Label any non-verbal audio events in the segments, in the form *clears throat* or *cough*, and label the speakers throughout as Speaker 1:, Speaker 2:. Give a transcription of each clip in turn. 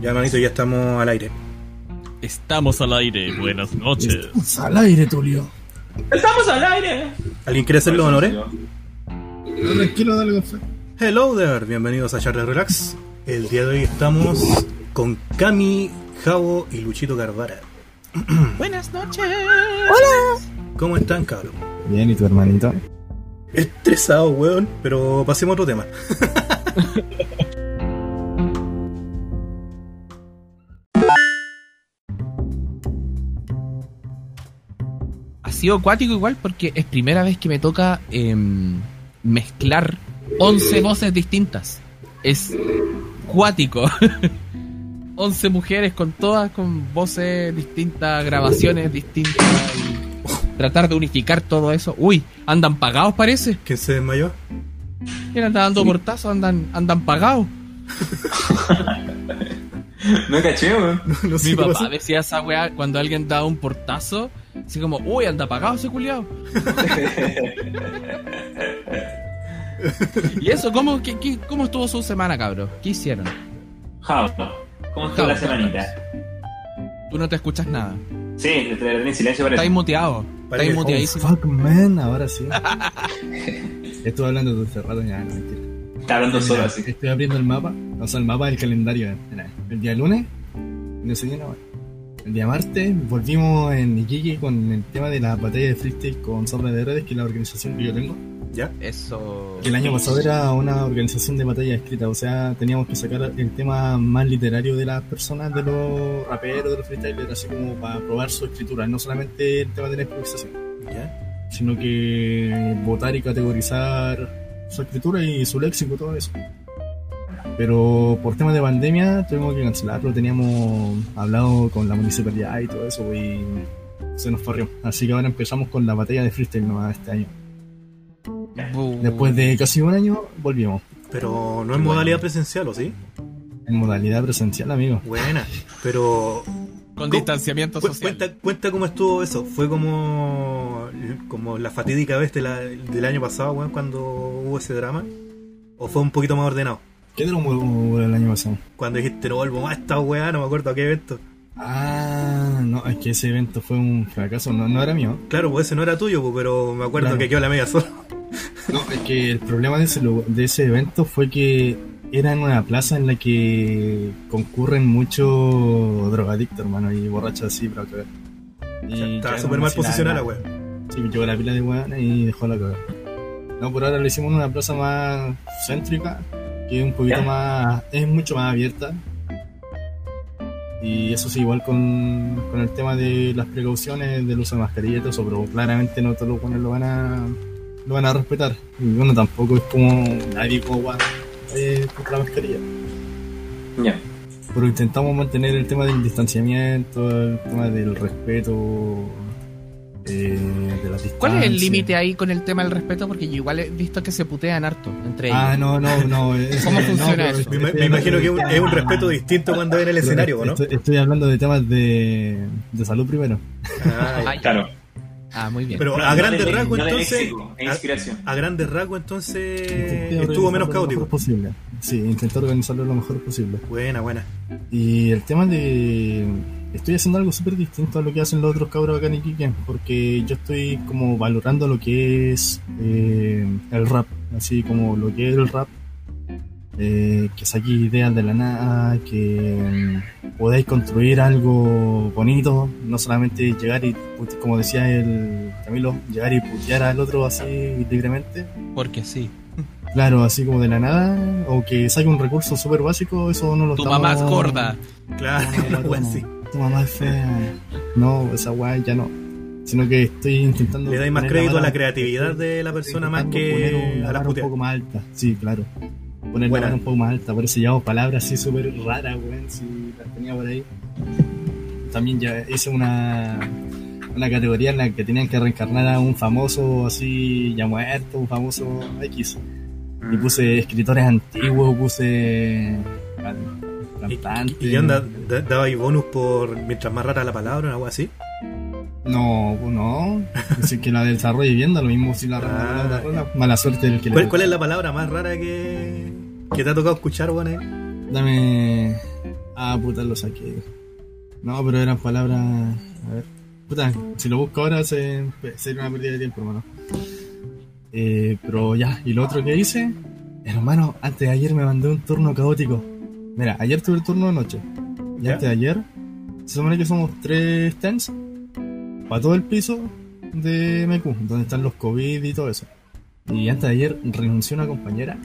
Speaker 1: Ya, manito, ya estamos al aire.
Speaker 2: Estamos al aire, buenas noches.
Speaker 3: Estamos al aire, Tulio.
Speaker 4: ¡Estamos al aire!
Speaker 1: ¿Alguien quiere hacer los honores?
Speaker 3: Tranquilo, dale café.
Speaker 1: Hello there, bienvenidos a Charla Relax. El día de hoy estamos con Cami, Javo y Luchito *clears throat* Carvara.
Speaker 4: Buenas noches.
Speaker 1: ¿Cómo están, cabrón?
Speaker 5: Bien, ¿y tu hermanito?
Speaker 1: Estresado, weón, pero pasemos a otro tema.
Speaker 4: Ha sido acuático igual porque es primera vez que me toca em, mezclar 11 voces distintas. Es cuático. *laughs* 11 mujeres con todas con voces distintas, grabaciones distintas. y tratar de unificar todo eso. Uy, andan pagados parece.
Speaker 1: ¿Quién se desmayó? *laughs*
Speaker 4: Mira, andan dando portazos, andan, andan pagados.
Speaker 6: No caché, weón.
Speaker 1: No *laughs* sé
Speaker 4: Mi
Speaker 1: qué
Speaker 4: papá
Speaker 1: pasó.
Speaker 4: decía esa weá cuando alguien daba un portazo, así como, uy, anda apagado ese culiao. y eso, ¿cómo, qué- qué- ¿cómo estuvo su semana, cabrón? ¿Qué hicieron?
Speaker 6: Javo, ¿cómo estuvo la
Speaker 4: Javo,
Speaker 6: semanita?
Speaker 4: Tú no te escuchas nada.
Speaker 6: Sí, te tener en silencio para
Speaker 4: Estáis muteado.
Speaker 1: Parece-
Speaker 4: Estáis
Speaker 1: oh,
Speaker 5: Oh,
Speaker 4: muteadísimo.
Speaker 5: fuck, man, ahora
Speaker 6: *laughs*
Speaker 5: sí. Estuve hablando de hace rato, ya, no, mentira.
Speaker 6: Está hablando solo
Speaker 5: Mira,
Speaker 6: así.
Speaker 5: Estoy abriendo el mapa, o sea, el mapa del calendario. Mira, el día lunes, no sé qué, no, El día martes, volvimos en Iquique con el tema de la batalla de freestyle con Sobre de Redes, que es la organización que yo tengo.
Speaker 1: ¿Ya?
Speaker 4: Eso.
Speaker 5: Que el año pasado era una organización de batalla escrita, o sea, teníamos que sacar el tema más literario de las personas, de los raperos, de los freestylers, así como para probar su escritura, no solamente el tema de la improvisación.
Speaker 1: ¿Ya?
Speaker 5: sino que votar y categorizar su escritura y su léxico, todo eso. Pero por tema de pandemia tuvimos que cancelarlo, teníamos hablado con la municipalidad y todo eso y se nos corrió. Así que ahora empezamos con la batalla de freestyle nomás este año.
Speaker 4: Bu-
Speaker 5: Después de casi un año volvimos
Speaker 1: Pero no en modalidad presencial, ¿o sí?
Speaker 5: en modalidad presencial, amigo.
Speaker 4: *laughs*
Speaker 1: Buena. Pero
Speaker 4: Con
Speaker 1: ¿Cómo?
Speaker 4: distanciamiento
Speaker 1: Cu-
Speaker 4: social.
Speaker 1: Cuenta, cuenta cómo estuvo eso. Fue como, como la fatídica vez de la- del año pasado, weón, cuando hubo ese drama. ¿O fue un poquito más ordenado?
Speaker 5: ¿Qué drama hubo el año pasado?
Speaker 1: Cuando dijiste, no vuelvo más a esta weá, no me acuerdo a qué evento.
Speaker 5: Ah, no, es que ese evento fue un fracaso, no, no era mío.
Speaker 1: Claro, pues ese no era tuyo, pues, pero me acuerdo
Speaker 5: Claro.
Speaker 1: que quedó la media sola.
Speaker 5: No, es que el problema de ese, lu- de ese evento fue que era en una plaza en la que concurren muchos drogadictos, hermano, y borrachos así, para cagar.
Speaker 1: O sea,
Speaker 5: Y
Speaker 1: estaba
Speaker 5: ya
Speaker 1: súper
Speaker 5: no
Speaker 1: mal
Speaker 5: hacía
Speaker 1: posicionada
Speaker 5: nada.
Speaker 1: la weá.
Speaker 5: Sí, llegó la pila de hueones y dejó la caga. No, por ahora lo hicimos en una plaza más céntrica, que es un poquito
Speaker 6: Ya.
Speaker 5: más. es mucho más abierta. Y eso sí, igual con, con el tema de las precauciones del uso de mascarilla y todo eso, pero claramente no todos los buenos lo van a lo van a respetar. Y bueno, tampoco es como nadie como va eh, con la mascarilla.
Speaker 6: Ya.
Speaker 5: Pero intentamos mantener el tema del distanciamiento, el tema del respeto, eh, de las distancias.
Speaker 4: ¿Cuál es el límite ahí con el tema del respeto? Porque yo igual he visto que se putean harto entre ellos.
Speaker 5: Ah, no, no,
Speaker 4: *laughs*
Speaker 5: no. eh,
Speaker 4: ¿Cómo
Speaker 5: no,
Speaker 4: funciona
Speaker 5: pero
Speaker 4: eso?
Speaker 5: estoy
Speaker 1: Me, me
Speaker 5: hablando
Speaker 1: imagino
Speaker 5: de-
Speaker 1: que es un, es un respeto distinto cuando ven el
Speaker 5: pero
Speaker 1: escenario, ¿no?
Speaker 5: Estoy, estoy hablando de temas de, de salud primero.
Speaker 1: Ah, ya.
Speaker 4: Ah, ya.
Speaker 6: Claro.
Speaker 4: Ah, muy bien.
Speaker 1: Pero a grandes rasgos,
Speaker 6: no de
Speaker 1: entonces.
Speaker 6: léxico, es inspiración.
Speaker 1: A, a grandes rasgos, entonces.
Speaker 5: Intenté
Speaker 1: Estuvo menos
Speaker 5: organizarlo lo mejor
Speaker 1: caótico.
Speaker 5: posible. Sí, intenté organizarlo lo mejor posible.
Speaker 1: Buena, buena.
Speaker 5: Y el tema de. Estoy haciendo algo súper distinto a lo que hacen los otros cabros acá en Iquique, porque yo estoy como valorando lo que es eh, el rap, así como lo que es el rap, eh, que saqué ideas de la nada, que mm, podáis construir algo bonito, no solamente llegar y, pute- como decía el Camilo, llegar y putear al otro así libremente,
Speaker 4: Porque sí.
Speaker 5: claro, así como de la nada, o que saque un recurso súper básico, eso no lo
Speaker 4: Tu mamá es
Speaker 5: estamos-
Speaker 4: gorda.
Speaker 1: Claro, *laughs* la weá
Speaker 5: bueno,
Speaker 1: sí.
Speaker 5: Tu mamá es fea. No, esa weá ya no. Sino que estoy intentando.
Speaker 1: Le dais más
Speaker 5: poner
Speaker 1: crédito a
Speaker 5: vara-
Speaker 1: la creatividad de la persona más
Speaker 5: intentando poner
Speaker 1: que
Speaker 5: un- la
Speaker 1: a las
Speaker 5: vara un
Speaker 1: puteadas.
Speaker 5: poco más alta. Sí, claro. poner la
Speaker 1: Buena.
Speaker 5: mano un poco más alta. Por eso llevamos palabras así súper raras, weón, si las tenía por ahí. También ya hice una, una categoría en la que tenían que reencarnar a un famoso así ya muerto, un famoso X.
Speaker 1: Mm.
Speaker 5: Y puse escritores antiguos, puse can-
Speaker 1: ¿Y,
Speaker 5: cantantes.
Speaker 1: y- y onda? da- ¿Daba ahí bonus por mientras más rara la palabra o algo así?
Speaker 5: No, no. Así que la desarrolle viendo, lo mismo si la
Speaker 1: Ah,
Speaker 5: la- la- la- Mala suerte del que la
Speaker 1: ¿Cuál, cuál es la palabra más rara que, que te ha tocado escuchar, weón? eh?
Speaker 5: Dame. Ah, puta, lo saqué. No, pero eran palabras. A ver. Puta, si lo busco ahora se... sería una pérdida de tiempo, hermano. Eh, pero ya, y lo otro que hice. Hermano, antes de ayer me mandé un turno caótico. Mira, ayer tuve el turno de noche. Y
Speaker 1: ¿Ya?
Speaker 5: antes de ayer, se supone que somos tres tents para todo el piso de MQ, donde están los COVID y todo eso. Y antes de ayer renunció una compañera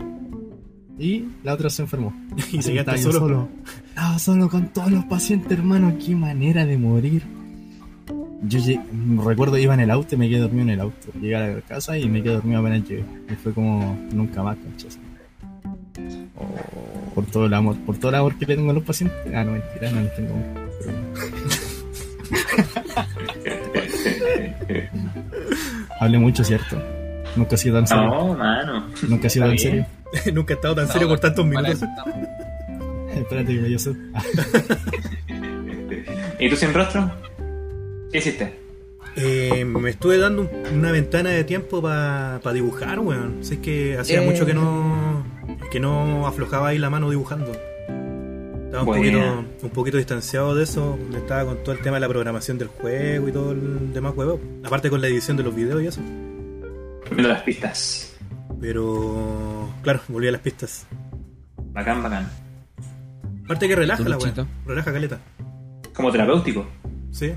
Speaker 5: y la otra se enfermó.
Speaker 1: *laughs* Y
Speaker 5: Así
Speaker 1: se
Speaker 5: que
Speaker 1: quedaste
Speaker 5: estaba yo
Speaker 1: solo.
Speaker 5: Estaba solo con todos los pacientes, hermano. Qué manera de morir. Yo lle- recuerdo iba en el auto y me quedé dormido en el auto. Llegué a la casa y me quedé dormido apenas llegué. Y fue como nunca más, cachas. Por todo el amor, por todo el amor que le tengo a los pacientes. Ah, no, mentira, no les tengo amor. pero- *laughs* Hablé mucho, ¿cierto? Nunca he sido tan serio.
Speaker 6: No, mano.
Speaker 5: Nunca he sido tan
Speaker 6: está bien.
Speaker 1: *laughs*
Speaker 5: serio.
Speaker 1: Nunca he estado tan serio por tantos
Speaker 4: Para
Speaker 1: minutos.
Speaker 4: eso estamos.
Speaker 5: *laughs* Espérate que me dio sed.
Speaker 6: ¿Y tú sin rostro? ¿Qué hiciste?
Speaker 1: Eh, me estuve dando un- una ventana de tiempo para dibujar, weón. Sé que hacía
Speaker 4: Eh.
Speaker 1: mucho que no que no aflojaba ahí la mano dibujando. Estaba un
Speaker 6: Buena.
Speaker 1: poquito, un poquito distanciado de eso, donde estaba con todo el tema de la programación del juego y todo el demás juego. Aparte con la edición de los videos y eso.
Speaker 6: Viendo las pistas.
Speaker 1: Pero, claro, volví a las pistas.
Speaker 6: Bacán, bacán.
Speaker 1: Aparte que relaja
Speaker 4: ¿Tú,
Speaker 1: la
Speaker 4: Luchito?
Speaker 1: weón. Relaja caleta.
Speaker 6: Como terapéutico.
Speaker 1: Sí.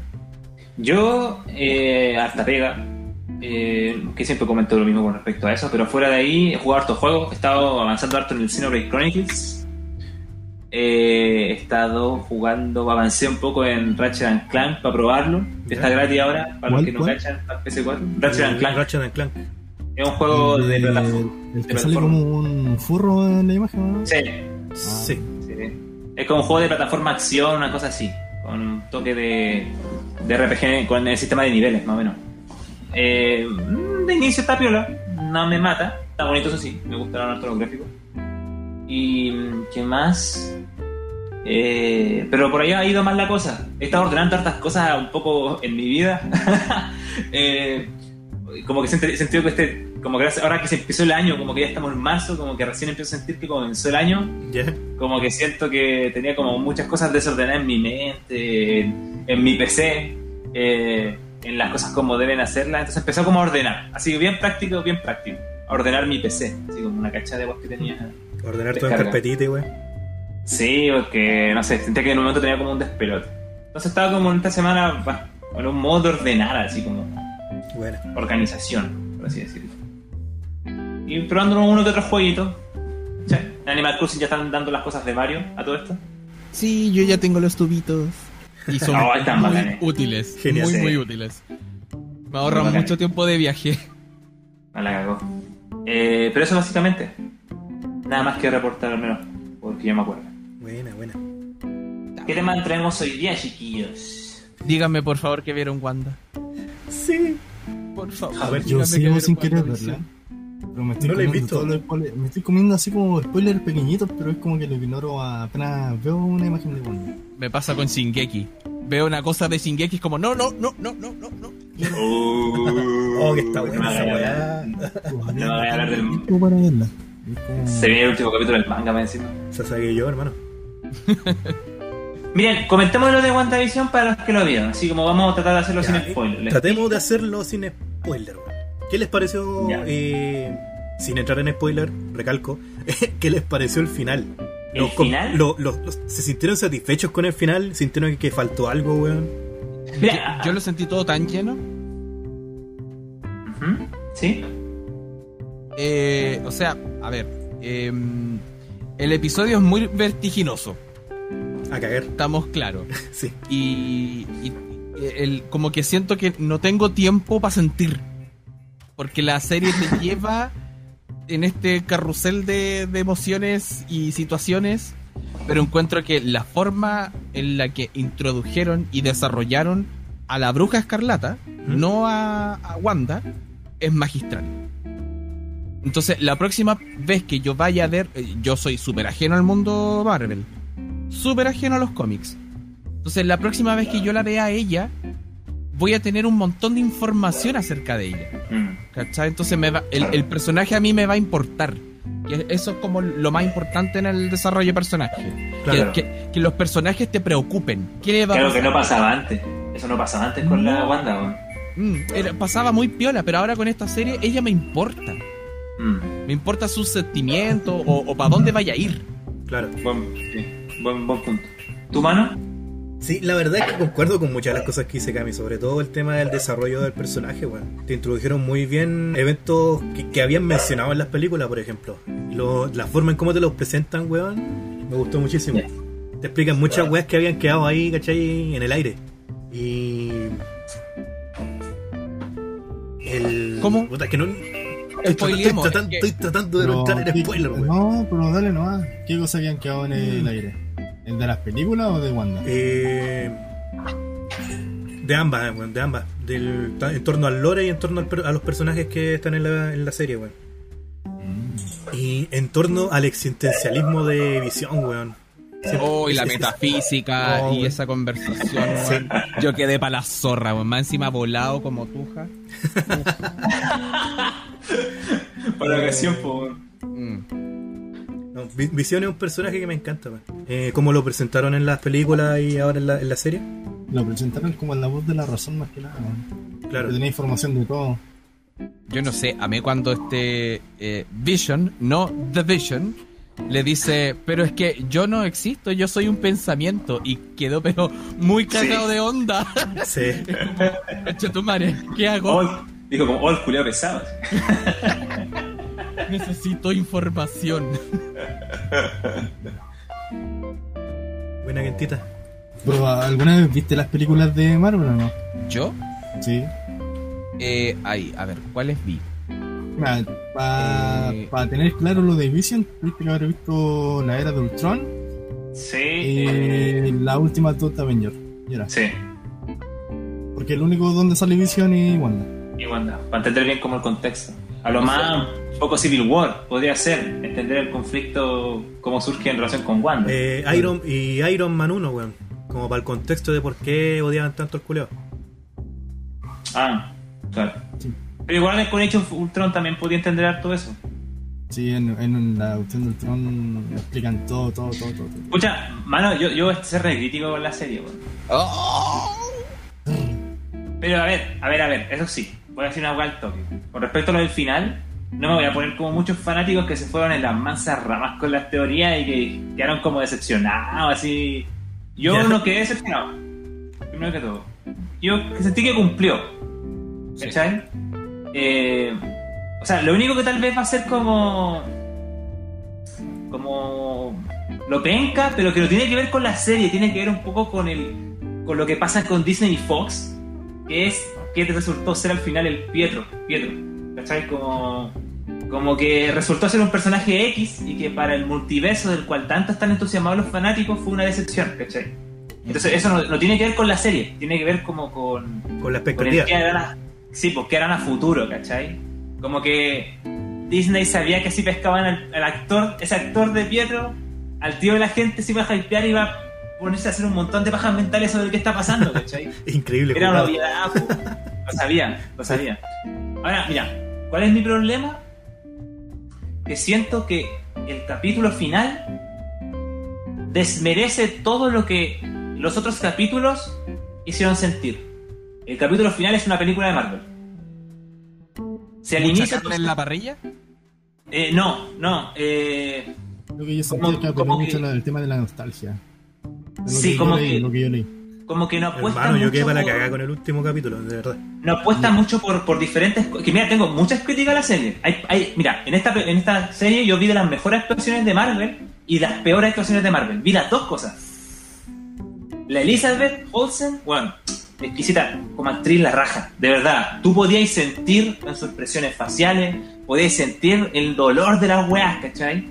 Speaker 6: Yo, eh, harta pega, eh, que siempre comento lo mismo con respecto a eso, pero fuera de ahí he jugado harto juego, he estado avanzando harto en el Xenoblade Chronicles, eh, he estado jugando, avancé un poco en Ratchet and Clank para probarlo, que está gratis ahora, para los
Speaker 5: ¿Cuál,
Speaker 6: que no
Speaker 5: cuál?
Speaker 6: cachan, para PC4. Ratchet and Clank
Speaker 1: Eh, Ratchet and Clank.
Speaker 6: es un juego Oh, de
Speaker 5: Ah, El-
Speaker 6: plataforma.
Speaker 5: El que
Speaker 6: de
Speaker 5: sale
Speaker 6: plataforma.
Speaker 5: como un furro en la imagen, ¿no?
Speaker 6: Sí,
Speaker 1: Sí.
Speaker 6: sí. Es como un juego de plataforma acción, una cosa así, con un toque de, de RPG, con el sistema de niveles, más o menos. Eh, mm, de inicio está piola, no me mata, está bonito eso sí, me gustaron harto los gráficos. Y mm, qué más. Eh, pero por ahí ha ido mal la cosa. He estado ordenando hartas cosas un poco en mi vida. *laughs* Eh, como que siento sentido que este, como que ahora que se empezó el año, como que ya estamos en marzo, como que recién empiezo a sentir que comenzó el año
Speaker 1: Ya.
Speaker 6: como que siento que tenía como muchas cosas desordenadas en mi mente, en, en mi PC, eh, en las cosas como deben hacerlas. Entonces empezó como a ordenar, así bien práctico, bien práctico, a ordenar mi PC, así como una cacha de voz que tenía.
Speaker 1: Ordenar todo en
Speaker 6: Descarga.
Speaker 1: carpetita, weón.
Speaker 6: Sí, porque no sé, sentía que en un momento tenía como un despelote. Entonces estaba como en esta semana bah, con un modo de ordenar, así como
Speaker 1: Bueno.
Speaker 6: organización, por así decirlo. Y probando uno que otro jueguito. ¿sí? En Animal Crossing ya están dando las cosas de Mario a todo esto.
Speaker 4: Sí, yo ya tengo los tubitos. Y son
Speaker 6: No, están
Speaker 4: muy
Speaker 6: bacanes.
Speaker 4: útiles.
Speaker 1: Genial,
Speaker 4: muy,
Speaker 6: sí.
Speaker 4: muy útiles. Me ahorran
Speaker 6: Bacanes.
Speaker 4: mucho tiempo de viaje. *laughs*
Speaker 6: No la cagó. Eh, pero eso básicamente. Nada más que reportar al menos, porque yo me acuerdo.
Speaker 1: Buena, buena.
Speaker 6: ¿Qué tema traemos hoy día, chiquillos?
Speaker 4: Díganme, por favor, que vieron Wanda.
Speaker 1: Sí.
Speaker 4: Por favor.
Speaker 6: A ver,
Speaker 4: díganme
Speaker 5: Yo
Speaker 4: que
Speaker 5: sigo
Speaker 4: vieron
Speaker 5: sin querer verla.
Speaker 4: WandaVision.
Speaker 5: Pero me estoy,
Speaker 1: No la he
Speaker 5: comiendo
Speaker 1: visto.
Speaker 5: todos los spoilers- me estoy comiendo así como spoilers pequeñitos, pero es como que lo ignoro a- apenas veo una imagen de Wanda.
Speaker 4: Me pasa con Shingeki. Veo una cosa de Shingeki es como, no, no, no, no, no, no. no.
Speaker 1: Oh, que está
Speaker 6: No
Speaker 1: buena
Speaker 6: me
Speaker 1: esa
Speaker 6: hagas hablar.
Speaker 1: weá.
Speaker 6: No me voy a hablar del.
Speaker 5: Tiempo para verla. Es como-
Speaker 6: Se viene el último capítulo del manga, me encima.
Speaker 1: Se saqué yo, hermano.
Speaker 6: Miren, comentemos lo de WandaVision para los que lo vieron. Así como vamos a tratar de hacerlo
Speaker 1: Ya,
Speaker 6: sin
Speaker 1: eh,
Speaker 6: spoiler. Les-
Speaker 1: Tratemos de hacerlo sin spoiler. weón. ¿Qué les pareció,
Speaker 6: Ya.
Speaker 1: eh, sin entrar en spoiler, recalco, *laughs* qué les pareció el final?
Speaker 6: ¿El
Speaker 1: Los com-
Speaker 6: final?
Speaker 1: lo- los- los- ¿Se sintieron satisfechos con el final? ¿Sintieron que, que faltó algo, weón?
Speaker 6: Mira,
Speaker 4: Yo lo sentí todo tan lleno.
Speaker 6: Ujú, ¿Sí?
Speaker 4: Eh, o sea, a ver. eh, el episodio es muy vertiginoso.
Speaker 1: A caer,
Speaker 4: Estamos claros.
Speaker 1: *laughs* sí.
Speaker 4: y, y- y el- como que siento que no tengo tiempo para sentir. Porque la serie te lleva en este carrusel de, de emociones y situaciones, pero encuentro que la forma en la que introdujeron y desarrollaron a la bruja escarlata, no a, a Wanda, es magistral. Entonces, la próxima vez que yo vaya a ver, eh, yo soy súper ajeno al mundo Marvel, súper ajeno a los cómics. Entonces, la próxima vez que yo la vea a ella, voy a tener un montón de información acerca de ella.
Speaker 6: Mm.
Speaker 4: ¿Cachai? Entonces me va- el, el personaje a mí me va a importar. Que eso es como lo más importante en el desarrollo de personaje. Que-
Speaker 1: Claro.
Speaker 4: Que, que los personajes te preocupen. ¿Qué le va a
Speaker 6: Claro que
Speaker 4: pasar?
Speaker 6: no pasaba antes. Eso no pasaba antes con la Wanda, weón.
Speaker 4: Mm, era- pasaba muy piola, pero ahora con esta serie ella me importa.
Speaker 6: Mm.
Speaker 4: Me importa sus sentimientos o, para dónde vaya a ir.
Speaker 1: Claro.
Speaker 6: Buen, sí. buen, buen punto. ¿Tu mano?
Speaker 1: Sí, la verdad es que concuerdo con muchas de las cosas que dice Cami, sobre todo el tema del desarrollo del personaje, weón. Te introdujeron muy bien eventos que, que habían mencionado en las películas, por ejemplo. Lo- la forma en cómo te los presentan, weón, me gustó muchísimo. Te explican muchas weas que habían quedado ahí, ¿cachai? En el aire. Y. El...
Speaker 4: ¿Cómo?
Speaker 1: Puta, que no... Estoy,
Speaker 4: Spoileemos,
Speaker 1: tratando,
Speaker 4: es que-
Speaker 1: estoy tratando de no
Speaker 5: Pero,
Speaker 1: entrar en
Speaker 5: ¿qué-
Speaker 1: spoiler, weón. Mm.
Speaker 5: No, pero dale nomás. ¿Qué cosas habían quedado en el aire? ¿El de las películas o de Wanda?
Speaker 1: Eh, de ambas, eh, weón, de ambas. Del, ta- en torno al lore y en torno al per- a los personajes que están en la, en la serie, weón. Y en torno al existencialismo de visión, weón. Sí.
Speaker 4: Oh, y la
Speaker 1: Es- es-
Speaker 4: metafísica
Speaker 1: *laughs* No,
Speaker 4: y
Speaker 1: güey.
Speaker 4: esa conversación. weón. Yo quedé para la zorra, weón. Más encima volado como tuja.
Speaker 6: Para la ocasión, por.
Speaker 4: Mm.
Speaker 1: no, Vi- visión es un personaje que me encanta, weón. Eh, como lo presentaron en las películas y ahora en la, en la serie.
Speaker 5: Lo presentaron como la voz de la razón más que nada. ¿no?
Speaker 1: Claro.
Speaker 5: Tenía información de todo.
Speaker 4: Yo no sé, a mí cuando este eh, Vision, no The Vision, le dice, pero es que yo no existo, yo soy un pensamiento y quedó pero muy cagado de onda.
Speaker 1: *laughs* Sí.
Speaker 4: Chetumare, ¿qué hago?
Speaker 6: Ol- dijo como, oh, el culiao pesado.
Speaker 4: Necesito información.
Speaker 1: Buena quentita.
Speaker 5: Pero, ¿alguna vez viste las películas de Marvel o no?
Speaker 4: Yo,
Speaker 5: Sí.
Speaker 4: eh, ahí, a ver, ¿cuáles vi?
Speaker 5: Para
Speaker 4: Eh.
Speaker 5: tener claro lo de Vision, tuviste que haber visto la era de Ultron
Speaker 6: Sí. eh,
Speaker 5: y la última Tot Avenger. Y era.
Speaker 6: Sí.
Speaker 5: Porque el único donde sale Vision es Wanda.
Speaker 6: Y Wanda, para entender bien como el contexto. A lo más, un poco Civil War podría ser, entender el conflicto, cómo surge en relación con Wanda.
Speaker 1: Eh, Iron, y Iron Man 1, weón. Como para el contexto de por qué odiaban tanto al culeo.
Speaker 6: Ah, claro.
Speaker 5: Sí.
Speaker 6: Pero igual con Age of Ultron también podía entender todo eso.
Speaker 5: Sí, en, en la cuestión de Ultron lo explican todo, todo, todo, todo. todo.
Speaker 6: Escucha, mano, yo, yo voy a ser re crítico con la serie, weón. Pero a ver, a ver, a ver, eso sí, voy a decir una hueá al toque. Con respecto a lo del final, no me voy a poner como muchos fanáticos que se fueron en las mansas ramas con las teorías y que quedaron como decepcionados, así. Yo
Speaker 1: Ya.
Speaker 6: no quedé decepcionado. Primero que todo. Yo sentí que cumplió. ¿Cachai? Eh, o sea, lo único que tal vez va a ser como. como. lo penca, pero que no tiene que ver con la serie, tiene que ver un poco con el. con lo que pasa con Disney y Fox, que es. que resultó ser al final el Pietro. Pietro. ¿Cachai? Como. Como que resultó ser un personaje X y que para el multiverso del cual tanto están entusiasmados los fanáticos fue una decepción, ¿cachai? Entonces eso no, no tiene que ver con la serie, tiene que ver como con,
Speaker 1: Con la
Speaker 6: con el
Speaker 1: expectativa.
Speaker 6: que eran a, sí, pues que eran a futuro, ¿cachai? Como que Disney sabía que si pescaban al, al actor, ese actor de Pietro, al tío de la gente se iba a hypear y iba a ponerse a hacer un montón de pajas mentales sobre qué está pasando, ¿cachai?
Speaker 1: Increíble,
Speaker 6: Era una
Speaker 1: jugado.
Speaker 6: obviedad, po. lo sabía, lo sabía. Ahora, mira, ¿cuál es mi problema? Que siento que el capítulo final desmerece todo lo que los otros capítulos hicieron sentir. El capítulo final es una película de Marvel. Si al
Speaker 4: ¿Mucha
Speaker 6: inicio.
Speaker 4: carne en la parrilla?
Speaker 6: Eh, no, no. eh,
Speaker 5: Lo que yo sentí
Speaker 6: Como-
Speaker 5: es que apeló
Speaker 6: como
Speaker 5: mucho
Speaker 6: que-
Speaker 5: al tema de la nostalgia. Es lo
Speaker 6: Sí,
Speaker 5: que yo
Speaker 6: como
Speaker 5: leí,
Speaker 6: que-
Speaker 5: Lo que yo leí.
Speaker 6: como que no apuesta.
Speaker 1: Hermano, yo
Speaker 6: mucho
Speaker 1: quedé para la
Speaker 6: por-
Speaker 1: cagada con el último capítulo, de verdad.
Speaker 6: no apuesta mucho por, por diferentes co- que mira tengo muchas críticas a la serie hay, hay- mira en esta, pe- en esta serie yo vi de las mejores actuaciones de Marvel y las peores actuaciones de Marvel vi las dos cosas la Elizabeth Olsen bueno exquisita, como actriz la raja, de verdad. Tú podías sentir en sus expresiones faciales, podías sentir el dolor de las weas, ¿cachai?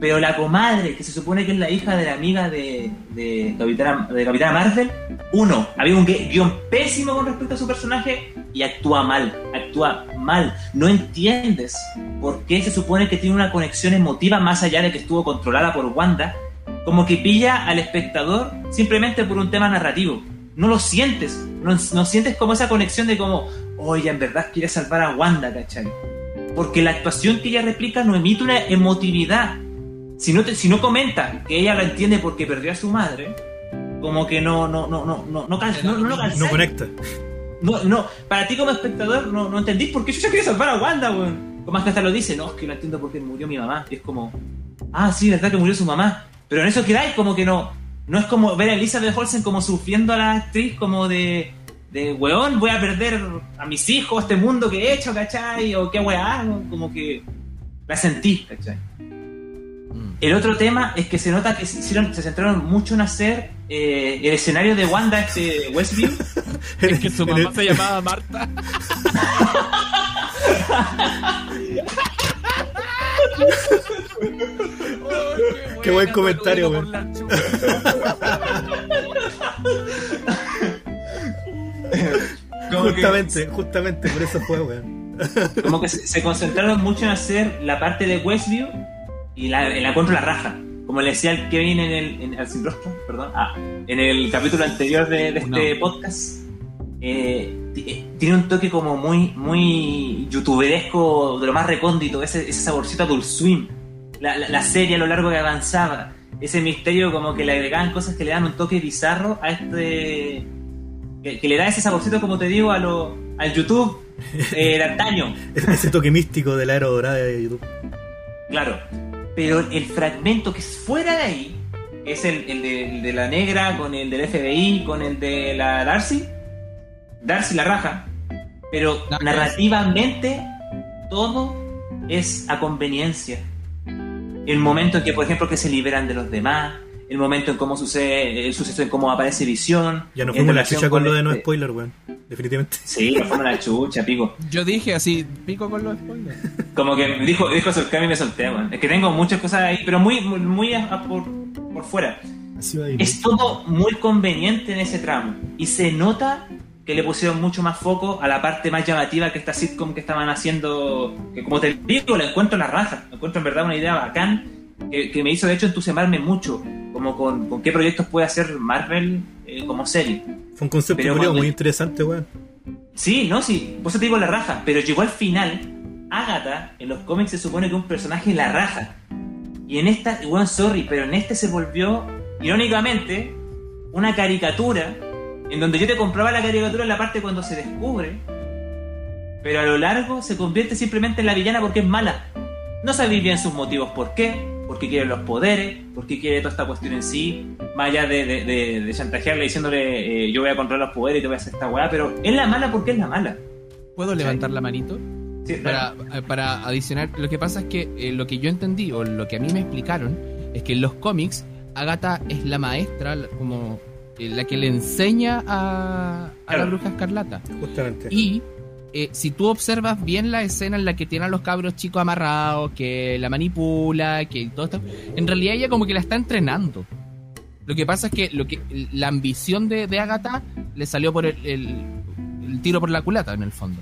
Speaker 6: Pero la comadre, que se supone que es la hija de la amiga de, de, Capitana, de Capitana Marvel, uno, había un gui- guión pésimo con respecto a su personaje y actúa mal, actúa mal. No entiendes por qué se supone que tiene una conexión emotiva más allá de que estuvo controlada por Wanda, como que pilla al espectador simplemente por un tema narrativo. No lo sientes, no, no sientes como esa conexión de como, oye, en verdad quiere salvar a Wanda, ¿cachai? Porque la actuación que ella replica no emite una emotividad. Si no, te- si no comenta que ella la entiende porque perdió a su madre, como que no, no, no, no, no, no, cal- no, no lo calzáis.
Speaker 1: No conecta.
Speaker 6: No, no, para ti como espectador no, no entendís por qué yo quería salvar a Wanda, weón. Como más que hasta lo dice, no, es que no entiendo por qué murió mi mamá. Y es como, ah, sí, verdad que murió su mamá. Pero en eso quedáis como que no. No es como ver a Elizabeth Olsen como sufriendo a la actriz como de, de weón, voy a perder a mis hijos, este mundo que he hecho, ¿cachai? O qué weá, hago", como que la sentís, ¿cachai? El otro tema es que se nota que se, hicieron- se centraron mucho en hacer eh, el escenario de Wanda, este Westview.
Speaker 4: Es que su
Speaker 1: En el-
Speaker 4: mamá se llamaba Marta.
Speaker 1: Qué buen comentario, güey.
Speaker 6: *laughs* Como que-
Speaker 1: Justamente, justamente por eso fue, weón.
Speaker 6: como que se, se concentraron mucho en hacer la parte de Westview y la, la encuentro la raja. Como le decía al Kevin en el, en- al sin rostro, perdón, ah, en el capítulo anterior de, de este podcast, eh, ti- eh, tiene un toque como muy, muy youtuberesco, de lo más recóndito, ese, ese saborcito a Adult Swim, la, la- la serie a lo largo que avanzaba, ese misterio como que le agregaban cosas que le dan un toque bizarro a este... Que, que le da ese saborcito, como te digo, a lo, al YouTube eh, de antaño.
Speaker 1: Ese- Ese toque místico de la era dorada de YouTube.
Speaker 6: Claro. Pero el fragmento que es fuera de ahí, que es el, el de, el de la negra, con el del FBI, con el de la Darcy. Darcy la raja. Pero
Speaker 4: Darcy.
Speaker 6: narrativamente todo es a conveniencia. El momento en que, por ejemplo, que se liberan de los demás, el momento en cómo sucede, el suceso en cómo aparece Visión.
Speaker 1: Ya nos
Speaker 6: en
Speaker 1: fuimos la
Speaker 6: relación
Speaker 1: chucha con lo de no
Speaker 6: este-
Speaker 1: spoiler, weón. Definitivamente.
Speaker 6: Sí, nos fuimos a la chucha, pico.
Speaker 4: Yo dije así, pico con los spoilers.
Speaker 6: Como que me dijo, dijo soltame y me solté, weón. Es que tengo muchas cosas ahí, pero muy, muy, muy a- a por, por fuera.
Speaker 5: Así va a ir.
Speaker 6: Es todo muy conveniente en ese tramo. Y se nota que le pusieron mucho más foco a la parte más llamativa que esta sitcom que estaban haciendo. Que como te digo, la encuentro en la raja. La encuentro en verdad una idea bacán que, que me hizo de hecho entusiasmarme mucho. Como con, con qué proyectos puede hacer Marvel eh, como serie.
Speaker 1: Fue un concepto
Speaker 6: Pero
Speaker 1: culiao
Speaker 6: cuando-
Speaker 1: muy interesante, weón.
Speaker 6: Sí, no, sí, por eso te digo la raja, pero llegó al final. Agatha, en los cómics se supone que un personaje la raja. Y en esta, igual, sorry, pero en este se volvió, irónicamente, una caricatura, en donde yo te compraba la caricatura en la parte cuando se descubre, pero a lo largo se convierte simplemente en la villana porque es mala. No sabéis bien sus motivos por qué, por qué quiere los poderes, por qué quiere toda esta cuestión en sí, más allá de, de- de- de chantajearle diciéndole eh, yo voy a controlar los poderes y te voy a hacer esta weá, pero es la mala porque es la mala.
Speaker 4: ¿Puedo levantar la manito?
Speaker 6: Sí,
Speaker 4: Para, eh, para adicionar, lo que pasa es que eh, lo que yo entendí o lo que a mí me explicaron es que en los cómics Agatha es la maestra, la- como eh, la que le enseña a, a la
Speaker 6: Claro.
Speaker 4: bruja escarlata.
Speaker 1: Justamente.
Speaker 4: Y eh, si tú observas bien la escena en la que tiene a los cabros chicos amarrados, que la manipula, que todo esto, en realidad ella como que la está entrenando. Lo que pasa es que, lo que la ambición de, de Agatha le salió por el, el- el tiro por la culata, en
Speaker 1: *laughs*
Speaker 4: el fondo.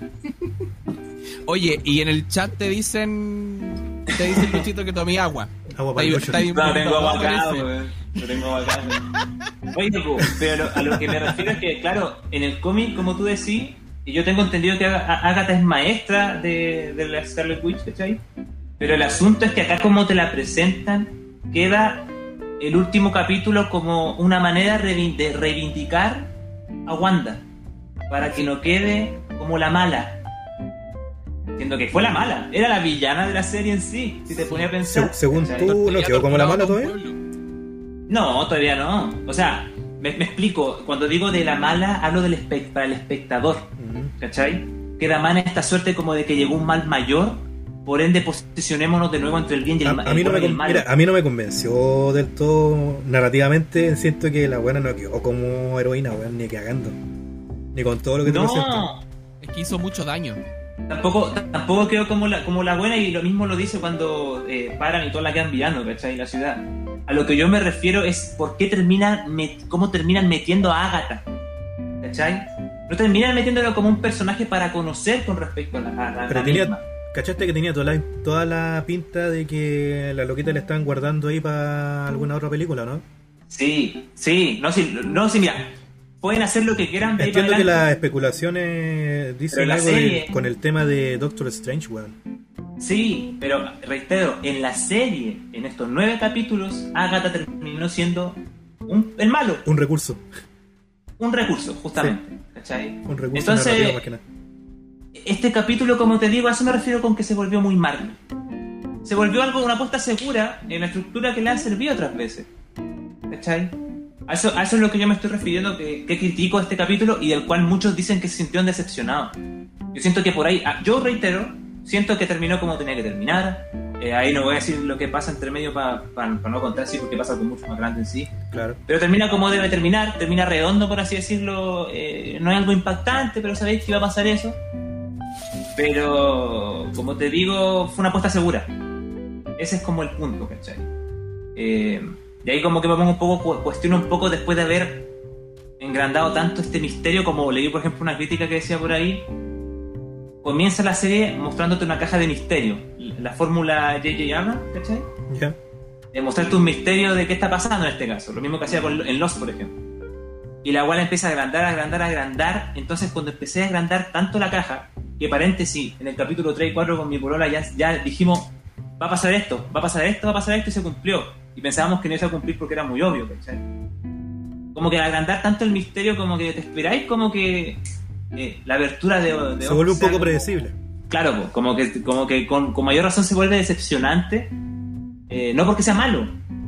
Speaker 4: Oye, y en el chat te dicen, te dicen Luchito que tomé agua.
Speaker 1: Agua para
Speaker 4: Está
Speaker 1: el
Speaker 4: ahí-
Speaker 1: bocho.
Speaker 4: está ahí-
Speaker 6: No, tengo
Speaker 4: no,
Speaker 6: abacado,
Speaker 4: parece.
Speaker 6: weón. No tengo abacado. *laughs* Oye, po, pero lo- a lo que me refiero es que, claro, en el cómic, como tú decís, y yo tengo entendido que Aga- A- Agatha es maestra de, de la Scarlet Witch, ¿cachai? Pero el asunto es que acá como te la presentan, queda el último capítulo como una manera revi- de reivindicar a Wanda, para que no quede como la mala. Siendo que fue la mala, era la villana de la serie en sí, si te ponía a pensar.
Speaker 1: Se- según
Speaker 6: ¿cachai?
Speaker 1: tú, Uh, no
Speaker 4: Ya
Speaker 1: quedó como la mala
Speaker 4: torturado a un
Speaker 1: todavía.
Speaker 4: pueblo.
Speaker 6: No, todavía no. O sea, me, me explico. Cuando digo de la mala, hablo del espe- para el espectador,
Speaker 1: Mm.
Speaker 6: ¿cachai? Que la mala esta suerte como de que llegó un mal mayor Por ende, posicionémonos de nuevo entre el bien y
Speaker 1: A,
Speaker 6: el, ma-
Speaker 1: a
Speaker 6: el
Speaker 1: mí no
Speaker 6: bueno
Speaker 1: me,
Speaker 6: y el
Speaker 1: con-
Speaker 6: malo.
Speaker 1: mira, a mí no me convenció del todo narrativamente. Siento que la buena no quedó como heroína, weón, ni cagando. Ni con todo lo que te presenta.
Speaker 6: no,
Speaker 4: Es que hizo mucho daño.
Speaker 6: tampoco, tampoco quedó como la, como la buena y lo mismo lo dice cuando eh, paran y todas la quedan mirando, ¿cachai? La ciudad. A lo que yo me refiero es por qué terminan, met- cómo terminan metiendo a Agatha, ¿cachai? No terminan metiéndolo como un personaje para conocer con respecto a la, a la- a
Speaker 1: Pero
Speaker 6: la
Speaker 1: tenía-
Speaker 6: misma.
Speaker 1: ¿Cachaste que tenía toda la, toda la pinta de que la loquita la estaban guardando ahí para alguna otra película, no?
Speaker 6: Sí, sí, no, sí, no, sí, mira, pueden hacer lo que quieran. de ahí
Speaker 1: Entiendo
Speaker 6: para
Speaker 1: que las
Speaker 6: adelante.
Speaker 1: especulaciones dicen
Speaker 6: Pero la
Speaker 1: algo de-
Speaker 6: serie-
Speaker 1: con el tema de Doctor Strange, weón.
Speaker 6: Sí, pero reitero, en la serie, en estos nueve capítulos, Agatha terminó siendo un- el malo,
Speaker 1: Un recurso,
Speaker 6: un recurso, justamente. ¿cachai?
Speaker 1: un recurso
Speaker 6: Entonces-
Speaker 1: narrativo más que nada.
Speaker 6: Este capítulo, como te digo, a eso me refiero con que se volvió muy Marvel. Se volvió algo, una apuesta segura en la estructura que le han servido otras veces. ¿Cachai? A eso, a eso es lo que yo me estoy refiriendo, que, que critico este capítulo y del cual muchos dicen que se sintieron decepcionados. Yo siento que por ahí, ah, yo reitero, siento que terminó como tenía que terminar. Eh, ahí no voy a decir lo que pasa entre medio para no contar, sí, porque pasa algo mucho más grande en sí.
Speaker 1: Claro.
Speaker 6: Pero termina como debe terminar, termina redondo, por así decirlo. eh, no es algo impactante, pero sabéis que iba a pasar eso. Pero, como te digo, fue una apuesta segura. Ese es como el punto, ¿cachai? Eh, de ahí como que me pongo un poco, cu- cuestiono un poco después de haber engrandado tanto este misterio, como leí, por ejemplo, una crítica que decía por ahí. Comienza la serie mostrándote una caja de misterio. La, la fórmula J.J. Abrams, ¿cachai?
Speaker 1: Ya.
Speaker 6: de mostrarte un misterio de qué está pasando en este caso. Lo mismo que hacía con, en Lost, por ejemplo. Y la guala empieza a agrandar, agrandar, agrandar. Entonces, cuando empecé a agrandar tanto la caja, que paréntesis, en el capítulo 3 y 4 con mi polola ya, ya dijimos, va a pasar esto, va a pasar esto, va a pasar esto, y se cumplió. Y pensábamos que no se iba a cumplir porque era muy obvio, ¿cachai? Como que al agrandar tanto el misterio, como que te esperáis, como que eh, la abertura de... de
Speaker 1: Se vuelve un
Speaker 6: sea
Speaker 1: poco
Speaker 6: como-
Speaker 1: predecible.
Speaker 6: Claro, po, como que, como que con, con mayor razón se vuelve decepcionante, eh, no porque sea malo,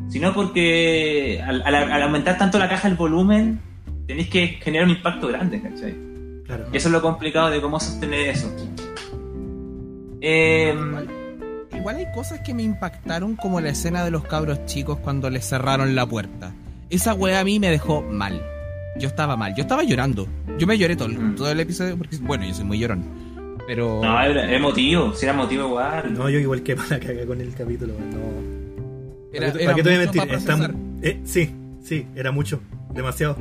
Speaker 6: sino porque al, al- al aumentar tanto la caja el volumen, tenéis que generar un impacto grande, ¿cachai?
Speaker 1: Claro.
Speaker 6: Y eso es lo complicado de cómo sostener eso. Eh,
Speaker 4: Igual hay cosas que me impactaron, como la escena de los cabros chicos cuando les cerraron la puerta. Esa weá a mí me dejó mal. Yo estaba mal, yo estaba llorando. Yo me lloré todo, el-
Speaker 6: Mm.
Speaker 4: todo el episodio porque, bueno, yo soy muy llorón. Pero.
Speaker 6: no, era emotivo, si era emotivo igual.
Speaker 1: No, yo igual que para cagar con el capítulo, weón, no.
Speaker 4: era,
Speaker 1: ¿Para qué-
Speaker 4: era
Speaker 1: para qué te voy a
Speaker 4: mucho
Speaker 1: mentir?
Speaker 4: pa'
Speaker 1: Está-
Speaker 4: procesar.
Speaker 1: eh, sí, sí, era mucho, demasiado.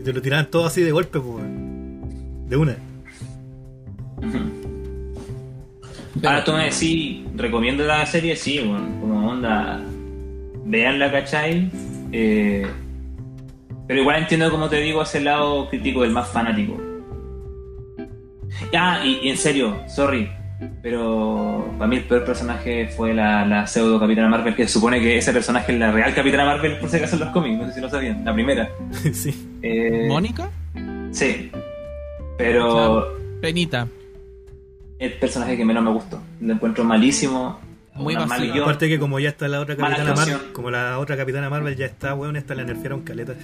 Speaker 1: Y te lo tiraban todo así de golpe, pues. weón. De una. *laughs*
Speaker 6: Ahora tú me decís, recomiendo la serie, sí, weón, como onda, veanla, ¿cachai? Eh, pero igual entiendo, como te digo, ese lado crítico del más fanático. Ya, y, y en serio, sorry, pero para mí el peor personaje fue la, la pseudo Capitana Marvel, que se supone que ese personaje es la real Capitana Marvel, por si acaso en los cómics, no sé si lo sabían, la primera.
Speaker 1: sí.
Speaker 6: Eh,
Speaker 4: ¿Mónica?
Speaker 6: Sí, pero...
Speaker 4: Claro. Penita.
Speaker 6: el personaje que menos me gustó. Lo encuentro malísimo.
Speaker 4: Muy
Speaker 6: una
Speaker 4: vacío.
Speaker 6: mal guión.
Speaker 1: Aparte que como ya está la otra
Speaker 6: Mala
Speaker 1: capitana Marvel,
Speaker 6: actuación.
Speaker 1: como la otra capitana Marvel ya está, weón, esta la nerfearon caleta.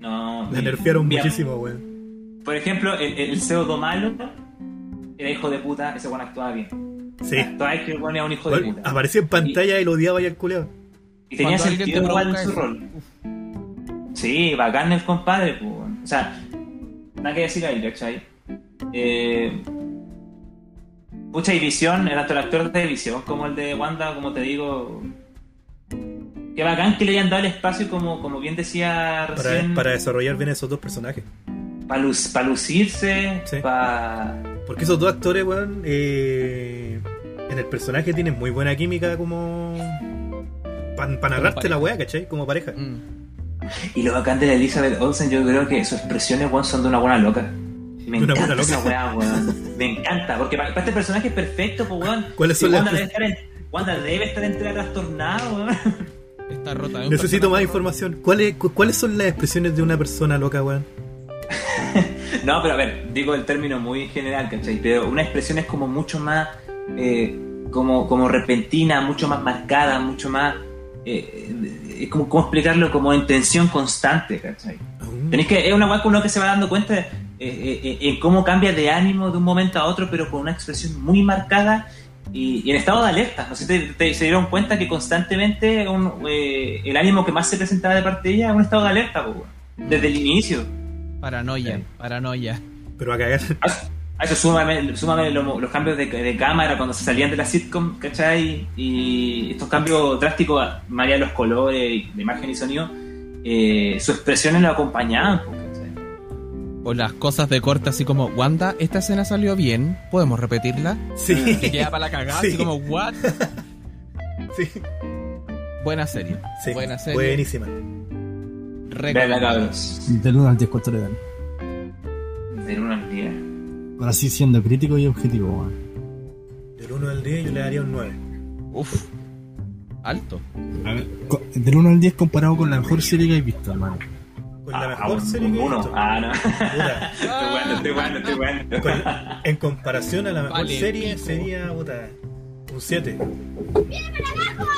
Speaker 6: No,
Speaker 1: La
Speaker 6: mi-
Speaker 1: nerfearon
Speaker 6: mi-
Speaker 1: muchísimo, weón.
Speaker 6: Por ejemplo, el, el pseudo malo era hijo de puta, ese one actuaba bien.
Speaker 1: Sí.
Speaker 6: Actuaba que el weón era un hijo de
Speaker 1: Weón,
Speaker 6: puta.
Speaker 1: aparecía en pantalla y lo odiaba ya el culeo.
Speaker 6: Y tenía
Speaker 4: Cuando alguien
Speaker 6: sentido
Speaker 4: te
Speaker 6: igual en
Speaker 4: provoca
Speaker 6: su
Speaker 4: eso.
Speaker 6: rol. Sí, bacán el compadre, pues. weón. O sea, nada que decir ahí, ¿cachai? Eh, pucha, y Visión, el actor, el actor de Visión, como el de Wanda, como te digo. Qué bacán que le hayan dado el espacio, como, como bien decía
Speaker 1: Para,
Speaker 6: recién,
Speaker 1: para desarrollar bien esos dos personajes.
Speaker 6: para lucirse,
Speaker 1: Sí.
Speaker 6: para...
Speaker 1: Porque esos dos actores, weón, eh, en el personaje tienen muy buena química como... Para narrarte
Speaker 4: pareja.
Speaker 1: la weá, ¿cachai? Como pareja.
Speaker 4: Mm.
Speaker 6: Y lo bacán de la Elizabeth Olsen, yo creo que sus expresiones, weón, son de una buena loca. Me
Speaker 1: De una
Speaker 6: encanta
Speaker 1: buena
Speaker 6: esa
Speaker 1: loca.
Speaker 6: weá, weón. Me encanta, porque para, para este personaje es perfecto, pues, weón.
Speaker 1: ¿Cuáles
Speaker 6: Si
Speaker 1: son
Speaker 6: Wanda,
Speaker 1: las-
Speaker 6: debe estar en, Wanda debe estar entera trastornada, weón. *laughs*
Speaker 4: Está rota. de un
Speaker 1: Necesito más
Speaker 4: personaje.
Speaker 1: información. ¿Cuáles, cu- ¿Cuáles son las expresiones de una persona loca, weón?
Speaker 6: No, pero a ver, digo el término muy general, ¿cachai? Pero una expresión es como mucho más, eh, como, como repentina, mucho más marcada, mucho más... eh, eh, es como, como explicarlo como en tensión constante, ¿cachai? Tenés que, es una weá que uno que se va dando cuenta eh, eh, eh, en cómo cambia de ánimo de un momento a otro, pero con una expresión muy marcada y, y, y en estado de alerta. No sé si te- te- se dieron cuenta que constantemente un- eh, el ánimo que más se presentaba de parte de ella era un estado de alerta, po, weón. desde el inicio.
Speaker 4: Paranoia, paranoia.
Speaker 1: Pero a cagar. *laughs*
Speaker 6: A eso súmame, súmame lo- los cambios de, de cámara cuando se salían de la sitcom, ¿cachai? Y estos cambios drásticos, María los colores, de imagen y sonido, eh, sus expresiones lo acompañaban, po, ¿cachai?
Speaker 4: O las cosas de corte así como, Wanda, esta escena salió bien, podemos repetirla.
Speaker 1: Sí,
Speaker 4: Que queda para la cagada,
Speaker 1: Sí.
Speaker 4: así como, what?
Speaker 1: sí,
Speaker 4: Buena serie.
Speaker 1: sí.
Speaker 4: Buena serie.
Speaker 1: Buenísima.
Speaker 6: Verla,
Speaker 4: Recomendable.
Speaker 6: cabros.
Speaker 5: Del 1 al 10, ¿cuánto le dan?
Speaker 6: Del uno al día.
Speaker 5: Ahora sí, siendo crítico y objetivo, weón.
Speaker 1: Del 1 al 10 yo le daría un 9.
Speaker 4: Uf. Alto.
Speaker 5: Co- Del 1 al 10 comparado con la mejor serie que he visto, hermano.
Speaker 1: Con Pues la
Speaker 6: Ah,
Speaker 1: mejor
Speaker 6: un-
Speaker 1: serie que he
Speaker 6: uno.
Speaker 1: visto. Ah.
Speaker 6: Ah, no. *laughs*
Speaker 1: Puta.
Speaker 6: Estoy bueno, estoy bueno, estoy bueno.
Speaker 1: Con- en comparación a la mejor
Speaker 4: Vale,
Speaker 1: serie
Speaker 4: pico.
Speaker 1: sería puta, un 7.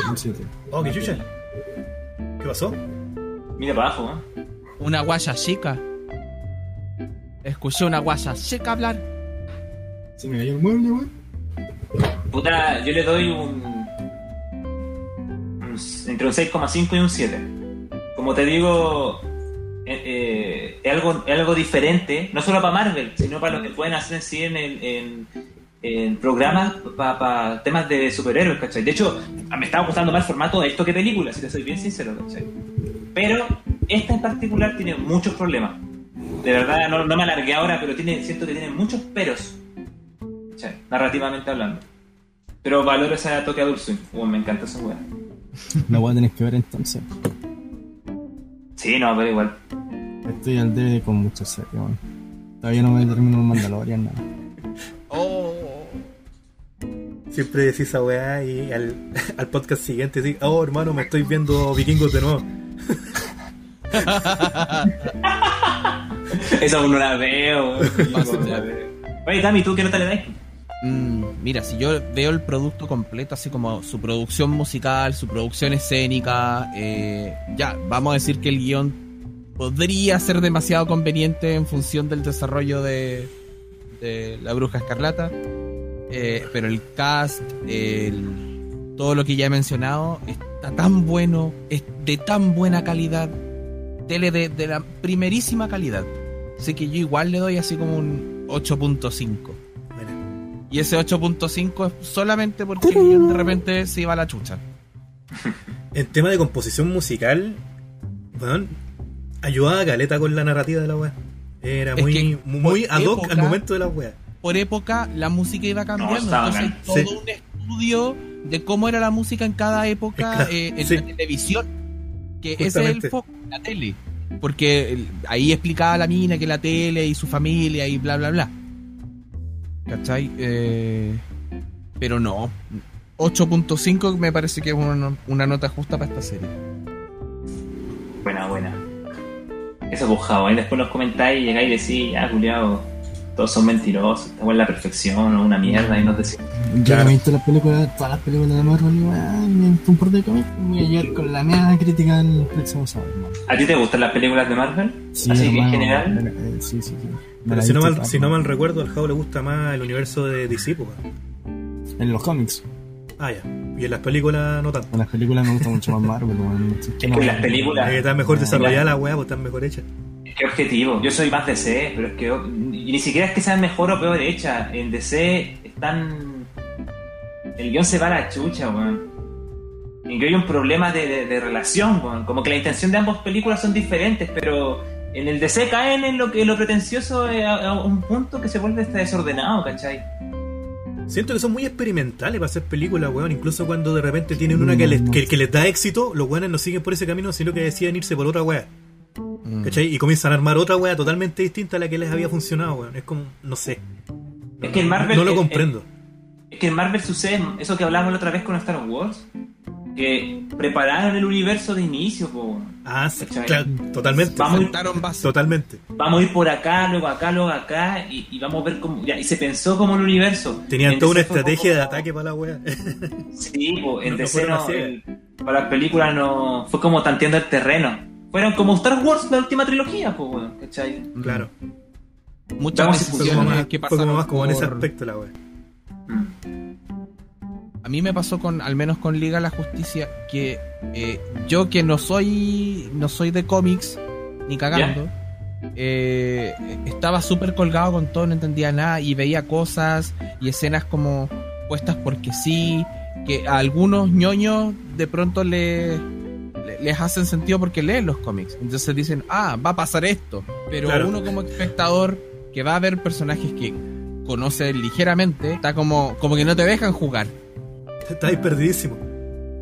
Speaker 5: Un 7.
Speaker 1: Oh, qué chucha. ¿Qué pasó?
Speaker 6: Mira para abajo, ¿eh?
Speaker 4: Una guaya chica. Escuché una guaya chica hablar.
Speaker 5: Se me cayó el mueble, weón.
Speaker 6: Puta, yo le doy un. un s- entre un 6,5 y un 7. Como te digo, eh, eh, es algo, es algo diferente, no solo para Marvel, sino para lo que pueden hacer en sí en, el- en- en programas para temas de superhéroes, ¿cachai? De hecho, me estaba gustando más el formato de esto que película, si te soy bien sincero, ¿cachai? Pero esta en particular tiene muchos problemas. De verdad, no, no me alargué ahora, pero tiene, siento que tiene muchos peros, ¿cachai? Narrativamente hablando. Pero valoro esa toque Adult Swim. Uy, me encanta esa weá.
Speaker 5: La voy a tener que ver entonces.
Speaker 6: Sí, no, pero igual.
Speaker 5: Estoy al debe con muchas series, weón. Todavía no me termino el Mandalorian, nada.
Speaker 4: Oh.
Speaker 1: Siempre decís esa weá y al, *laughs* al podcast siguiente decís, oh hermano, me estoy viendo vikingos de nuevo.
Speaker 6: *laughs* Esa aún no la veo. weón. No la veo. Oye, Tami, ¿tú qué nota le das?
Speaker 4: Mm, mira, si yo veo el producto completo, así como su producción musical, su producción escénica, eh, ya, vamos a decir que el guión podría ser demasiado conveniente en función del desarrollo de, de La Bruja Escarlata, eh, pero el cast, el- todo lo que ya he mencionado, está tan bueno, es de tan buena calidad, tele de, de la primerísima calidad. Así que yo igual le doy así como un 8.5.
Speaker 1: Mira,
Speaker 4: Y ese 8.5 es solamente porque el guión de repente se iba a la chucha.
Speaker 1: en tema de composición musical, weón, ayudaba a Caleta con la narrativa de la weá. Era
Speaker 4: Es
Speaker 1: muy,
Speaker 4: que
Speaker 1: muy
Speaker 4: por
Speaker 1: ad hoc
Speaker 4: época-
Speaker 1: al momento de la weá.
Speaker 4: Por época la música iba
Speaker 6: No,
Speaker 4: cambiando,
Speaker 6: estaba
Speaker 4: entonces
Speaker 6: bacán.
Speaker 4: todo
Speaker 1: Sí.
Speaker 4: un estudio de cómo era la música en cada época
Speaker 1: Claro,
Speaker 4: eh, en
Speaker 1: sí.
Speaker 4: la televisión, que ese es
Speaker 1: Justamente.
Speaker 4: el foco, la tele, porque el- ahí explicaba la mina que la tele y su familia y bla bla bla. ¿Cachai? Eh, pero no, 8.5 me parece que es una, una nota justa para esta serie.
Speaker 6: Buena, buena. Eso es bojado. Ahí después los comentáis y llegáis y decís, ah, culiao, todos son mentirosos, esta weá es la perfección o una mierda. Y nos decís,
Speaker 5: Yo
Speaker 1: Claro.
Speaker 5: no he visto las películas, todas las películas de Marvel, weón. Me he visto un par de cómics. Voy a llegar con la misma crítica el próximo sábado, hermano.
Speaker 6: ¿a ti te gustan las películas de Marvel?
Speaker 5: Sí,
Speaker 6: Así que en
Speaker 5: hermano,
Speaker 6: general-
Speaker 5: eh, eh, sí, sí, sí. Me
Speaker 1: Pero
Speaker 5: la
Speaker 1: si no,
Speaker 5: he visto
Speaker 1: mal,
Speaker 5: todas,
Speaker 1: si no mal
Speaker 5: hermano.
Speaker 1: recuerdo, al Jao le gusta más el universo de DC, pues, weón.
Speaker 5: En los cómics.
Speaker 1: Ah, ya. Y en las películas no tanto.
Speaker 5: En las películas me gusta mucho más Marvel, weón. Es
Speaker 6: que en las películas-
Speaker 1: Ahí está mejor desarrollada la weá, pues está mejor hecha.
Speaker 6: ¿Qué objetivo? Yo soy más DC, pero es que. Y ni siquiera es que sean mejor o peor hecha. En DC están. El guión se va a la chucha, weón. En que hay un problema de, de- de relación, weón. Como que la intención de ambas películas son diferentes, pero en el DC caen en lo, que, lo pretencioso eh, a, a un punto que se vuelve hasta desordenado, ¿cachai?
Speaker 1: Siento que son muy experimentales para hacer películas, weón. Incluso cuando de repente tienen una que les,
Speaker 6: Mm.
Speaker 1: que, que les da éxito, los weones no siguen por ese camino, sino que deciden irse por otra weá.
Speaker 4: Mm.
Speaker 1: ¿Cachai? Y comienzan a armar otra weá totalmente distinta a la que les había funcionado, weón. Es como, no sé.
Speaker 6: Es que en Marvel-
Speaker 1: No lo
Speaker 6: en-
Speaker 1: comprendo.
Speaker 6: Es que en Marvel sucede eso que hablábamos la otra vez con Star Wars, que prepararon el universo de inicio, po, weón.
Speaker 1: Ah, sí,
Speaker 6: ¿Cachai?
Speaker 1: claro, totalmente.
Speaker 4: Mm.
Speaker 6: Vamos-
Speaker 4: Sentaron base.
Speaker 1: Totalmente.
Speaker 6: vamos a ir por acá, luego acá, luego acá, y, y vamos a ver cómo. ya, y se pensó como el universo.
Speaker 1: Tenían
Speaker 6: En
Speaker 1: toda una
Speaker 6: DC fue
Speaker 1: estrategia de
Speaker 6: como- Mm.
Speaker 1: ataque para la *laughs* weá.
Speaker 6: Sí, po,
Speaker 1: No,
Speaker 6: en
Speaker 1: no
Speaker 6: DC
Speaker 1: fueron
Speaker 6: no,
Speaker 1: así,
Speaker 6: el- para las películas no. Fue como tanteando el terreno. Fueron como Star Wars, la última trilogía, pues, weón, ¿cachai?
Speaker 4: Mm.
Speaker 1: claro.
Speaker 4: Muchas
Speaker 6: Vamos a
Speaker 1: Fue como
Speaker 4: decisiones
Speaker 1: más,
Speaker 4: que
Speaker 1: fue como
Speaker 4: pasaron
Speaker 1: más como en ese
Speaker 4: por-
Speaker 1: aspecto la weá.
Speaker 6: Mm.
Speaker 4: mí me pasó con, al menos con Liga de la Justicia, que eh, yo que no soy, no soy de cómics, ni cagando, eh, estaba súper colgado con todo, no entendía nada y veía cosas y escenas como puestas porque sí, que a algunos ñoños de pronto le, le- les hacen sentido porque leen los cómics. Entonces dicen, ah, va a pasar esto. Pero
Speaker 1: Claro.
Speaker 4: uno como espectador que va a ver personajes que conoce ligeramente, está como, como que no te dejan jugar.
Speaker 1: Estáis
Speaker 6: Ah.
Speaker 1: perdidísimo.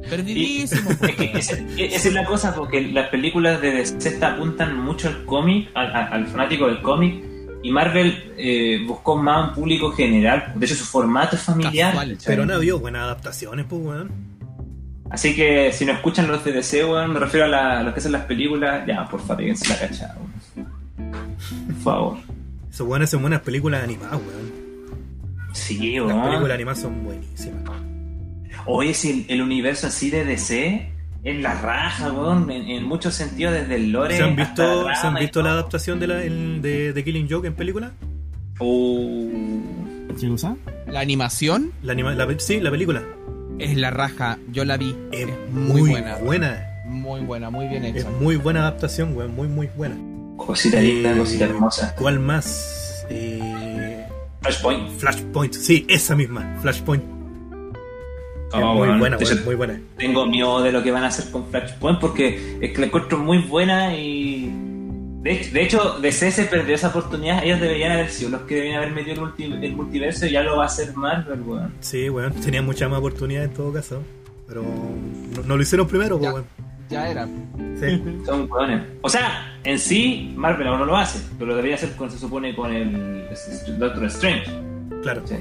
Speaker 4: Perdidísimo. pues,
Speaker 6: Es que esa, esa es la cosa, porque las películas de DC te apuntan mucho al cómic, al, al- al fanático del cómic, y Marvel eh, buscó más un público general. De hecho, su formato es *laughs* familiar.
Speaker 4: Casual,
Speaker 6: ¿cachai?
Speaker 1: Pero no ha habido buenas adaptaciones, pues, weón.
Speaker 6: Así que si no escuchan los de DC, weón, me refiero a, la- a los que hacen las películas, ya, por favor, péguense la cachada, weón. Por favor.
Speaker 1: Esos weones hacen buenas películas animadas, weón.
Speaker 6: Sí,
Speaker 1: Las películas
Speaker 6: weón.
Speaker 1: animadas son buenísimas.
Speaker 6: Hoy es el, el universo así de DC. Es la raja, weón, en, en muchos sentidos, desde el lore.
Speaker 1: ¿Se han
Speaker 6: hasta
Speaker 1: visto,
Speaker 6: la
Speaker 1: ¿se han
Speaker 6: trama y
Speaker 1: visto la
Speaker 6: todo.
Speaker 1: adaptación de, la, el- de, de Killing Joke en película?
Speaker 6: Uh.
Speaker 5: ¿Qué cosa?
Speaker 4: La animación
Speaker 1: La anima- la- sí, la película.
Speaker 4: es la raja, yo la vi.
Speaker 1: Es
Speaker 4: Es
Speaker 1: muy,
Speaker 4: muy
Speaker 1: buena.
Speaker 4: buena. Muy buena, muy bien
Speaker 1: Es
Speaker 4: hecha.
Speaker 1: muy buena adaptación, weón. Muy, muy buena.
Speaker 6: Cosita linda,
Speaker 1: Eh,
Speaker 6: cosita hermosa.
Speaker 1: ¿Cuál más? Eh,
Speaker 6: Flashpoint.
Speaker 1: Flashpoint. Sí, esa misma. Flashpoint. Es
Speaker 6: Oh,
Speaker 1: muy
Speaker 6: bueno.
Speaker 1: buena,
Speaker 6: De
Speaker 1: weón,
Speaker 6: hecho,
Speaker 1: muy buena.
Speaker 6: Tengo miedo de lo que van a hacer con Flashpoint porque es que la encuentro muy buena y. De hecho, de hecho, DC se perdió esa oportunidad. Ellos deberían haber sido los que debían haber metido el, multi- el multiverso y ya lo va a hacer Marvel, weón.
Speaker 1: Sí, weón. Tenía muchas más oportunidades en todo caso. Pero no, no lo hicieron primero, pues,
Speaker 4: Ya.
Speaker 1: weón.
Speaker 4: Ya era.
Speaker 1: Sí.
Speaker 6: Son weones. O sea, en sí, Marvel ahora no lo hace, pero lo debería hacer, con, se supone, con el Doctor Strange.
Speaker 1: claro.
Speaker 6: Sí.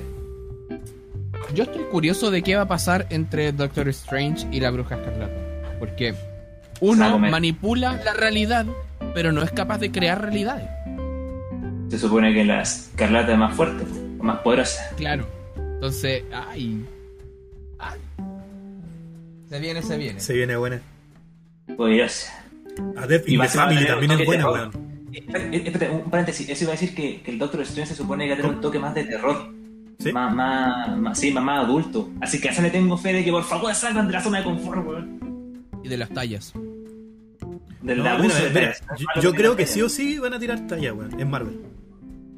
Speaker 4: Yo estoy curioso de qué va a pasar entre Doctor Strange y la Bruja Escarlata. Porque
Speaker 6: Se va a
Speaker 4: uno
Speaker 6: comer.
Speaker 4: manipula la realidad, pero no es capaz de crear realidades.
Speaker 6: Se supone que la escarlata es más fuerte, más poderosa.
Speaker 4: Claro. Entonces, ay. ay. Se viene, se viene.
Speaker 1: Se viene buena.
Speaker 6: Poderosa.
Speaker 1: A Death
Speaker 6: Y
Speaker 1: in
Speaker 6: va
Speaker 1: the
Speaker 6: a ser
Speaker 1: Family
Speaker 6: una-
Speaker 1: también es
Speaker 6: que-
Speaker 1: buena,
Speaker 6: que-
Speaker 1: weón.
Speaker 6: Espera, espera, eh, un paréntesis, eso iba a decir que, que el Doctor Strange se supone que va a tener un toque más de terror.
Speaker 1: ¿Sí?
Speaker 6: Más, más, más- sí, más, más adulto. Así que a esa le tengo fe de que por favor salgan de la zona de confort, weón.
Speaker 4: Y de las tallas.
Speaker 6: Del
Speaker 1: No,
Speaker 6: del abuso
Speaker 1: mira,
Speaker 6: de
Speaker 1: mira,
Speaker 6: tallas.
Speaker 1: yo, yo creo que sí o sí van a tirar talla, weón. Es Marvel.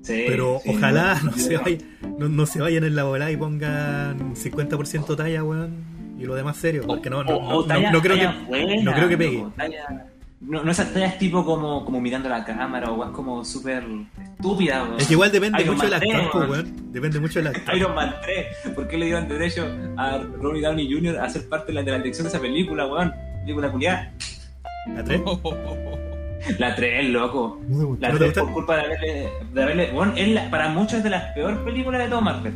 Speaker 6: Sí,
Speaker 1: Pero
Speaker 6: sí,
Speaker 1: ojalá *laughs* no, se
Speaker 6: creo.
Speaker 1: vaya- no, no se vayan en la bola y pongan 50% talla, weón, y lo demás serio, porque no, no,
Speaker 6: O-
Speaker 1: no-
Speaker 6: o
Speaker 1: no-
Speaker 6: talla-
Speaker 1: no creo,
Speaker 6: talla
Speaker 1: que,
Speaker 6: buena,
Speaker 1: no creo que pegue.
Speaker 6: loco, talla- No, no esas tallas tipo como, como mirando la cámara o es como súper estúpida, weón.
Speaker 1: Es que igual depende
Speaker 6: Iron
Speaker 1: mucho de las
Speaker 6: Man,
Speaker 1: trampas,
Speaker 6: weón.
Speaker 1: weón. Depende mucho de las trampas.
Speaker 6: *laughs* Iron Man 3, ¿por qué le dieron derecho a Robert Downey Jr. a ser parte de la, de la dirección de esa película, weón? Película culiada.
Speaker 1: ¿La tres?
Speaker 6: La 3, loco.
Speaker 5: No te gusta.
Speaker 6: La
Speaker 1: ¿No te
Speaker 6: 3
Speaker 1: gusta?
Speaker 6: por culpa de haberle. De haberle bueno, es la- para muchos es de las peor películas de todo Marvel.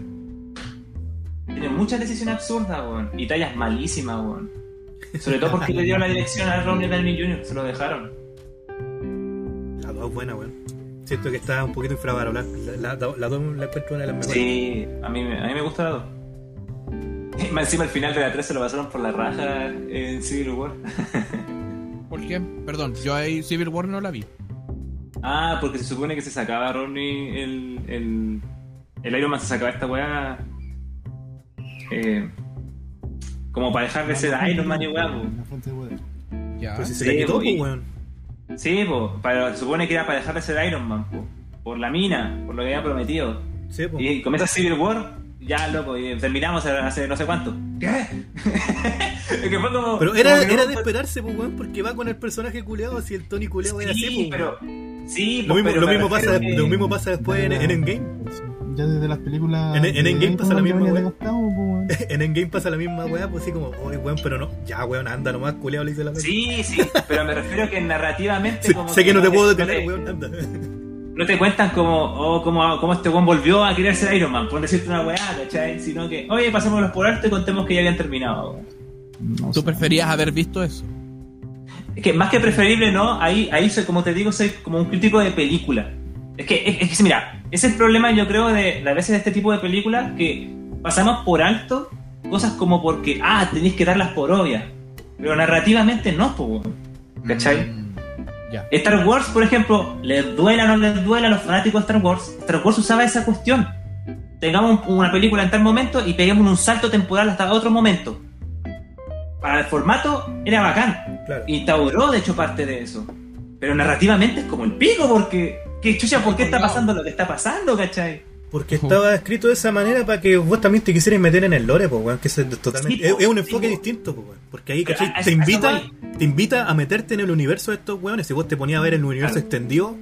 Speaker 6: Tiene muchas decisiones absurdas, weón. Y tallas malísimas, weón. Sobre todo porque le dieron la dirección a Ronnie Downey Jr., se lo dejaron.
Speaker 1: La dos es buena, weón. Siento que está un poquito infravalorada. La, la, la dos la encuentro una de las mejores.
Speaker 6: Sí, a mí, me- a mí me gusta la 2. Más *laughs* encima el final de la 3 se lo pasaron por la raja en Civil War.
Speaker 4: ¿Por qué? Perdón, yo ahí Civil War no la vi.
Speaker 6: Ah, porque se supone que se sacaba Ronnie el. el, el Iron Man se sacaba esta weá. eh, como para dejar de ser Iron Man y weá, po.
Speaker 5: La fuente de poder.
Speaker 4: Ya.
Speaker 1: Pero si se
Speaker 6: Sí,
Speaker 1: la quitó,
Speaker 6: voy.
Speaker 1: pues, weón.
Speaker 6: Sí, po, para, se supone que era para dejar de ser Iron Man, po, por la mina, por lo que había prometido.
Speaker 1: Sí, pues.
Speaker 6: Y comienza Civil War, ya loco, y terminamos hace no sé cuánto. ¿Qué? *laughs* Es que fue como-
Speaker 1: Pero era,
Speaker 6: como que
Speaker 1: era
Speaker 6: no-
Speaker 1: de esperarse, pues, weón, porque va con el personaje culeado, si el Tony culeado era así,
Speaker 6: Sí,
Speaker 1: pues,
Speaker 6: pero.
Speaker 1: weón.
Speaker 6: Sí,
Speaker 1: Lo
Speaker 6: po,
Speaker 1: mismo,
Speaker 6: pero
Speaker 1: lo
Speaker 6: me
Speaker 1: mismo
Speaker 6: refiero
Speaker 1: pasa,
Speaker 6: que-
Speaker 1: lo mismo pasa después en, en Endgame. *laughs*
Speaker 5: Ya desde las películas.
Speaker 1: En- en
Speaker 5: de
Speaker 1: Endgame pasa lo
Speaker 5: Iron Man
Speaker 1: mismo,
Speaker 5: ya
Speaker 1: weón.
Speaker 5: le gastamos, po, weón.
Speaker 1: En Endgame pasa la misma weá, pues así como, oye weón, pero no, ya weón, anda nomás, culeado le hice la weá.
Speaker 6: Sí, sí, pero me refiero que narrativamente.
Speaker 1: sé,
Speaker 6: como
Speaker 1: sé que no te puedo
Speaker 6: no
Speaker 1: detener,
Speaker 6: te-
Speaker 1: weón, anda. *laughs*
Speaker 6: no te cuentan como, oh, como, como este weón volvió a querer ser Iron Man, por decirte una weá, ¿cachai? Sino que, oye, pasémonos por alto y contemos que ya habían terminado. weón.
Speaker 5: No
Speaker 4: ¿Tú
Speaker 5: sé.
Speaker 4: preferías haber visto eso?
Speaker 6: Es que más que preferible, ¿no? Ahí, ahí soy, como te digo, soy como un crítico de película. Es que, es, es que, mira, ese es el problema, yo creo, de las veces de este tipo de películas que pasamos por alto cosas como porque, ah, tenéis que darlas por obvias. Pero narrativamente no, po, weón. ¿Cachai? Eh,
Speaker 4: Mm, ya.
Speaker 6: Star Wars, por ejemplo, les duela o no les duela a los fanáticos de Star Wars, Star Wars usaba esa cuestión. tengamos un- una película en tal momento y peguemos un salto temporal hasta otro momento. Para el formato era bacán.
Speaker 1: Claro.
Speaker 6: Y Tauro, de hecho, parte de eso. Pero narrativamente es como el pico, porque. ¿Qué chucha? ¿Por qué está pasando lo que está pasando, cachai?
Speaker 1: Porque estaba escrito de esa manera para que vos también te quisieras meter en el lore, pues, weón, que eso es totalmente...
Speaker 6: Sí,
Speaker 1: es,
Speaker 6: po,
Speaker 1: es un
Speaker 6: sí,
Speaker 1: enfoque
Speaker 6: po.
Speaker 1: distinto, pues, weón. Porque ahí,
Speaker 6: Pero
Speaker 1: ¿cachai?
Speaker 6: a- a-
Speaker 1: te,
Speaker 6: a eso
Speaker 1: invita,
Speaker 6: voy.
Speaker 1: te invita a meterte en el universo de estos weones. Si vos te ponías a ver el universo
Speaker 6: Claro.
Speaker 1: extendido,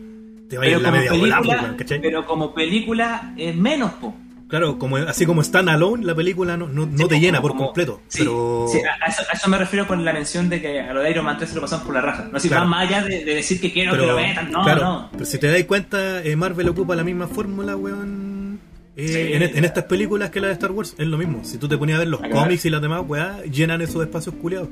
Speaker 1: te va a ir
Speaker 6: Pero
Speaker 1: la
Speaker 6: como,
Speaker 1: media bola, po,
Speaker 6: película,
Speaker 1: weón, ¿cachai?
Speaker 6: pero como película es menos, po.
Speaker 1: Claro, como, así como Stand Alone, la película no, no, no
Speaker 6: Sí,
Speaker 1: te
Speaker 6: po,
Speaker 1: llena
Speaker 6: como-
Speaker 1: por
Speaker 6: como-
Speaker 1: completo.
Speaker 6: sí,
Speaker 1: pero...
Speaker 6: sí, a, a eso, a eso me refiero con la mención de que a lo de Iron Man 3 se lo pasaron por la raja. No si
Speaker 1: Claro.
Speaker 6: va más allá de, de decir que quiero
Speaker 1: pero,
Speaker 6: que lo metan, no,
Speaker 1: claro,
Speaker 6: no.
Speaker 1: pero si te das cuenta, eh, Marvel ocupa la misma fórmula, weón. eh,
Speaker 6: Sí.
Speaker 1: en, en estas películas que las de Star Wars es lo mismo. Si tú te ponías a ver los
Speaker 6: Acá.
Speaker 1: cómics y las demás, weá, llenan esos espacios culiados.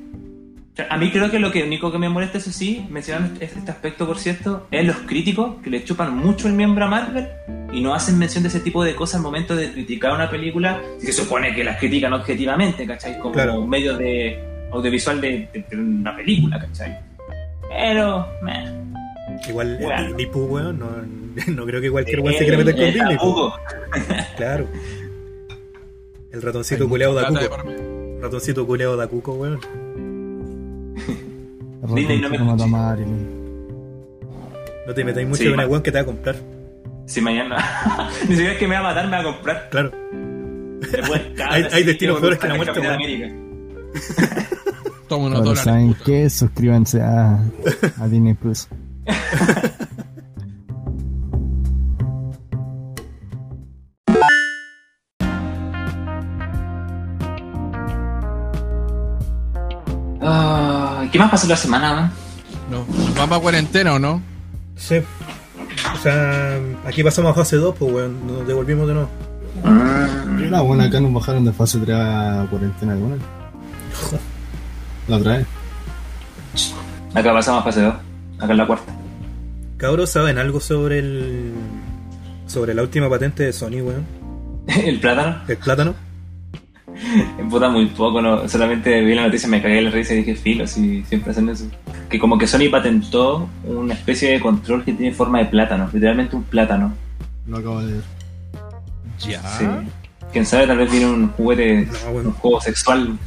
Speaker 6: O sea, A mí creo que lo que único que me molesta, eso sí, mencionando este, este aspecto, por cierto, es los críticos que le chupan mucho el miembro a Marvel y no hacen mención de ese tipo de cosas al momento de criticar una película. Si se supone que las critican objetivamente, ¿cachai? Como
Speaker 1: Claro.
Speaker 6: un medio de audiovisual de, de- de una película, ¿cachai? Pero, meh.
Speaker 1: Igual es
Speaker 6: Bueno.
Speaker 1: Disney, pues, weón. No, *laughs* no creo que cualquier weón se
Speaker 6: Eh,
Speaker 1: quiera meter con
Speaker 6: eh,
Speaker 1: Disney. pues.
Speaker 6: tampoco.
Speaker 1: Claro. El
Speaker 4: Hay
Speaker 1: ratoncito
Speaker 4: mucha
Speaker 1: culeado da
Speaker 4: plata de
Speaker 1: cuco.
Speaker 4: por medio.
Speaker 1: Ratoncito culeado da cuco, weón.
Speaker 6: Disney no me
Speaker 5: Ratón que
Speaker 6: escucha.
Speaker 5: mata a Marilyn.
Speaker 1: No te metáis mucho
Speaker 6: Sí,
Speaker 1: con el
Speaker 6: man.
Speaker 1: weón que te va a comprar.
Speaker 6: Si mañana. *laughs* Ni siquiera es que me va a matar, me va a comprar.
Speaker 1: Claro. *laughs*
Speaker 6: Después,
Speaker 1: Hay- hay destinos
Speaker 6: yo-
Speaker 1: peores que la muerte,
Speaker 6: Capitán
Speaker 1: weón.
Speaker 6: América.
Speaker 4: Toma unos
Speaker 5: Pero
Speaker 4: dólares.
Speaker 5: ¿saben
Speaker 4: puta.
Speaker 5: qué? Suscríbanse a, a Disney Plus.
Speaker 6: Ah, ¿Qué más pasó la semana, man?
Speaker 4: No, nos vamos a cuarentena o no?
Speaker 1: Sí. O sea, aquí pasamos a fase 2, pues, weón. Nos devolvimos de nuevo. Mm.
Speaker 5: Pero la buena Ah, acá nos bajaron de fase 3 a cuarentena alguna. La otra vez.
Speaker 6: Acá pasamos a fase 2. Acá en la cuarta. *laughs*
Speaker 1: Cabros, ¿saben algo sobre el. sobre la última patente de Sony, weón?
Speaker 6: El plátano.
Speaker 1: El plátano.
Speaker 6: En puta muy poco, no. Solamente vi la noticia, me cagué en la risa y dije, filo, si siempre hacen eso. Que como que Sony patentó una especie de control que tiene forma de plátano. Literalmente un plátano.
Speaker 5: No acabo de ver.
Speaker 4: Ya.
Speaker 6: Sí. Quién sabe, tal vez viene un juguete,
Speaker 1: No, bueno.
Speaker 6: un juego sexual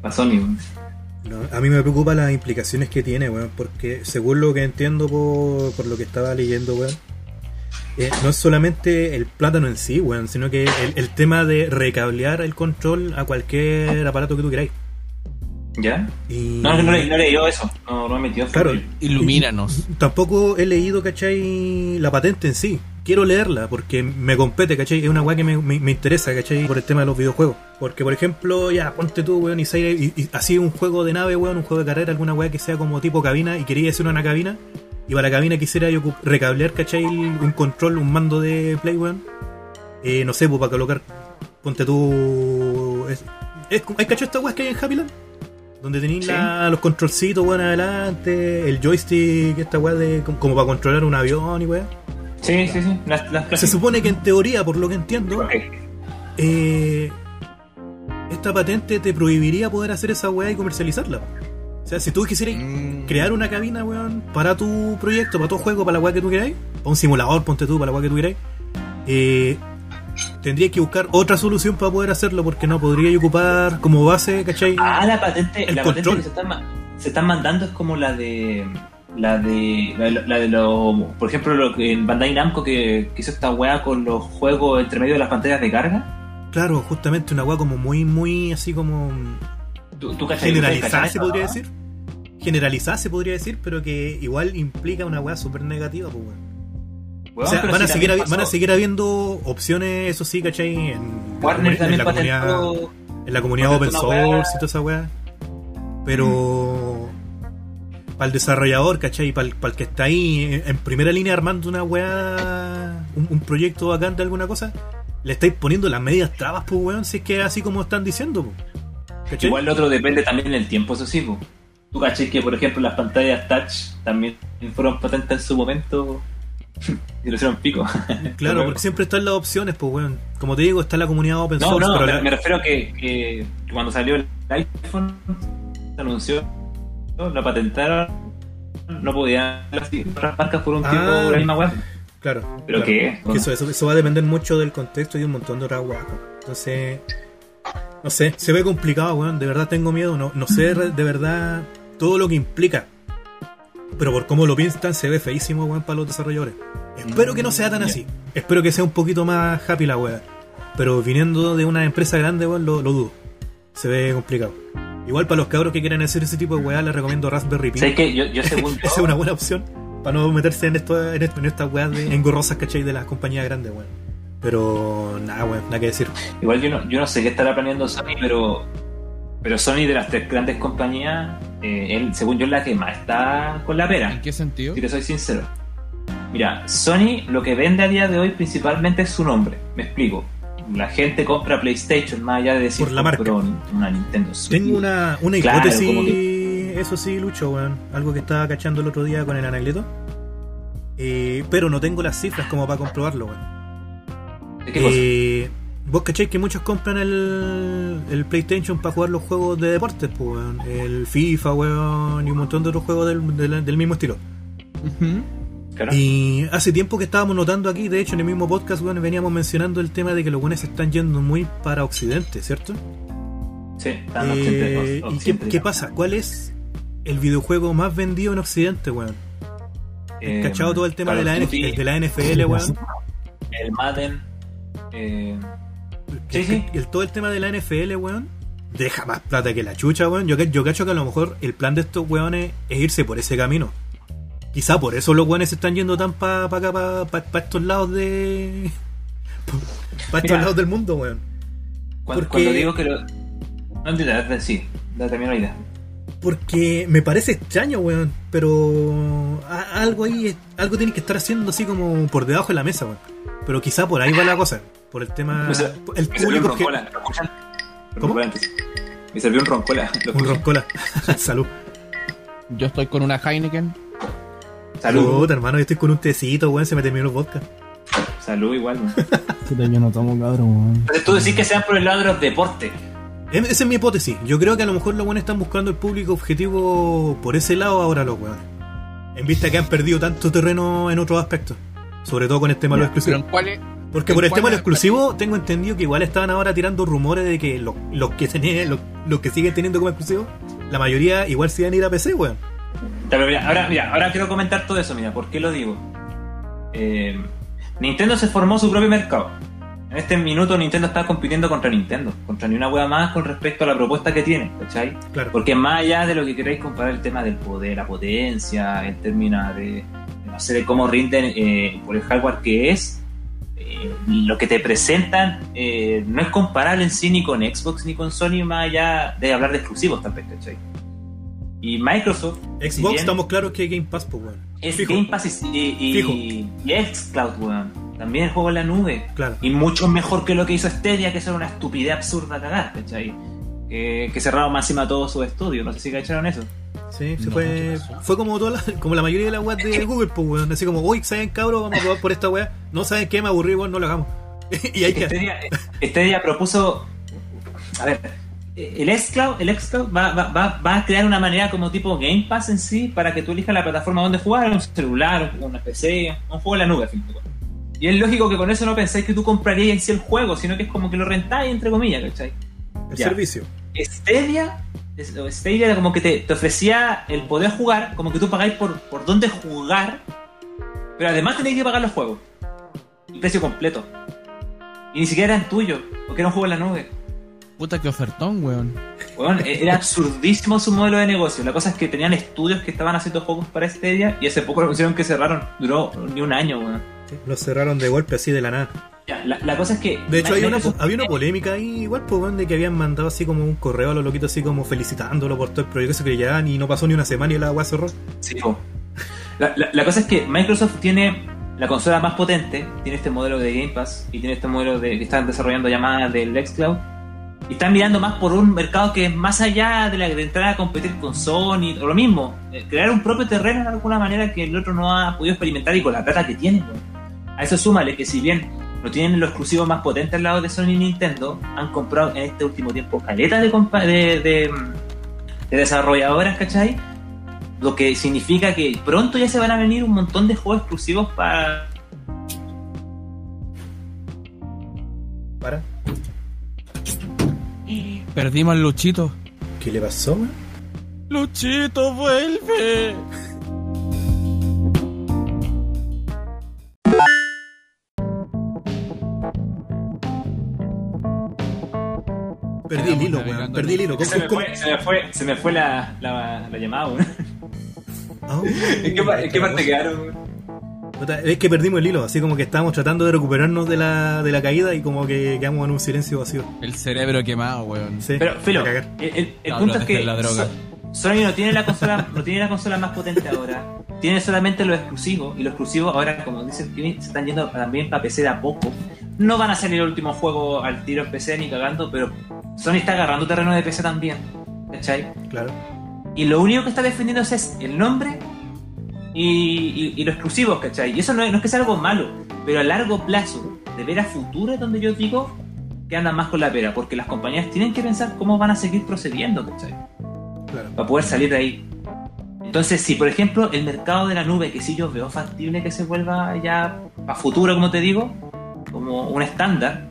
Speaker 6: para Sony, weón.
Speaker 1: No, a mí me preocupa las implicaciones que tiene, weón, porque según lo que entiendo por, por lo que estaba leyendo, weón, eh, no es solamente el plátano en sí, weón, sino que el, el tema de recablear el control a cualquier aparato que tú queráis.
Speaker 6: ¿Ya?
Speaker 1: Y
Speaker 6: No, no, no, leí- no leí yo eso. No, no me metió.
Speaker 1: Claro. *laughs*
Speaker 4: Ilumínanos.
Speaker 1: tampoco he leído, ¿cachai? La patente en sí. Quiero leerla porque me compete, ¿cachai? Es una weá que me, me- me interesa, ¿cachai? Por el tema de los videojuegos. Porque, por ejemplo, ya, ponte tú, weón, y, sale- y, y así un juego de nave, weón, un juego de carrera, alguna weá que sea como tipo cabina y quería hacer una cabina. Y para la cabina quisiera yo ocup- recablear, ¿cachai? Un control, un mando de Play, weón. Eh, no sé, pues para colocar, ponte tú... Es, es- ¿Hay cachai estas weas que hay en Happy Land? Donde tenéis
Speaker 6: Sí.
Speaker 1: la- los controlcitos, weón, adelante, el joystick, esta weá de. como, como para controlar un avión y weá.
Speaker 6: Sí, sí, sí. Las, las
Speaker 1: Se supone que en teoría, por lo que entiendo,
Speaker 6: Ok.
Speaker 1: eh, esta patente te prohibiría poder hacer esa weá y comercializarla. O sea, si tú quisieras
Speaker 4: Mm.
Speaker 1: crear una cabina, weón, para tu proyecto, para tu juego, para la weá que tú queráis, para un simulador, ponte tú, para la weá que tú queráis, eh, tendrías que buscar otra solución para poder hacerlo, porque no podrías ocupar como base, ¿cachai?
Speaker 6: Ah, la patente,
Speaker 1: El
Speaker 6: la
Speaker 1: control.
Speaker 6: patente que se están, ma- se están mandando es como la de. La de. La de, lo- la de los. Por ejemplo, lo que el Bandai Namco que, que hizo esta weá con los juegos entre medio de las pantallas de carga.
Speaker 1: Claro, justamente una weá como muy, muy así como
Speaker 6: ¿Tú, tú cachai- tú
Speaker 1: generalizada
Speaker 6: cachai
Speaker 1: se
Speaker 6: eso,
Speaker 1: podría
Speaker 6: no?
Speaker 1: decir. Generalizada se podría decir, pero que igual implica una weá súper negativa, pues weón.
Speaker 6: Weón,
Speaker 1: o sea,
Speaker 6: pero
Speaker 1: van, a
Speaker 6: si
Speaker 1: seguir,
Speaker 6: también
Speaker 1: habi- van a
Speaker 6: pasó.
Speaker 1: seguir habiendo opciones, eso sí, ¿cachai? En, la comuni-
Speaker 6: Warner
Speaker 1: en
Speaker 6: también
Speaker 1: la comunidad,
Speaker 6: patentó.
Speaker 1: en la comunidad open
Speaker 6: patentó una
Speaker 1: source
Speaker 6: weá.
Speaker 1: y toda esa weá. Pero para el desarrollador, ¿cachai? Para el, que está ahí eh, en- en primera línea armando una weá, un, un proyecto bacán de alguna cosa, le estáis poniendo las medias trabas, pues weón, si es que es así como están diciendo, pues. ¿Cachai?
Speaker 6: Igual lo otro depende también del tiempo, eso sí, po. Tú caché que, por ejemplo, las pantallas touch también fueron patentes en su momento. *laughs* y lo hicieron pico.
Speaker 1: Claro, porque siempre están las opciones, pues weón. Como te digo, está la comunidad open
Speaker 6: No,
Speaker 1: source,
Speaker 6: no,
Speaker 1: pero
Speaker 6: me,
Speaker 1: la-
Speaker 6: me refiero a que, que cuando salió el iPhone, se anunció, ¿no? la patentaron, no podían las otras marcas por un
Speaker 1: Ah.
Speaker 6: tiempo la misma web.
Speaker 1: Claro. claro.
Speaker 6: ¿Pero qué?
Speaker 1: Que eso, eso, eso va a depender mucho del contexto y un montón de otras weas, weón. Entonces, no sé, se ve complicado, weón. De verdad tengo miedo, no, no sé re- de verdad todo lo que implica. Pero por cómo lo pintan, se ve feísimo, weón, para los desarrolladores. Espero que no sea tan
Speaker 2: Ya.
Speaker 1: así. Espero que sea un poquito más happy la wea. Pero viniendo de una empresa grande, weón, lo, lo dudo. Se ve complicado. Igual para los cabros que quieran hacer ese tipo de weá, les recomiendo Raspberry Pi.
Speaker 6: ¿Sabes qué? Yo,
Speaker 1: *laughs*
Speaker 6: yo según yo-
Speaker 1: Esa es una buena opción para no meterse en, esto, en, esto- en estas weas de engorrosas, ¿cachai? De las compañías grandes, weón. Pero nada, weón, nada que decir.
Speaker 6: Igual yo no, yo no sé qué estará planeando Sony, pero, pero Sony de las tres grandes compañías, eh, él, según yo, es la que más está con la
Speaker 4: ¿En
Speaker 6: pera.
Speaker 4: qué sentido?
Speaker 6: Si te soy sincero. Mira, Sony lo que vende a día de hoy principalmente es su nombre. Me explico. La gente compra PlayStation más allá de decir
Speaker 1: Por la marca.
Speaker 6: compró una Nintendo Switch.
Speaker 1: Tengo una, una
Speaker 6: Claro,
Speaker 1: hipótesis,
Speaker 6: como
Speaker 1: eso sí, Lucho, weón. Algo que estaba cachando el otro día con el anagleto. Eh, pero no tengo las cifras como para comprobarlo, weón.
Speaker 6: ¿Qué cosa?
Speaker 1: Eh, Vos cacháis que muchos compran el, el PlayStation para jugar los juegos de deportes, pues, weón. El FIFA, weón, y un montón de otros juegos del, del- del mismo estilo.
Speaker 4: Ujú.
Speaker 6: Claro.
Speaker 1: Y hace tiempo que estábamos notando aquí, de hecho en el mismo podcast, weón, veníamos mencionando el tema de que los buenos se están yendo muy para Occidente, ¿cierto?
Speaker 6: Sí, están los
Speaker 1: Eh,
Speaker 6: occidentales,
Speaker 1: ¿Y qué,
Speaker 6: occidentales.
Speaker 1: qué pasa? ¿Cuál es el videojuego más vendido en Occidente, weón?
Speaker 6: Eh,
Speaker 1: ¿Cachado todo el tema de la,
Speaker 6: Call of
Speaker 1: NF
Speaker 6: Duty,
Speaker 1: el de la NFL, weón?
Speaker 6: El Madden. eh, Sí,
Speaker 1: El-
Speaker 6: sí.
Speaker 1: el- todo el tema de la NFL, weón, deja más plata que la chucha, weón. Yo, ca- yo cacho que a lo mejor el plan de estos weones es irse por ese camino. Quizá por eso los weones se están yendo tan para pa acá, para estos lados de. *laughs* para estos
Speaker 6: Mira.
Speaker 1: lados del mundo, weón.
Speaker 6: cuando,
Speaker 1: Porque-
Speaker 6: cuando digo que lo. No entiendo, sí, da también la idea.
Speaker 1: Porque me parece extraño, weón. Pero a- algo ahí, es- algo tienen que estar haciendo así como por debajo de la mesa, weón. Pero quizá por ahí va la cosa. Por el tema.
Speaker 6: O sea,
Speaker 1: Ah, el
Speaker 6: Me salió un
Speaker 1: público. que-
Speaker 6: roncola. ¿lo escuchan?
Speaker 1: ¿Cómo?
Speaker 6: Roncola antes. Me salió un roncola. ¿lo
Speaker 1: Un
Speaker 6: escuchan?
Speaker 1: roncola. *laughs* Salud.
Speaker 4: Yo estoy con una Heineken.
Speaker 6: Salud.
Speaker 1: Puta, hermano, yo estoy con un tecito, weón. Se me terminó el vodka.
Speaker 6: Salud igual. ¿no?
Speaker 5: Puta, yo no tomo cabrón, weón.
Speaker 6: Entonces tú decís que sean por el lado de los deportes.
Speaker 1: Em- Esa es mi hipótesis. Yo creo que a lo mejor los buenos están buscando el público objetivo por ese lado ahora los weones. En vista que han perdido tanto terreno en otros aspectos. Sobre todo con el tema de los
Speaker 4: Pero
Speaker 1: exclusivos.
Speaker 4: en cuál es-
Speaker 1: Porque
Speaker 4: ¿en
Speaker 1: por el tema de los
Speaker 4: cuál es-
Speaker 1: exclusivos, tengo entendido que igual estaban ahora tirando rumores de que los, los que tenían, los, los que siguen teniendo como exclusivos, la mayoría igual se iban a ir a PC, weón.
Speaker 6: Ya, pero mira, ahora, mira, ahora quiero comentar todo eso, mira, ¿por qué lo digo? Eh, Nintendo se formó su propio mercado. En este minuto Nintendo está compitiendo contra Nintendo, contra ni una hueá más con respecto a la propuesta que tiene, ¿cachai?
Speaker 1: Claro.
Speaker 6: Porque más allá de lo que queráis comparar el tema del poder, la potencia, el término de, de no sé, de cómo rinden eh, por el hardware que es, eh, lo que te presentan eh, no es comparable en sí ni con Xbox ni con Sony, más allá de hablar de exclusivos también, ¿cachai? Y Microsoft...
Speaker 1: Xbox,
Speaker 6: si bien-
Speaker 1: estamos claros que Game Pass, pues, weón.
Speaker 6: es
Speaker 1: Fijo.
Speaker 6: Game Pass y, y,
Speaker 1: Fijo.
Speaker 6: y xCloud, weón. También el juego en la nube.
Speaker 1: Claro.
Speaker 6: Y mucho mejor que lo que hizo Stadia, que eso era una estupidez absurda a cagar, ¿cachai? Eh, que cerraron más encima todo su estudio. No sé si cacharon eso.
Speaker 1: Sí, se
Speaker 4: No,
Speaker 1: fue.
Speaker 4: ¿qué pasó?
Speaker 1: Fue como toda la, como la mayoría de las weas de Google, pues, weón. Así como, uy, ¿saben, cabros? Vamos a probar por esta wea. No saben qué, me aburrí, weón, no lo hagamos. *laughs* y hay que.
Speaker 6: Stadia, Stadia este propuso. A ver, el xCloud, el xCloud va, va, va, va a crear una manera como tipo Game Pass en sí para que tú elijas la plataforma donde jugar, un celular, una PC, un juego en la nube, al fin. y al cabo. Y es lógico que con eso no pensáis que tú comprarías en sí el juego, sino que es como que lo rentáis, entre comillas, ¿cachai?
Speaker 1: El
Speaker 6: Ya.
Speaker 1: servicio.
Speaker 6: Stadia, es- o Stadia era como que te, te ofrecía el poder jugar, como que tú pagáis por, por dónde jugar, pero además tenéis que pagar los juegos. El precio completo. Y ni siquiera eran tuyos, porque era un juego en la nube.
Speaker 4: Puta que ofertón, weón.
Speaker 6: Weón, e- era absurdísimo su modelo de negocio. La cosa es que tenían estudios que estaban haciendo juegos para Stadia y hace poco lo pusieron que cerraron. Duró ni un año, weón.
Speaker 1: Lo cerraron de golpe así de la nada.
Speaker 6: Ya, La, la cosa es que.
Speaker 1: De hecho, hay una,
Speaker 6: Microsoft-
Speaker 1: había una polémica ahí, igual, pues, weón, de que habían mandado así como un correo a los loquitos, así como felicitándolo por todo el proyecto, eso que ya ni no pasó ni una semana y la wea cerró.
Speaker 6: Sí, po. La, la- la cosa es que Microsoft tiene la consola más potente, tiene este modelo de Game Pass y tiene este modelo de, que están desarrollando llamada del xCloud. Y están mirando más por un mercado que es más allá de la de entrar a competir con Sony, o lo mismo, eh, crear un propio terreno de alguna manera que el otro no ha podido experimentar y con la plata que tiene. po. A eso súmale que si bien no tienen lo exclusivo más potente al lado de Sony y Nintendo, han comprado en este último tiempo caletas de, compa- de, de, mm, de desarrolladoras, ¿cachai? lo que significa que pronto ya se van a venir un montón de juegos exclusivos para
Speaker 4: Perdimos al Luchito.
Speaker 1: ¿Qué le pasó, weón?
Speaker 2: Luchito, vuelve.
Speaker 1: Perdí el hilo, weón.
Speaker 4: navegando
Speaker 1: Perdí el hilo.
Speaker 6: Se me
Speaker 1: ¿Cómo-
Speaker 6: *laughs* fue, se me fue, se me fue la, la, la llamada, weón.
Speaker 1: Ah,
Speaker 6: *laughs* ¿En qué, pa- en qué parte
Speaker 1: weón.
Speaker 6: quedaron, weón?
Speaker 1: Puta, Es que perdimos el hilo, así como que estábamos tratando de recuperarnos de la, de la caída y como que quedamos en un silencio vacío.
Speaker 4: El cerebro quemado, weón.
Speaker 1: Sí,
Speaker 6: Pero, Filo,
Speaker 1: a cagar.
Speaker 6: el, el- el
Speaker 4: No, pero
Speaker 6: punto es
Speaker 4: dejen
Speaker 6: que
Speaker 4: la droga.
Speaker 6: So- Sony no tiene la consola, no tiene la consola más potente ahora. Tiene solamente los exclusivos. Y los exclusivos ahora, como dice el Kimi, se están yendo también para PC de a poco. No van a salir el último juego al tiro en PC ni cagando, pero Sony está agarrando terreno de PC también. ¿Cachai?
Speaker 1: Claro.
Speaker 6: Y lo único que está defendiéndose es el nombre y, y- y los exclusivos, ¿cachai? Y eso no es, no es que sea algo malo, pero a largo plazo, de ver a futuro es donde yo digo que andan más con la pera, porque las compañías tienen que pensar cómo van a seguir procediendo, ¿cachai?
Speaker 1: Claro.
Speaker 6: Para poder salir de ahí. Entonces, si por ejemplo el mercado de la nube, que sí yo veo factible que se vuelva ya a futuro, como te digo, como un estándar,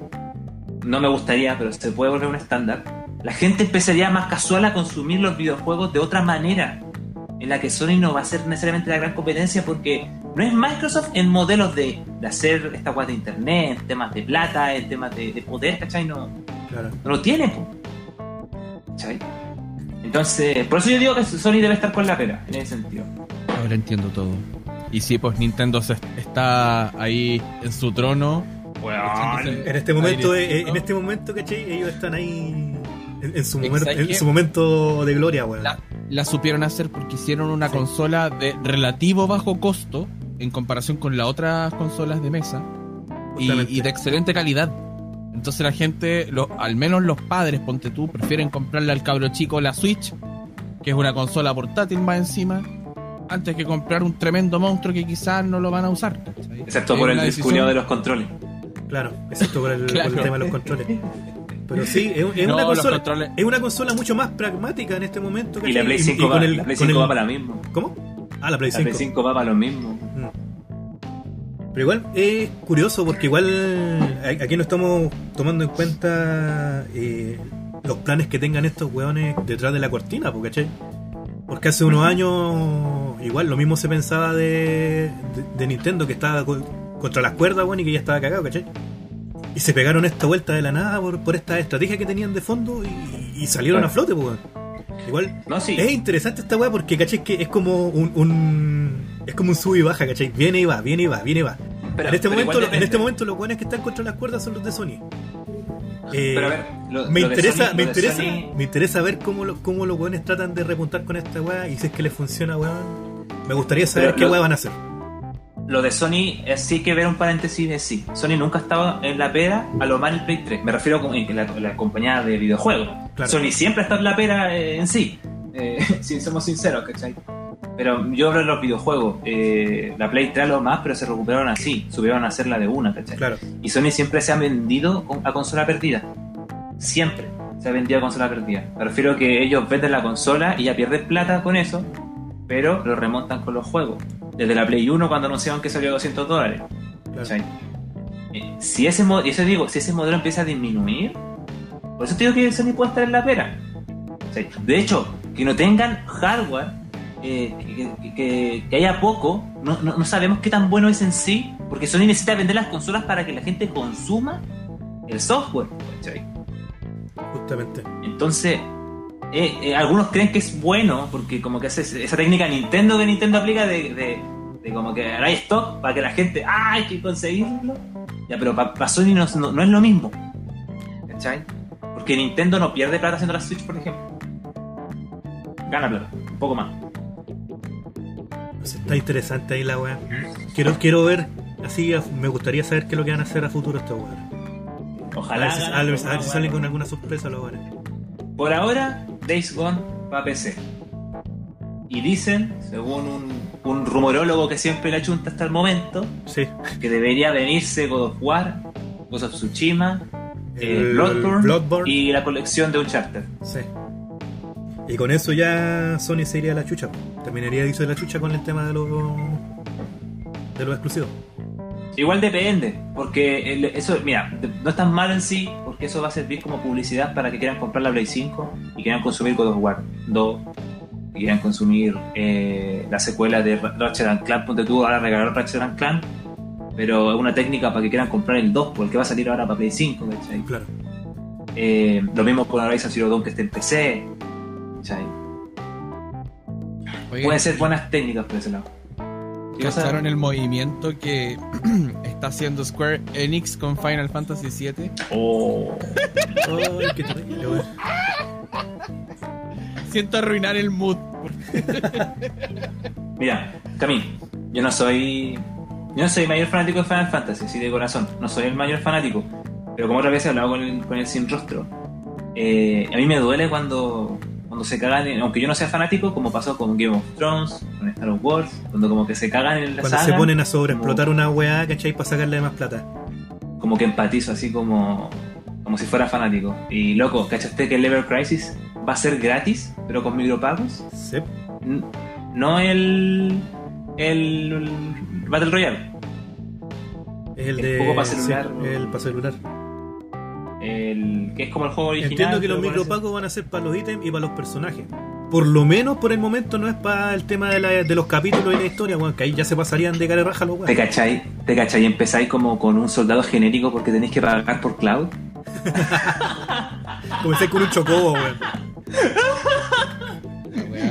Speaker 6: no me gustaría, pero se puede volver un estándar, la gente empezaría más casual a consumir los videojuegos de otra manera, en la que Sony no va a ser necesariamente la gran competencia porque no es Microsoft en modelos de, de hacer esta guas de internet, en temas de plata, en temas de, de poder, ¿cachai? No,
Speaker 1: Claro.
Speaker 6: no lo tiene, po. ¿cachai? Entonces, por eso yo digo que Sony debe estar con la pera, en ese sentido.
Speaker 4: Ahora entiendo todo. Y sí, pues Nintendo se- está ahí en su trono.
Speaker 6: Ah,
Speaker 1: En este momento, eh,
Speaker 4: Aire,
Speaker 1: eh,
Speaker 4: ¿no?
Speaker 1: en este momento, ¿cachai? Ellos están ahí en, en su, momento,
Speaker 4: Exacto.
Speaker 1: en su momento de gloria, weón.
Speaker 4: La, la supieron hacer porque hicieron una consola de relativo bajo costo en comparación con las otras consolas de mesa y,
Speaker 1: Justamente.
Speaker 4: y de excelente calidad. Entonces la gente, lo- al menos los padres, ponte tú, prefieren comprarle al cabro chico la Switch, que es una consola portátil más encima, antes que comprar un tremendo monstruo que quizás no lo van a usar. ¿cachai?
Speaker 6: Excepto
Speaker 4: Es
Speaker 6: por el
Speaker 4: una decisión-
Speaker 6: descuñado de los controles.
Speaker 1: Claro, excepto
Speaker 4: *laughs*
Speaker 1: por el, por el
Speaker 4: Claro.
Speaker 1: tema de los controles. Pero sí, es, es
Speaker 4: No,
Speaker 1: una
Speaker 4: los
Speaker 1: consola,
Speaker 4: controles-
Speaker 1: es una consola mucho más pragmática en este momento.
Speaker 6: Y la
Speaker 1: ¿cachai?
Speaker 6: Play 5
Speaker 1: con
Speaker 6: va,
Speaker 1: el-
Speaker 6: la Play
Speaker 1: con
Speaker 6: 5
Speaker 1: el-
Speaker 6: va para lo mismo.
Speaker 1: ¿Cómo? Ah, la Play
Speaker 6: La Play
Speaker 1: 5.
Speaker 6: 5 va para lo mismo.
Speaker 1: Pero igual es curioso porque igual a- aquí no estamos tomando en cuenta eh, los planes que tengan estos weones detrás de la cortina, po, ¿cachai? Porque hace unos años igual lo mismo se pensaba de, de, de Nintendo que estaba co- contra las cuerdas, weón, y que ya estaba cagado, ¿cachai? Y se pegaron esta vuelta de la nada por, por esta estrategia que tenían de fondo y, y salieron a flote, po, weón. Igual
Speaker 6: No, sí.
Speaker 1: es interesante esta weá porque, caché, que es como un, un- Es como un sub y baja, caché. Viene y va, viene y va, viene y va.
Speaker 6: pero-
Speaker 1: en, este
Speaker 6: pero
Speaker 1: momento,
Speaker 6: igual
Speaker 1: en este
Speaker 6: depende.
Speaker 1: momento, los buenos que están contra las cuerdas son los de Sony. Eh,
Speaker 6: Ah, Pero a ver, lo-
Speaker 1: me
Speaker 6: lo de
Speaker 1: interesa,
Speaker 6: Sony-
Speaker 1: me
Speaker 6: lo de
Speaker 1: interesa,
Speaker 6: Sony-
Speaker 1: me interesa ver cómo, lo- cómo los weones tratan de repuntar con esta weá y si es que les funciona, weón. Me gustaría saber
Speaker 6: Pero
Speaker 1: qué
Speaker 6: lo-
Speaker 1: weá van a hacer.
Speaker 6: Lo de Sony, eh, sí que ver un paréntesis de sí. Sony nunca ha estado en la pera a lo más en el Play 3. Me refiero con en la, la compañía de videojuegos.
Speaker 1: Claro.
Speaker 6: Sony siempre ha estado en la pera eh, en sí. Eh, *laughs* si somos sinceros, ¿cachai? Pero yo hablo de los videojuegos. eh, la Play 3 lo más, pero se recuperaron así. Subieron a hacerla de una, ¿cachai?
Speaker 1: Claro,
Speaker 6: Y Sony siempre se ha vendido con- a consola perdida. Siempre se ha vendido a consola perdida. Me refiero que ellos venden la consola y ya pierden plata con eso, pero lo remontan con los juegos. Desde la Play 1 cuando anunciaron que salió a 200 dólares.
Speaker 1: claro.
Speaker 6: ¿cachai? Eh, Si ese, mo- y eso digo, si ese modelo empieza a disminuir, por eso te digo que Sony puede estar en la pera. ¿Cachai? De hecho, que no tengan hardware, eh, que- que, que- que haya poco, no, no- no sabemos qué tan bueno es en sí, porque Sony necesita vender las consolas para que la gente consuma el software. ¿cachai?
Speaker 1: Justamente.
Speaker 6: Entonces, eh, eh, algunos creen que es bueno, porque como que hace ese- esa técnica Nintendo que Nintendo aplica de, de- de como que hará stock para que la gente, ah, hay que conseguirlo. Ya, pero para Sony no, no- no es lo mismo. ¿Cachai? Porque Nintendo no pierde plata haciendo la Switch, por ejemplo. Gana plata, un poco más.
Speaker 1: Pues Está interesante ahí la weá.
Speaker 6: Mm.
Speaker 1: Quiero, quiero ver, así a- me gustaría saber qué es lo que van a hacer a futuro estos weones. A
Speaker 6: Ojalá.
Speaker 1: ver si,
Speaker 6: gane,
Speaker 1: Ah, a ver si
Speaker 6: ojalá
Speaker 1: salen
Speaker 6: gane.
Speaker 1: con alguna sorpresa los weones.
Speaker 6: Por ahora, Days Gone va a PC. Y dicen, según un, un rumorólogo que siempre la chunta hasta el momento,
Speaker 1: Sí.
Speaker 6: que debería venirse God of War, Ghost of Tsushima, eh,
Speaker 1: El-
Speaker 6: Bloodborne,
Speaker 1: Bloodborne.
Speaker 6: y la colección de Uncharted.
Speaker 1: Sí. Y con eso ya Sony se iría a la chucha. Terminaría de irse a la chucha con el tema de los de los exclusivos.
Speaker 6: Igual depende, porque el- eso, mira, de- no es tan mal en sí, por- porque eso va a servir como publicidad para que quieran comprar la Play 5 y quieran consumir God of War 2 y quieran consumir eh, la secuela de Ra- Ratchet and Clank ponte tú ahora regalar Ratchet and Clank pero es una técnica para que quieran comprar el 2 porque va a salir ahora para Play 5 ¿cachai?
Speaker 1: Claro.
Speaker 6: Eh, lo mismo con Horizon Zero Dawn que está en PC ¿cachai?
Speaker 4: Oigan,
Speaker 6: pueden ser buenas técnicas por ese lado ¿Qué pasa?
Speaker 4: ¿Cacharon el movimiento que *clears throat* está haciendo Square Enix con Final Fantasy VII?
Speaker 6: Oh.
Speaker 1: Ay, qué terrible, weón.
Speaker 4: Siento arruinar el mood.
Speaker 6: Mira, Camille, yo no soy. Yo no soy el mayor fanático de Final Fantasy, así de corazón. No soy el mayor fanático. Pero como otra vez he hablado con el, con el sin rostro. eh, a mí me duele cuando, cuando se cagan, en- aunque yo no sea fanático, como pasó con Game of Thrones, con Star Wars, cuando como que se cagan en la
Speaker 1: Cuando se
Speaker 6: saga,
Speaker 1: ponen a sobreexplotar una weá, ¿cachai? Para sacarle más plata.
Speaker 6: Como que empatizo así como, como si fuera fanático. Y loco, ¿cachaste que el Ever Crisis va a ser gratis, pero con micropagos?
Speaker 1: Sep.
Speaker 6: N- No el, el, Battle Royale,
Speaker 1: Es el
Speaker 6: El
Speaker 1: de.
Speaker 6: juego pa' celular,
Speaker 1: sí,
Speaker 6: ¿no?
Speaker 1: el para celular.
Speaker 6: el, que es como el juego original.
Speaker 1: Entiendo que los
Speaker 6: pero con ese-
Speaker 1: micropagos van a ser para los ítems y para los personajes. Por lo menos por el momento no es para el tema de, la- de los capítulos y la historia, weón, que ahí ya se pasarían de cara y raja los
Speaker 6: ¿Te
Speaker 1: weón.
Speaker 6: cachai? ¿Te cachai? Empezáis como con un soldado genérico porque tenéis que pagar por cloud.
Speaker 1: Comencé con un chocobo, weón.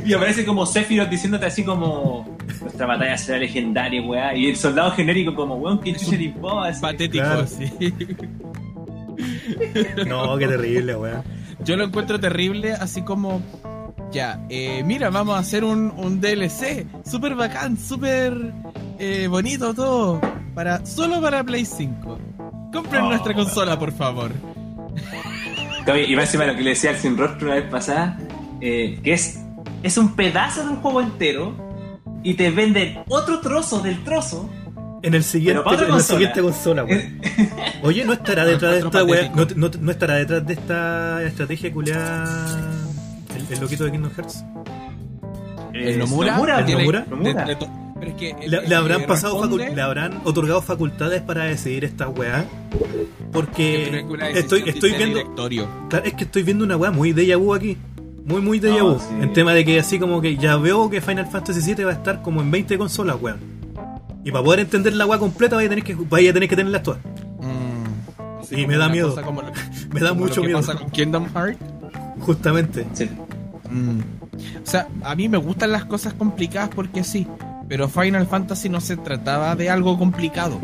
Speaker 6: Y aparece como Sephiroth diciéndote así como nuestra batalla será legendaria, weá. Y el soldado genérico como, weón, ¿qué chucha le importa? Así.
Speaker 4: Patético,
Speaker 1: Claro.
Speaker 4: así.
Speaker 1: No, qué terrible, weón.
Speaker 4: Yo lo encuentro terrible, así como. Ya, eh, mira, vamos a hacer un, un DLC. Súper bacán, súper eh, bonito todo. Para, solo para Play 5. Compren
Speaker 6: Oh.
Speaker 4: nuestra consola, por favor.
Speaker 6: Cabe- Y más encima lo que le decía al sin rostro una vez pasada, eh, que es, es un pedazo del juego entero y te venden otro trozo del trozo.
Speaker 1: En el
Speaker 6: Pero
Speaker 1: siguiente,
Speaker 6: para otra
Speaker 1: en la
Speaker 6: consola.
Speaker 1: siguiente consola,
Speaker 4: *laughs*
Speaker 1: weón. Oye, no estará detrás de esta
Speaker 4: Otro
Speaker 1: weá, no,
Speaker 4: patético.
Speaker 1: no- no estará detrás de esta estrategia culeada el, el loquito de Kingdom Hearts.
Speaker 6: Eh,
Speaker 4: ¿El Nomura?
Speaker 6: Nomura,
Speaker 1: ¿El
Speaker 6: tiene-
Speaker 1: Nomura?
Speaker 6: Nomura.
Speaker 4: De- de to- pero es que el-
Speaker 1: Le,
Speaker 4: el
Speaker 1: le habrán
Speaker 4: que
Speaker 1: pasado
Speaker 4: responde-
Speaker 1: facu- le habrán otorgado facultades para decidir esta weá.
Speaker 4: yo creo que una
Speaker 1: Porque
Speaker 4: decisión
Speaker 1: eh, estoy,
Speaker 4: que
Speaker 1: estoy
Speaker 4: sea
Speaker 1: viendo.
Speaker 4: directorio.
Speaker 1: Claro, es que estoy viendo una weá muy de vu aquí. Muy, muy de
Speaker 6: No,
Speaker 1: vu.
Speaker 6: sí.
Speaker 1: En tema de que así como que ya veo que Final Fantasy VII va a estar como en 20 consolas, weón. Y para poder entender la weá completa, vaya a tener que, vaya a tener que tenerlas todas.
Speaker 4: Mm. Así
Speaker 1: Y me
Speaker 4: como
Speaker 1: da
Speaker 4: una
Speaker 1: miedo.
Speaker 4: cosa como lo-
Speaker 1: *laughs* Me da
Speaker 4: como
Speaker 1: mucho
Speaker 4: lo que
Speaker 1: miedo.
Speaker 4: pasa con Kingdom Hearts.
Speaker 1: Justamente.
Speaker 6: Sí.
Speaker 4: Mm. O sea, a mí me gustan las cosas complicadas porque sí. Pero Final Fantasy no se trataba de algo complicado.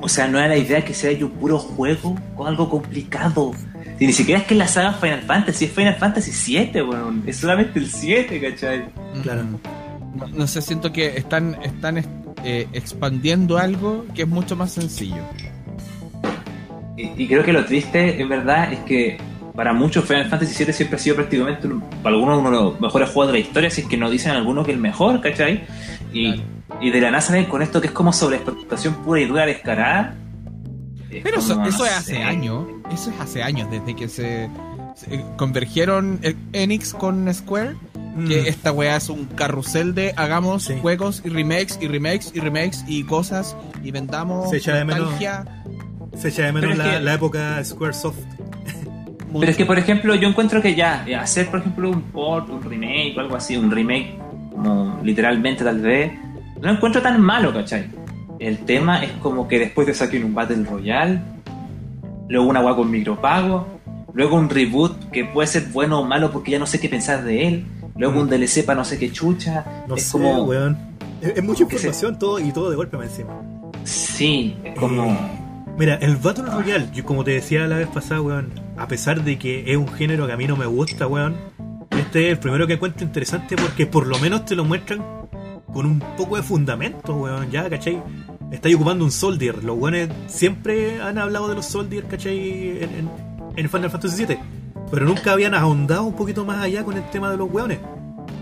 Speaker 6: O sea, no era la idea que sea yo un puro juego con algo complicado. Y ni siquiera es que la saga Final Fantasy, es Final Fantasy 7, weón. Es solamente el 7, ¿cachai?
Speaker 1: Claro.
Speaker 4: Mm. No, no sé, siento que están, están eh, expandiendo algo que es mucho más sencillo.
Speaker 6: Y, y creo que lo triste, en verdad, es que para muchos Final Fantasy 7 siempre ha sido prácticamente, un- para algunos, uno de los mejores juegos de la historia, si es que no dicen alguno que el mejor, ¿cachai? Y, y de la nada salen con esto que es como sobreexplotación pura y dura descarada. Es
Speaker 4: Pero eso,
Speaker 6: como, no
Speaker 4: eso es
Speaker 6: sé.
Speaker 4: hace años. Eso es hace años, desde que se, se convergieron eh, Enix con Square. Que
Speaker 1: Mm.
Speaker 4: esta weá es un carrusel de hagamos
Speaker 1: Sí.
Speaker 4: juegos y remakes y remakes y remakes y cosas y vendamos
Speaker 1: Se echa de menos
Speaker 4: nostalgia.
Speaker 1: Se echa de menos
Speaker 6: Pero es
Speaker 1: la,
Speaker 6: que-
Speaker 1: la época Squaresoft.
Speaker 6: Pero es que, por ejemplo, yo encuentro que ya eh, hacer, por ejemplo, un port, un remake o algo así, un remake, como literalmente tal vez, no lo encuentro tan malo, ¿cachai? El tema es como que después te saquen un Battle Royale, luego una agua con micropago, luego un reboot que puede ser bueno o malo porque ya no sé qué pensar de él, luego un DLC para no sé qué chucha.
Speaker 1: Mm. No
Speaker 6: es
Speaker 1: sé,
Speaker 6: como.
Speaker 1: weón. Es, es mucha
Speaker 6: que se-
Speaker 1: información todo, y todo de golpe más encima.
Speaker 6: Sí, es como.
Speaker 1: Mira, el Battle Royale, yo como te decía la vez pasada, weón, a pesar de que es un género que a mí no me gusta, weón, este es el primero que encuentro interesante porque por lo menos te lo muestran con un poco de fundamento, weón, ya, ¿cachai? Estáis ocupando un Soldier, los weones siempre han hablado de los Soldier, ¿cachai? En, en, en Final Fantasy VII, pero nunca habían ahondado un poquito más allá con el tema de los weones.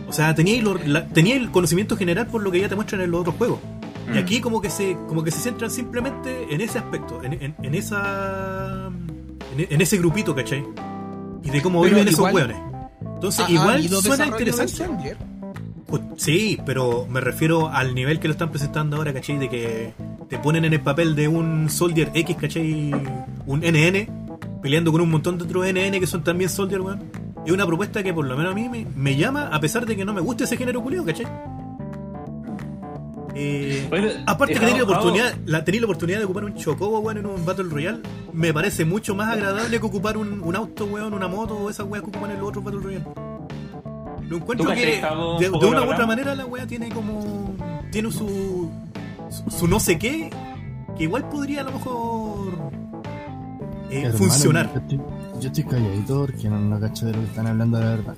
Speaker 1: O sea, tenía, tenía el conocimiento general por lo que ya te muestran en los otros juegos. Y
Speaker 4: Mm.
Speaker 1: aquí como que se como que se centran simplemente en ese aspecto, en, en- en esa en, en ese grupito, ¿cachai? Y de cómo
Speaker 4: Pero
Speaker 1: viven esos
Speaker 4: igual- Ah,
Speaker 1: hueones. Entonces,
Speaker 4: Ha- ha
Speaker 1: igual
Speaker 4: habido
Speaker 1: suena
Speaker 4: desarrollo del
Speaker 1: interesante.
Speaker 4: Soldier.
Speaker 1: Ju- Sí, pero me refiero al nivel que lo están presentando ahora, ¿cachai? De que te ponen en el papel de un Soldier X, ¿cachai? Un NN. peleando con un montón de otros NN que son también Soldier, weón. Es una propuesta que por lo menos a mí me, me llama, a pesar de que no me gusta ese género culiado, ¿cachai? Eh,
Speaker 6: Bueno,
Speaker 1: aparte que
Speaker 6: eh,
Speaker 1: tenéis la
Speaker 6: vamos-
Speaker 1: oportunidad, la, tenéis la oportunidad de ocupar un chocobo, weón, en un Battle Royale, me parece mucho más agradable que ocupar un, un auto, weón, una moto o esa weá que ocupan en los otros Battle Royale. Lo encuentro
Speaker 6: ¿Tú
Speaker 1: que
Speaker 6: cachai,
Speaker 1: de,
Speaker 6: Javo,
Speaker 1: de
Speaker 6: poco lo
Speaker 1: una u otra
Speaker 6: hablamos?
Speaker 1: manera la weá tiene como. tiene su, su. su no sé qué, que igual podría a lo mejor. eh,
Speaker 5: Hermano,
Speaker 1: funcionar.
Speaker 5: Yo estoy, yo estoy calladito porque no, no cacho de lo que están hablando, la verdad.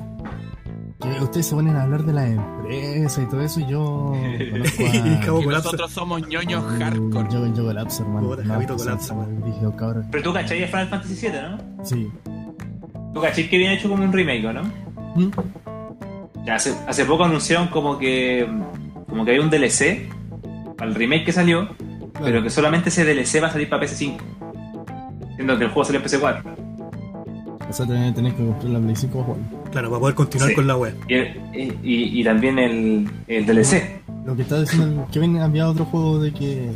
Speaker 5: Que ustedes se ponen a hablar de las empresas y todo eso y yo.
Speaker 1: *laughs*
Speaker 5: conozco
Speaker 1: Y
Speaker 5: a-
Speaker 1: Javo
Speaker 7: Que
Speaker 1: colapsa.
Speaker 7: nosotros somos ñoños hardcore.
Speaker 5: Yo, yo colapso, hermano.
Speaker 1: Puta, Javito
Speaker 5: sí,
Speaker 1: colapsa,
Speaker 5: sí,
Speaker 1: man.
Speaker 5: brígido, cabrón.
Speaker 6: Pero tú cachai de Final Fantasy VII, ¿no?
Speaker 5: Sí.
Speaker 6: Tú cachai que bien hecho como un remake, ¿o ¿no?
Speaker 5: Mm.
Speaker 1: Mm.
Speaker 6: Ya hace, hace poco anunciaron como que como que hay un DLC al remake que salió, pero que solamente ese DLC va a salir para PS5. Siendo que el juego salió en PS4.
Speaker 5: O sea, tenés, tenés que comprar la Play 5 para jugar.
Speaker 1: Claro, para poder continuar
Speaker 6: Sí.
Speaker 1: con la wea.
Speaker 6: Y, el- y- y también el, el DLC.
Speaker 1: Ah,
Speaker 5: Lo que está diciendo el Kevin había otro juego de que. eh,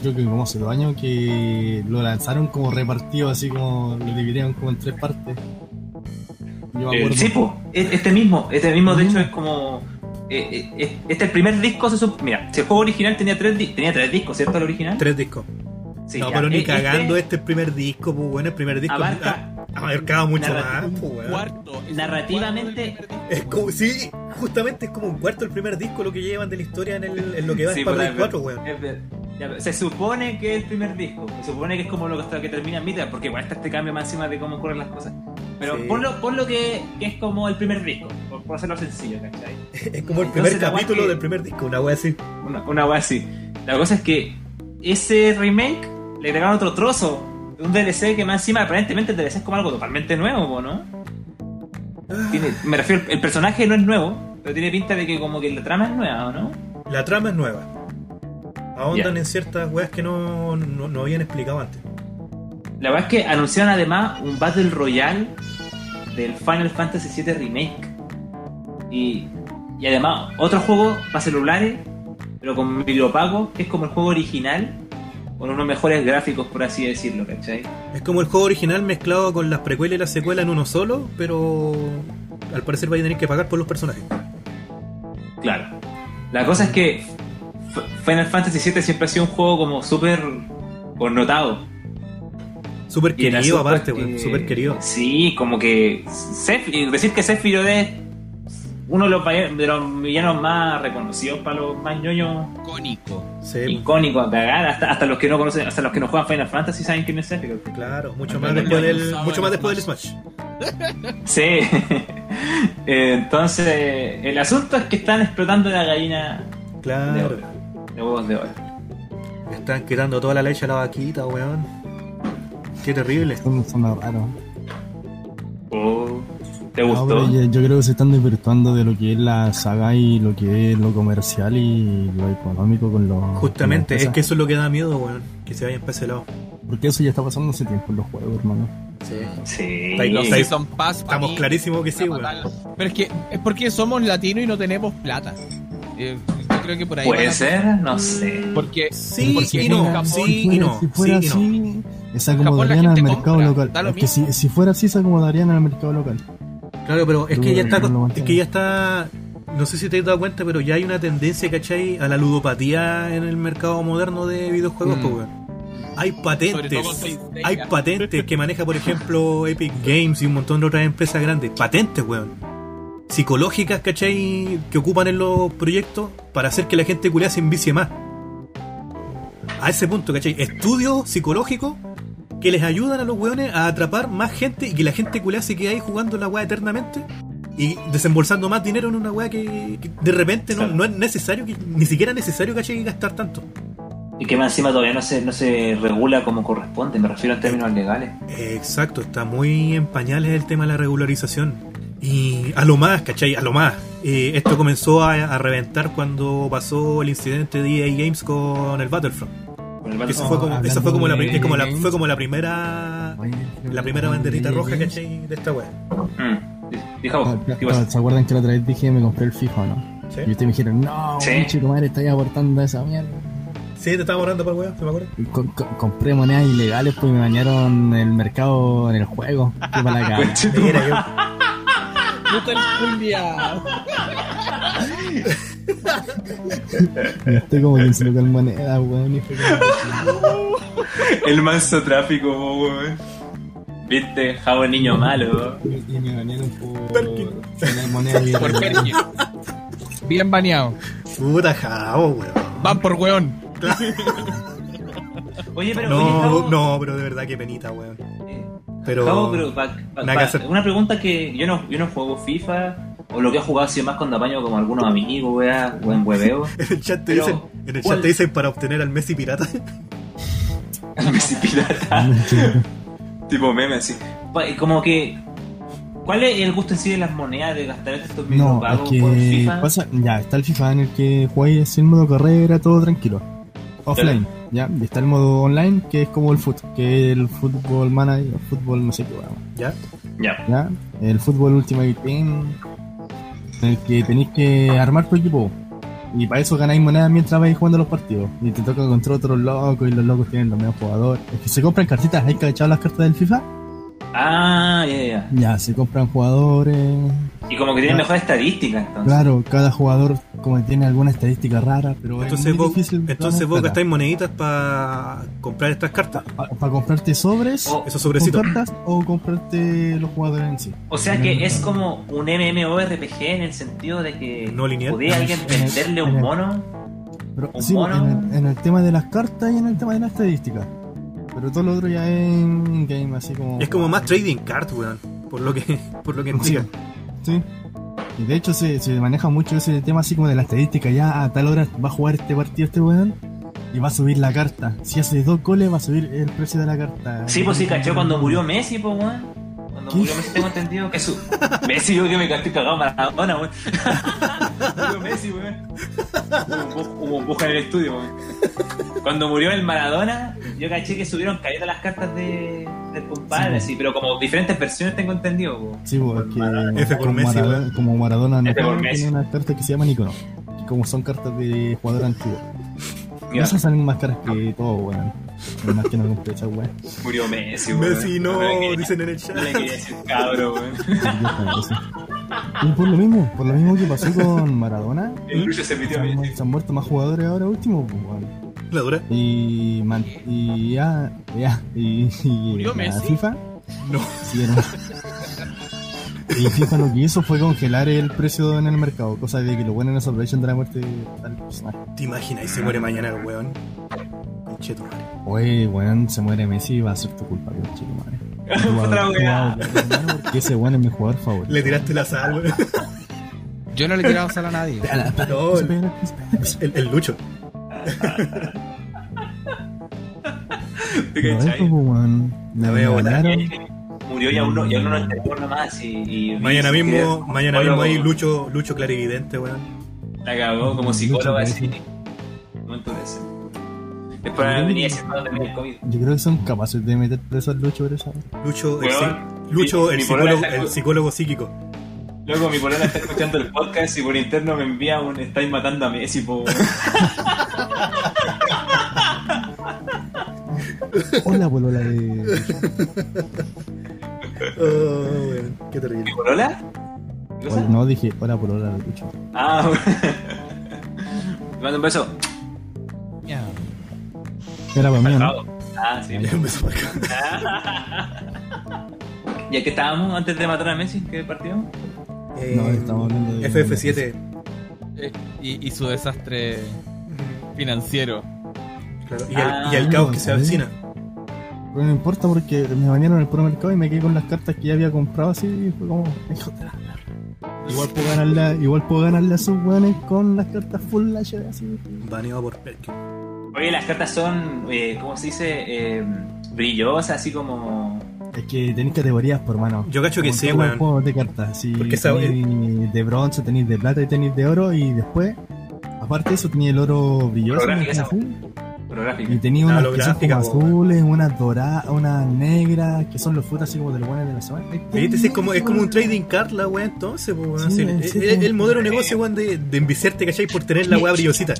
Speaker 5: Creo que como hace dos años que lo lanzaron como repartido, así como lo dividieron como en tres partes. Yo me
Speaker 6: El
Speaker 5: acuerdo.
Speaker 6: tipo, este mismo, este mismo de
Speaker 5: Ujú.
Speaker 1: Mm.
Speaker 6: hecho es como... eh, eh, Este el primer disco se sup- Mira, si el juego original tenía tres, di- tenía tres discos, ¿cierto? El original.
Speaker 1: Tres discos.
Speaker 6: Sí,
Speaker 1: no,
Speaker 6: ya.
Speaker 1: pero ni
Speaker 6: E- este
Speaker 1: cagando este es el primer disco, pues bueno, el primer disco Ah.
Speaker 6: Abarca-
Speaker 1: ha, ha marcado mucho
Speaker 6: Narra-
Speaker 1: más, pues weón.
Speaker 7: Cuarto. es el
Speaker 6: Narrativamente-
Speaker 7: cuarto del primer
Speaker 1: Es como, sí, justamente es como un cuarto el primer disco lo que llevan de la historia en, el, en lo que va
Speaker 6: Sí,
Speaker 1: a Far
Speaker 6: pues,
Speaker 1: Cry
Speaker 6: es
Speaker 1: 4,
Speaker 6: ver-
Speaker 1: weón.
Speaker 6: es ver- ya, pero Se supone que es el primer disco, se supone que es como lo que, hasta que termina en mitad, porque igual está este cambio más encima de cómo ocurren las cosas. Pero
Speaker 1: Sí.
Speaker 6: ponlo, ponlo que, que es como el primer disco, por, por hacerlo sencillo, ¿cachai?
Speaker 1: Es como el primer
Speaker 6: Entonces, la
Speaker 1: capítulo
Speaker 6: weá que-
Speaker 1: del primer disco, una wea así.
Speaker 6: Una, una wea así. La cosa es que ese remake le agregaron otro trozo, un DLC que más encima, aparentemente el DLC es como algo totalmente nuevo, ¿no?
Speaker 1: Ah.
Speaker 6: Tiene- me refiero, el personaje no es nuevo, pero tiene pinta de que como que la trama es nueva, ¿o ¿no?
Speaker 1: La trama es nueva. Ahondan en ciertas weas que no, no, no habían explicado antes.
Speaker 6: La verdad es que anunciaron además un Battle Royale del Final Fantasy VII Remake. Y, y además otro juego para celulares, pero con videopago, que es como el juego original, con unos mejores gráficos, por así decirlo, ¿cachai?
Speaker 1: Es como el juego original mezclado con las precuelas y la secuela en uno solo, pero al parecer vais a tener que pagar por los personajes.
Speaker 6: Claro. La cosa es que F- Final Fantasy VII siempre ha sido un juego como súper connotado.
Speaker 1: Súper
Speaker 6: Y el
Speaker 1: querido
Speaker 6: asunto
Speaker 1: aparte,
Speaker 6: es
Speaker 1: weón.
Speaker 6: que-
Speaker 1: Súper querido.
Speaker 6: Sí, como que. Seph- y decir que Sephiroth es uno de los, vaya- de los villanos más reconocidos para los más ñoños
Speaker 7: Icónico.
Speaker 1: Sí,
Speaker 6: icónico a cagar, hasta, hasta los que no conocen, hasta los que no juegan Final Fantasy saben quién es Sephiroth.
Speaker 1: claro. Mucho
Speaker 7: Acá
Speaker 1: más
Speaker 7: lo
Speaker 1: después del,
Speaker 7: lanzaba
Speaker 1: mucho
Speaker 7: en
Speaker 1: más después del Smash.
Speaker 6: Sí. *laughs* Eh, Entonces, el asunto es que están explotando la gallina de
Speaker 1: Claro.
Speaker 6: oro, de huevos de oro.
Speaker 1: Le Están quitando toda la leche a la vaquita, weón. Qué terrible.
Speaker 5: Son- Suena raro.
Speaker 6: Oh, ¿Te
Speaker 5: No, pero
Speaker 6: gustó?
Speaker 5: yo, yo creo que se están desvirtuando de lo que es la saga y lo que es lo comercial y lo económico con los.
Speaker 1: Justamente,
Speaker 5: con
Speaker 1: es
Speaker 5: las
Speaker 1: que
Speaker 5: empresas.
Speaker 1: eso es lo que da miedo, weón. Que se vayan para ese lado.
Speaker 5: Porque eso ya está pasando hace tiempo en los juegos, hermano.
Speaker 1: Sí.
Speaker 6: Sí.
Speaker 1: Ahí lo
Speaker 7: Los
Speaker 1: Sí.
Speaker 7: Season Pass. pa'
Speaker 1: Estamos
Speaker 7: mí,
Speaker 1: clarísimos que sí,
Speaker 7: una
Speaker 1: weón.
Speaker 7: patada. Pero es que es porque somos latinos y no tenemos plata. Eh, yo creo que por ahí. va
Speaker 6: Puede
Speaker 7: la-
Speaker 6: ser, no sé.
Speaker 7: Porque
Speaker 1: Sí
Speaker 7: Porque
Speaker 1: y
Speaker 7: en
Speaker 1: no,
Speaker 7: Japón-
Speaker 1: sí y no,
Speaker 5: si
Speaker 1: sí
Speaker 5: fuera
Speaker 1: y no.
Speaker 5: así, esa
Speaker 7: Japón la
Speaker 5: acomodarían al
Speaker 7: gente
Speaker 5: mercado
Speaker 7: compra,
Speaker 5: local.
Speaker 7: da lo
Speaker 5: Es que si, si fuera así, se acomodarían al mercado local.
Speaker 1: Claro, pero es que
Speaker 5: Yo
Speaker 1: ya está,
Speaker 5: no lo
Speaker 1: es que ya está, no sé si te has dado cuenta, pero ya hay una tendencia, ¿cachai? A la ludopatía en el mercado moderno de videojuegos,
Speaker 7: Mm.
Speaker 1: pues, weón. Hay
Speaker 7: Sobre todo con
Speaker 1: patentes,
Speaker 7: Sega.
Speaker 1: hay patentes que maneja, por ejemplo, Epic Games y un montón de otras empresas grandes. Patentes, weón. Psicológicas, ¿cachai? Que ocupan en los proyectos para hacer que la gente culiada se envicie más. A ese punto, ¿cachai? Estudios psicológicos que les ayudan a los weones a atrapar más gente y que la gente culiada se quede ahí jugando la weá eternamente y desembolsando más dinero en una weá que, que de repente no,
Speaker 6: Claro.
Speaker 1: no es necesario, que, ni siquiera es necesario, ¿cachai? Gastar tanto.
Speaker 6: Y que más encima todavía no se, no se regula como corresponde, me refiero en términos legales.
Speaker 1: Exacto, está muy en pañales el tema de la regularización. Y a lo más, ¿cachai? A lo más. Eh, esto comenzó a, a reventar cuando pasó el incidente de EA Games con el Battlefront.
Speaker 6: Con el
Speaker 1: Que Eso
Speaker 6: Battle-
Speaker 1: fue como, eso fue como, la, pri- es como la- fue como la primera la
Speaker 5: La
Speaker 1: primera banderita roja, ¿cachai? De esta wea.
Speaker 6: Mm. Dijo,
Speaker 1: Ah,
Speaker 6: ¿qué pasa?
Speaker 5: Ah, ¿Se acuerdan que la otra vez dije me compré el fijo, no?
Speaker 1: ¿Sí?
Speaker 5: Y ustedes me dijeron, no,
Speaker 6: Sí.
Speaker 5: pinche tu madre, estás abortando esa mierda.
Speaker 1: Sí, te estaba borrando para el weón, se me
Speaker 5: *laughs*
Speaker 1: acuerdo.
Speaker 5: Co- co- compré monedas ilegales pues me bañaron el mercado en el juego.
Speaker 1: *laughs*
Speaker 5: Qué para la cara.
Speaker 1: Mira, yo.
Speaker 7: Puta el culiao.
Speaker 5: Estoy como 15 lucas en monedas, weón. y fue
Speaker 6: *laughs*
Speaker 5: como-
Speaker 6: *laughs* El manso tráfico, po, weón. Viste, jabo niño malo.
Speaker 5: Y y me bañaron por.
Speaker 1: Perkin.
Speaker 5: tener monedas
Speaker 7: Por
Speaker 5: ilegales.
Speaker 7: Perkin. Bien baneado.
Speaker 1: Puta jabo, weón.
Speaker 7: Van por weón.
Speaker 6: Oye, pero. oye,
Speaker 1: No,
Speaker 6: Javo,
Speaker 1: no, pero de verdad que penita, weón.
Speaker 6: eh,
Speaker 1: Pero.
Speaker 6: Javo, pero pa- pa-
Speaker 1: nada
Speaker 6: pa-
Speaker 1: que hacer.
Speaker 6: una pregunta que yo no, yo no juego FIFA, o lo que he jugado ha sido más con apaño como algunos amigos, weá, o en hueveo.
Speaker 1: *laughs* En el chat te
Speaker 6: Pero,
Speaker 1: dicen, en el
Speaker 6: ¿cuál?
Speaker 1: chat te dicen para obtener al Messi pirata.
Speaker 6: *laughs*
Speaker 1: *laughs*
Speaker 6: Me si pirata. tipo meme así. Pa- Como que. ¿Cuál es el gusto en sí de las monedas de gastar estos
Speaker 5: *laughs*
Speaker 6: mismos
Speaker 5: No, es
Speaker 6: pagos por
Speaker 5: que
Speaker 6: FIFA?
Speaker 5: pasa, ya está el FIFA en el que jugáis sin modo carrera, todo tranquilo. Offline, ya, y está el modo online que es como el fut, que es el fútbol manager, fútbol no sé qué, weón.
Speaker 1: ¿Ya?
Speaker 6: Ya.
Speaker 5: ¿ya? El fútbol Ultimate Team, en el que tenéis que armar tu equipo. Y para eso ganáis monedas mientras vais jugando los partidos. Y te toca contra otros locos y los locos tienen los mismos jugadores. Es que se compran cartitas, hay que echar las cartas del FIFA.
Speaker 6: Ah, ya, ya, ya.
Speaker 5: Ya, se compran jugadores.
Speaker 6: Y como que tienen
Speaker 1: Ah.
Speaker 5: Ya.
Speaker 6: mejor estadística, entonces.
Speaker 5: Claro, cada jugador como tiene alguna estadística rara, pero
Speaker 1: Entonces
Speaker 5: es muy
Speaker 1: vos,
Speaker 5: difícil.
Speaker 1: entonces vos gastáis moneditas para comprar estas cartas.
Speaker 5: para comprarte sobres,
Speaker 6: O-
Speaker 1: Esos
Speaker 5: con
Speaker 1: sobrecitos.
Speaker 5: cartas o comprarte los jugadores en sí.
Speaker 6: O sea que
Speaker 1: Mm.
Speaker 6: es como un MMORPG en el sentido de que
Speaker 1: No lineal. *laughs*
Speaker 6: podía alguien venderle un mono.
Speaker 5: Pero
Speaker 6: Un
Speaker 5: sí, en
Speaker 6: mono.
Speaker 5: el, en el tema de las cartas y en el tema de las estadísticas. Pero todo lo otro ya es en game, así como.
Speaker 1: Es como más trading card, weón. Por lo que, *laughs* por lo que
Speaker 5: Sí.
Speaker 1: indica.
Speaker 5: sí. Y de hecho se, se maneja mucho ese tema así como de la estadística. Ya a tal hora va a jugar este partido este weón y va a subir la carta. Si hace dos goles va a subir el precio de la carta.
Speaker 6: Sí, pues sí, cachó cuando murió Messi, pues, weón. Cuando
Speaker 5: ¿Qué?
Speaker 6: murió Messi, tengo entendido que su. Messi, yo que me estoy cagado en Maradona, weón. *laughs* murió Messi, weón. Hubo un bu- Hubo un buja en el estudio, weón. Cuando murió el Maradona, yo caché que subieron cayendo las cartas de, del compadre,
Speaker 5: Sí.
Speaker 6: así, pero como diferentes versiones tengo entendido, weón.
Speaker 5: Sí, porque
Speaker 1: F por
Speaker 5: como,
Speaker 1: Messi,
Speaker 5: Maradona-
Speaker 1: weón.
Speaker 5: como Maradona no
Speaker 6: F por
Speaker 5: tiene
Speaker 6: Messi.
Speaker 5: una carta que se llama Nicono. Y como son cartas de jugador antiguo.
Speaker 6: Ya,
Speaker 5: Esas salen más caras que todo, weón. Más que no compré esa weón.
Speaker 6: murió Messi, weón.
Speaker 1: Messi no,
Speaker 6: le quería-
Speaker 1: dicen en el
Speaker 6: No le
Speaker 1: chat.
Speaker 6: quería decir cabro, weón.
Speaker 5: Y por lo mismo, por lo mismo que pasó con Maradona,
Speaker 1: ¿Mm?
Speaker 6: El Lucho se metió
Speaker 5: se
Speaker 6: a
Speaker 5: han,
Speaker 6: Messi.
Speaker 5: se han muerto más jugadores ahora último, pues, weón.
Speaker 1: *laughs* La dura.
Speaker 5: y man, y ya, ya, y, y-
Speaker 7: ¿Murió
Speaker 5: la
Speaker 7: Messi?
Speaker 5: FIFA,
Speaker 1: No.
Speaker 5: sí, era- y FIFA lo que hizo fue congelar el precio en el mercado, cosa de que lo bueno en esa aprovechan de la muerte de tal personaje.
Speaker 1: ¿Te imaginas? Y se muere mañana el weón. Conche tu madre.
Speaker 5: Oye, weón, se muere Messi va a ser tu culpa, weón, chico, madre. Tu
Speaker 6: *laughs* Otra
Speaker 5: jugador- tu
Speaker 6: weá.
Speaker 5: jugador, hermano, Porque ese weón es mi jugador favorito.
Speaker 1: Le tiraste la sal, weón.
Speaker 7: Yo no le he tirado sal a
Speaker 1: *laughs*
Speaker 7: nadie.
Speaker 1: No, el, el- el Lucho.
Speaker 6: ¿Te
Speaker 5: No, eso,
Speaker 6: cachai?
Speaker 5: weón. Me
Speaker 1: voy a volar.
Speaker 5: regalaron-
Speaker 6: Murió ya uno, ya uno no entregó nomás y, y
Speaker 1: Mañana
Speaker 6: y-
Speaker 1: mismo, mañana mismo ahí
Speaker 6: Psicólogo.
Speaker 1: Lucho, Lucho clarividente, weón.
Speaker 6: La cagó como psicóloga
Speaker 5: Mucho
Speaker 6: así. Momento de ese. Después venía venir a decir cuando termine el COVID.
Speaker 5: Yo creo que son capaces de meter preso al Lucho por eso.
Speaker 1: Lucho, el,
Speaker 6: Weón,
Speaker 1: psi- Lucho,
Speaker 6: mi-
Speaker 1: el
Speaker 6: mi polola
Speaker 1: psicólogo,
Speaker 6: está-
Speaker 1: el psicólogo psíquico.
Speaker 6: *laughs* Luego mi polola está escuchando el podcast y por interno me envía un estáis matando a Messi, po.
Speaker 5: Hola, bolola de.
Speaker 1: Oh, weón, qué terrible. *laughs*
Speaker 6: ¿Mi polola? ¿Qué cosa?
Speaker 5: Hola, no, dije hola, bolola de Lucho.
Speaker 6: Ah, bueno. *laughs* Te mando un beso.
Speaker 5: Era para mí, ¿o ¿no?
Speaker 6: Chao. Ah, sí.
Speaker 1: Un beso para acá.
Speaker 6: ¿Ya que estábamos antes de matar a Messi? ¿Qué partido?
Speaker 1: Eh,
Speaker 5: No, estamos hablando de.
Speaker 1: FF7.
Speaker 7: Eh, Y, y su desastre financiero.
Speaker 1: Claro, y,
Speaker 6: Ah.
Speaker 1: el, y el caos que se avecina.
Speaker 5: Pero Pues no importa porque me bañaron en el mercado y me quedé con las cartas que ya había comprado así. Y fue como, hijo de la. Igual puedo ganarla, igual puedo ganarle a esos weones con las cartas full lash así.
Speaker 1: Baneado por Perkin.
Speaker 6: Oye, las cartas son, eh, ¿cómo se dice? Eh, brillosas, así como...
Speaker 5: Es que tenéis categorías, por mano.
Speaker 1: Yo cacho que
Speaker 5: Como
Speaker 1: sí,
Speaker 5: todos los
Speaker 1: weón.
Speaker 5: juegos de cartas. Sí,
Speaker 1: Porque esa-
Speaker 5: tenéis de bronce, tenéis de plata y tenéis de oro. Y después, aparte de eso, tenéis el oro brilloso.
Speaker 6: Holográfica esa,
Speaker 5: azul,
Speaker 6: Holográfica.
Speaker 5: y tenéis
Speaker 1: Ah,
Speaker 5: unas que son
Speaker 1: holográfica,
Speaker 5: como
Speaker 1: po, weón.
Speaker 5: azules, unas doradas, unas negras, que son los frutas así como de los buenos de la semana. Ahí
Speaker 1: Viste,
Speaker 5: tenéis,
Speaker 1: sí, es como, es como un trading card la weá entonces, pues, weón.
Speaker 5: Sí,
Speaker 1: Sí, el,
Speaker 5: sí,
Speaker 1: el-
Speaker 5: sí.
Speaker 1: el modelo de negocio, weón, de, de enviciarte, ¿cachai? Por tener la weá brillosita.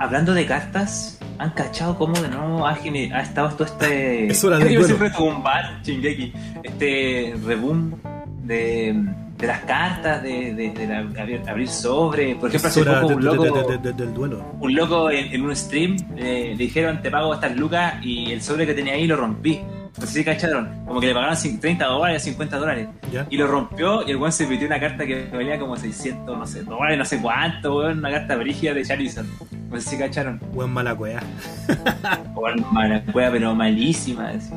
Speaker 6: Hablando de cartas, ¿Han cachado cómo de nuevo ha, gene- ha estado todo
Speaker 1: *laughs*
Speaker 6: este.
Speaker 1: Es
Speaker 6: *laughs*
Speaker 1: hora del
Speaker 6: Iba a decir
Speaker 1: duelo.
Speaker 6: retumbar, Shingeki. Este reboom de, de las cartas, de, de, de la- abrir, abrir sobre. Por ejemplo,
Speaker 1: Es
Speaker 6: hace
Speaker 1: hora de-
Speaker 6: poco un
Speaker 1: de- de-
Speaker 6: loco,
Speaker 1: de- de- del duelo.
Speaker 6: un loco en, en un stream eh, le dijeron: Te pago estas lucas y el sobre que tenía ahí lo rompí. No sé si cacharon. Como que le pagaron cin- 30 dólares, 50 dólares.
Speaker 1: ¿Ya?
Speaker 6: Y lo rompió y el weón se metió una carta que valía como 600, no sé, dólares, no sé cuánto, weón. Una carta brígida de Charizard. No sé si cacharon.
Speaker 1: Buen mala cueva.
Speaker 6: Weón, mala cueva, pero malísima. así.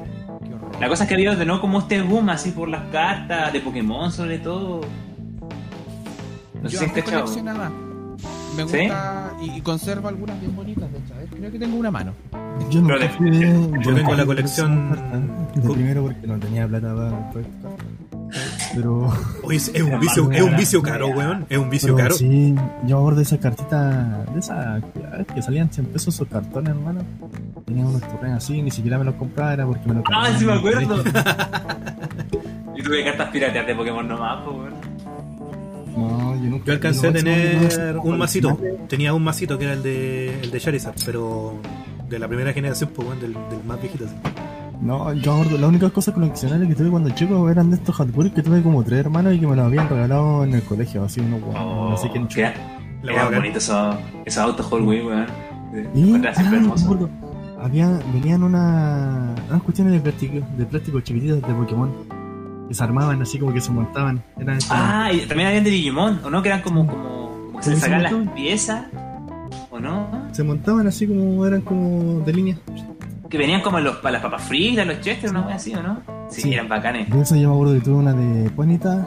Speaker 7: Qué horror.
Speaker 6: La cosa es que había de nuevo como este boom así por las cartas de Pokémon, sobre todo. No sé
Speaker 7: Yo
Speaker 6: si han
Speaker 7: antes
Speaker 6: cachado.
Speaker 7: coleccionaba. Me
Speaker 6: ¿Sí?
Speaker 7: gusta y, y conservo algunas bien bonitas, de hecho. A ver, creo que tengo una mano.
Speaker 5: Yo no
Speaker 6: Pero
Speaker 1: Yo tengo la colección-
Speaker 5: De primero porque no tenía plata para comprar estas cartas. Pero,
Speaker 1: Oye, es, es un vicio, es un vicio caro, weón. Es un vicio
Speaker 5: pero
Speaker 1: caro.
Speaker 5: sí, yo me acuerdo de esas cartitas, de esas actividades que salían 100 pesos esos cartones, hermano. Tenía unos torrenes así, ni siquiera me los compraba, era porque me los
Speaker 6: Ah,
Speaker 5: compraban
Speaker 6: sí me
Speaker 5: en el
Speaker 1: *laughs*
Speaker 6: acuerdo.
Speaker 5: colegio.
Speaker 6: Yo tuve cartas piratear de Pokémon nomás, po, weón.
Speaker 5: No, yo nunca.
Speaker 1: Yo alcancé a
Speaker 5: lo máximo que tuve fue
Speaker 1: tener un masito.
Speaker 5: coleccionable.
Speaker 1: Tenía un masito que era el de, el de Charizard, pero de la primera generación, pues, weón, del, del más viejito. así.
Speaker 5: No, yo me acuerdo, las únicas cosas coleccionables que tuve cuando chico eran de estos hardware que tuve como tres hermanos y que me los habían regalado en el colegio, así unos guau.
Speaker 6: Oh,
Speaker 5: así
Speaker 1: Oh,
Speaker 5: que en
Speaker 6: Era-
Speaker 1: La
Speaker 6: Eran
Speaker 1: bacán.
Speaker 6: bonitos esos, esos autos Hot Wheels, weón. Sí,
Speaker 5: Y
Speaker 6: encontraba siempre
Speaker 5: ah,
Speaker 6: hermosos.
Speaker 5: recuerdo, había, venían una, unas cuestiones de plástico, de plástico chiquititas de Pokémon que se armaban así como que se montaban. Eran esas-
Speaker 6: Ah, y también habían de Digimon, ¿o no? Que eran como, como, como que se le sacaban las piezas, ¿o no?
Speaker 5: se montaban así como eran como de línea.
Speaker 6: Que venían como los, para las papas fritas, los chester, una wea así, ¿o no? Sí,
Speaker 5: Sí.
Speaker 6: eran bacanes.
Speaker 5: De eso yo me acuerdo que tuve una de Juanita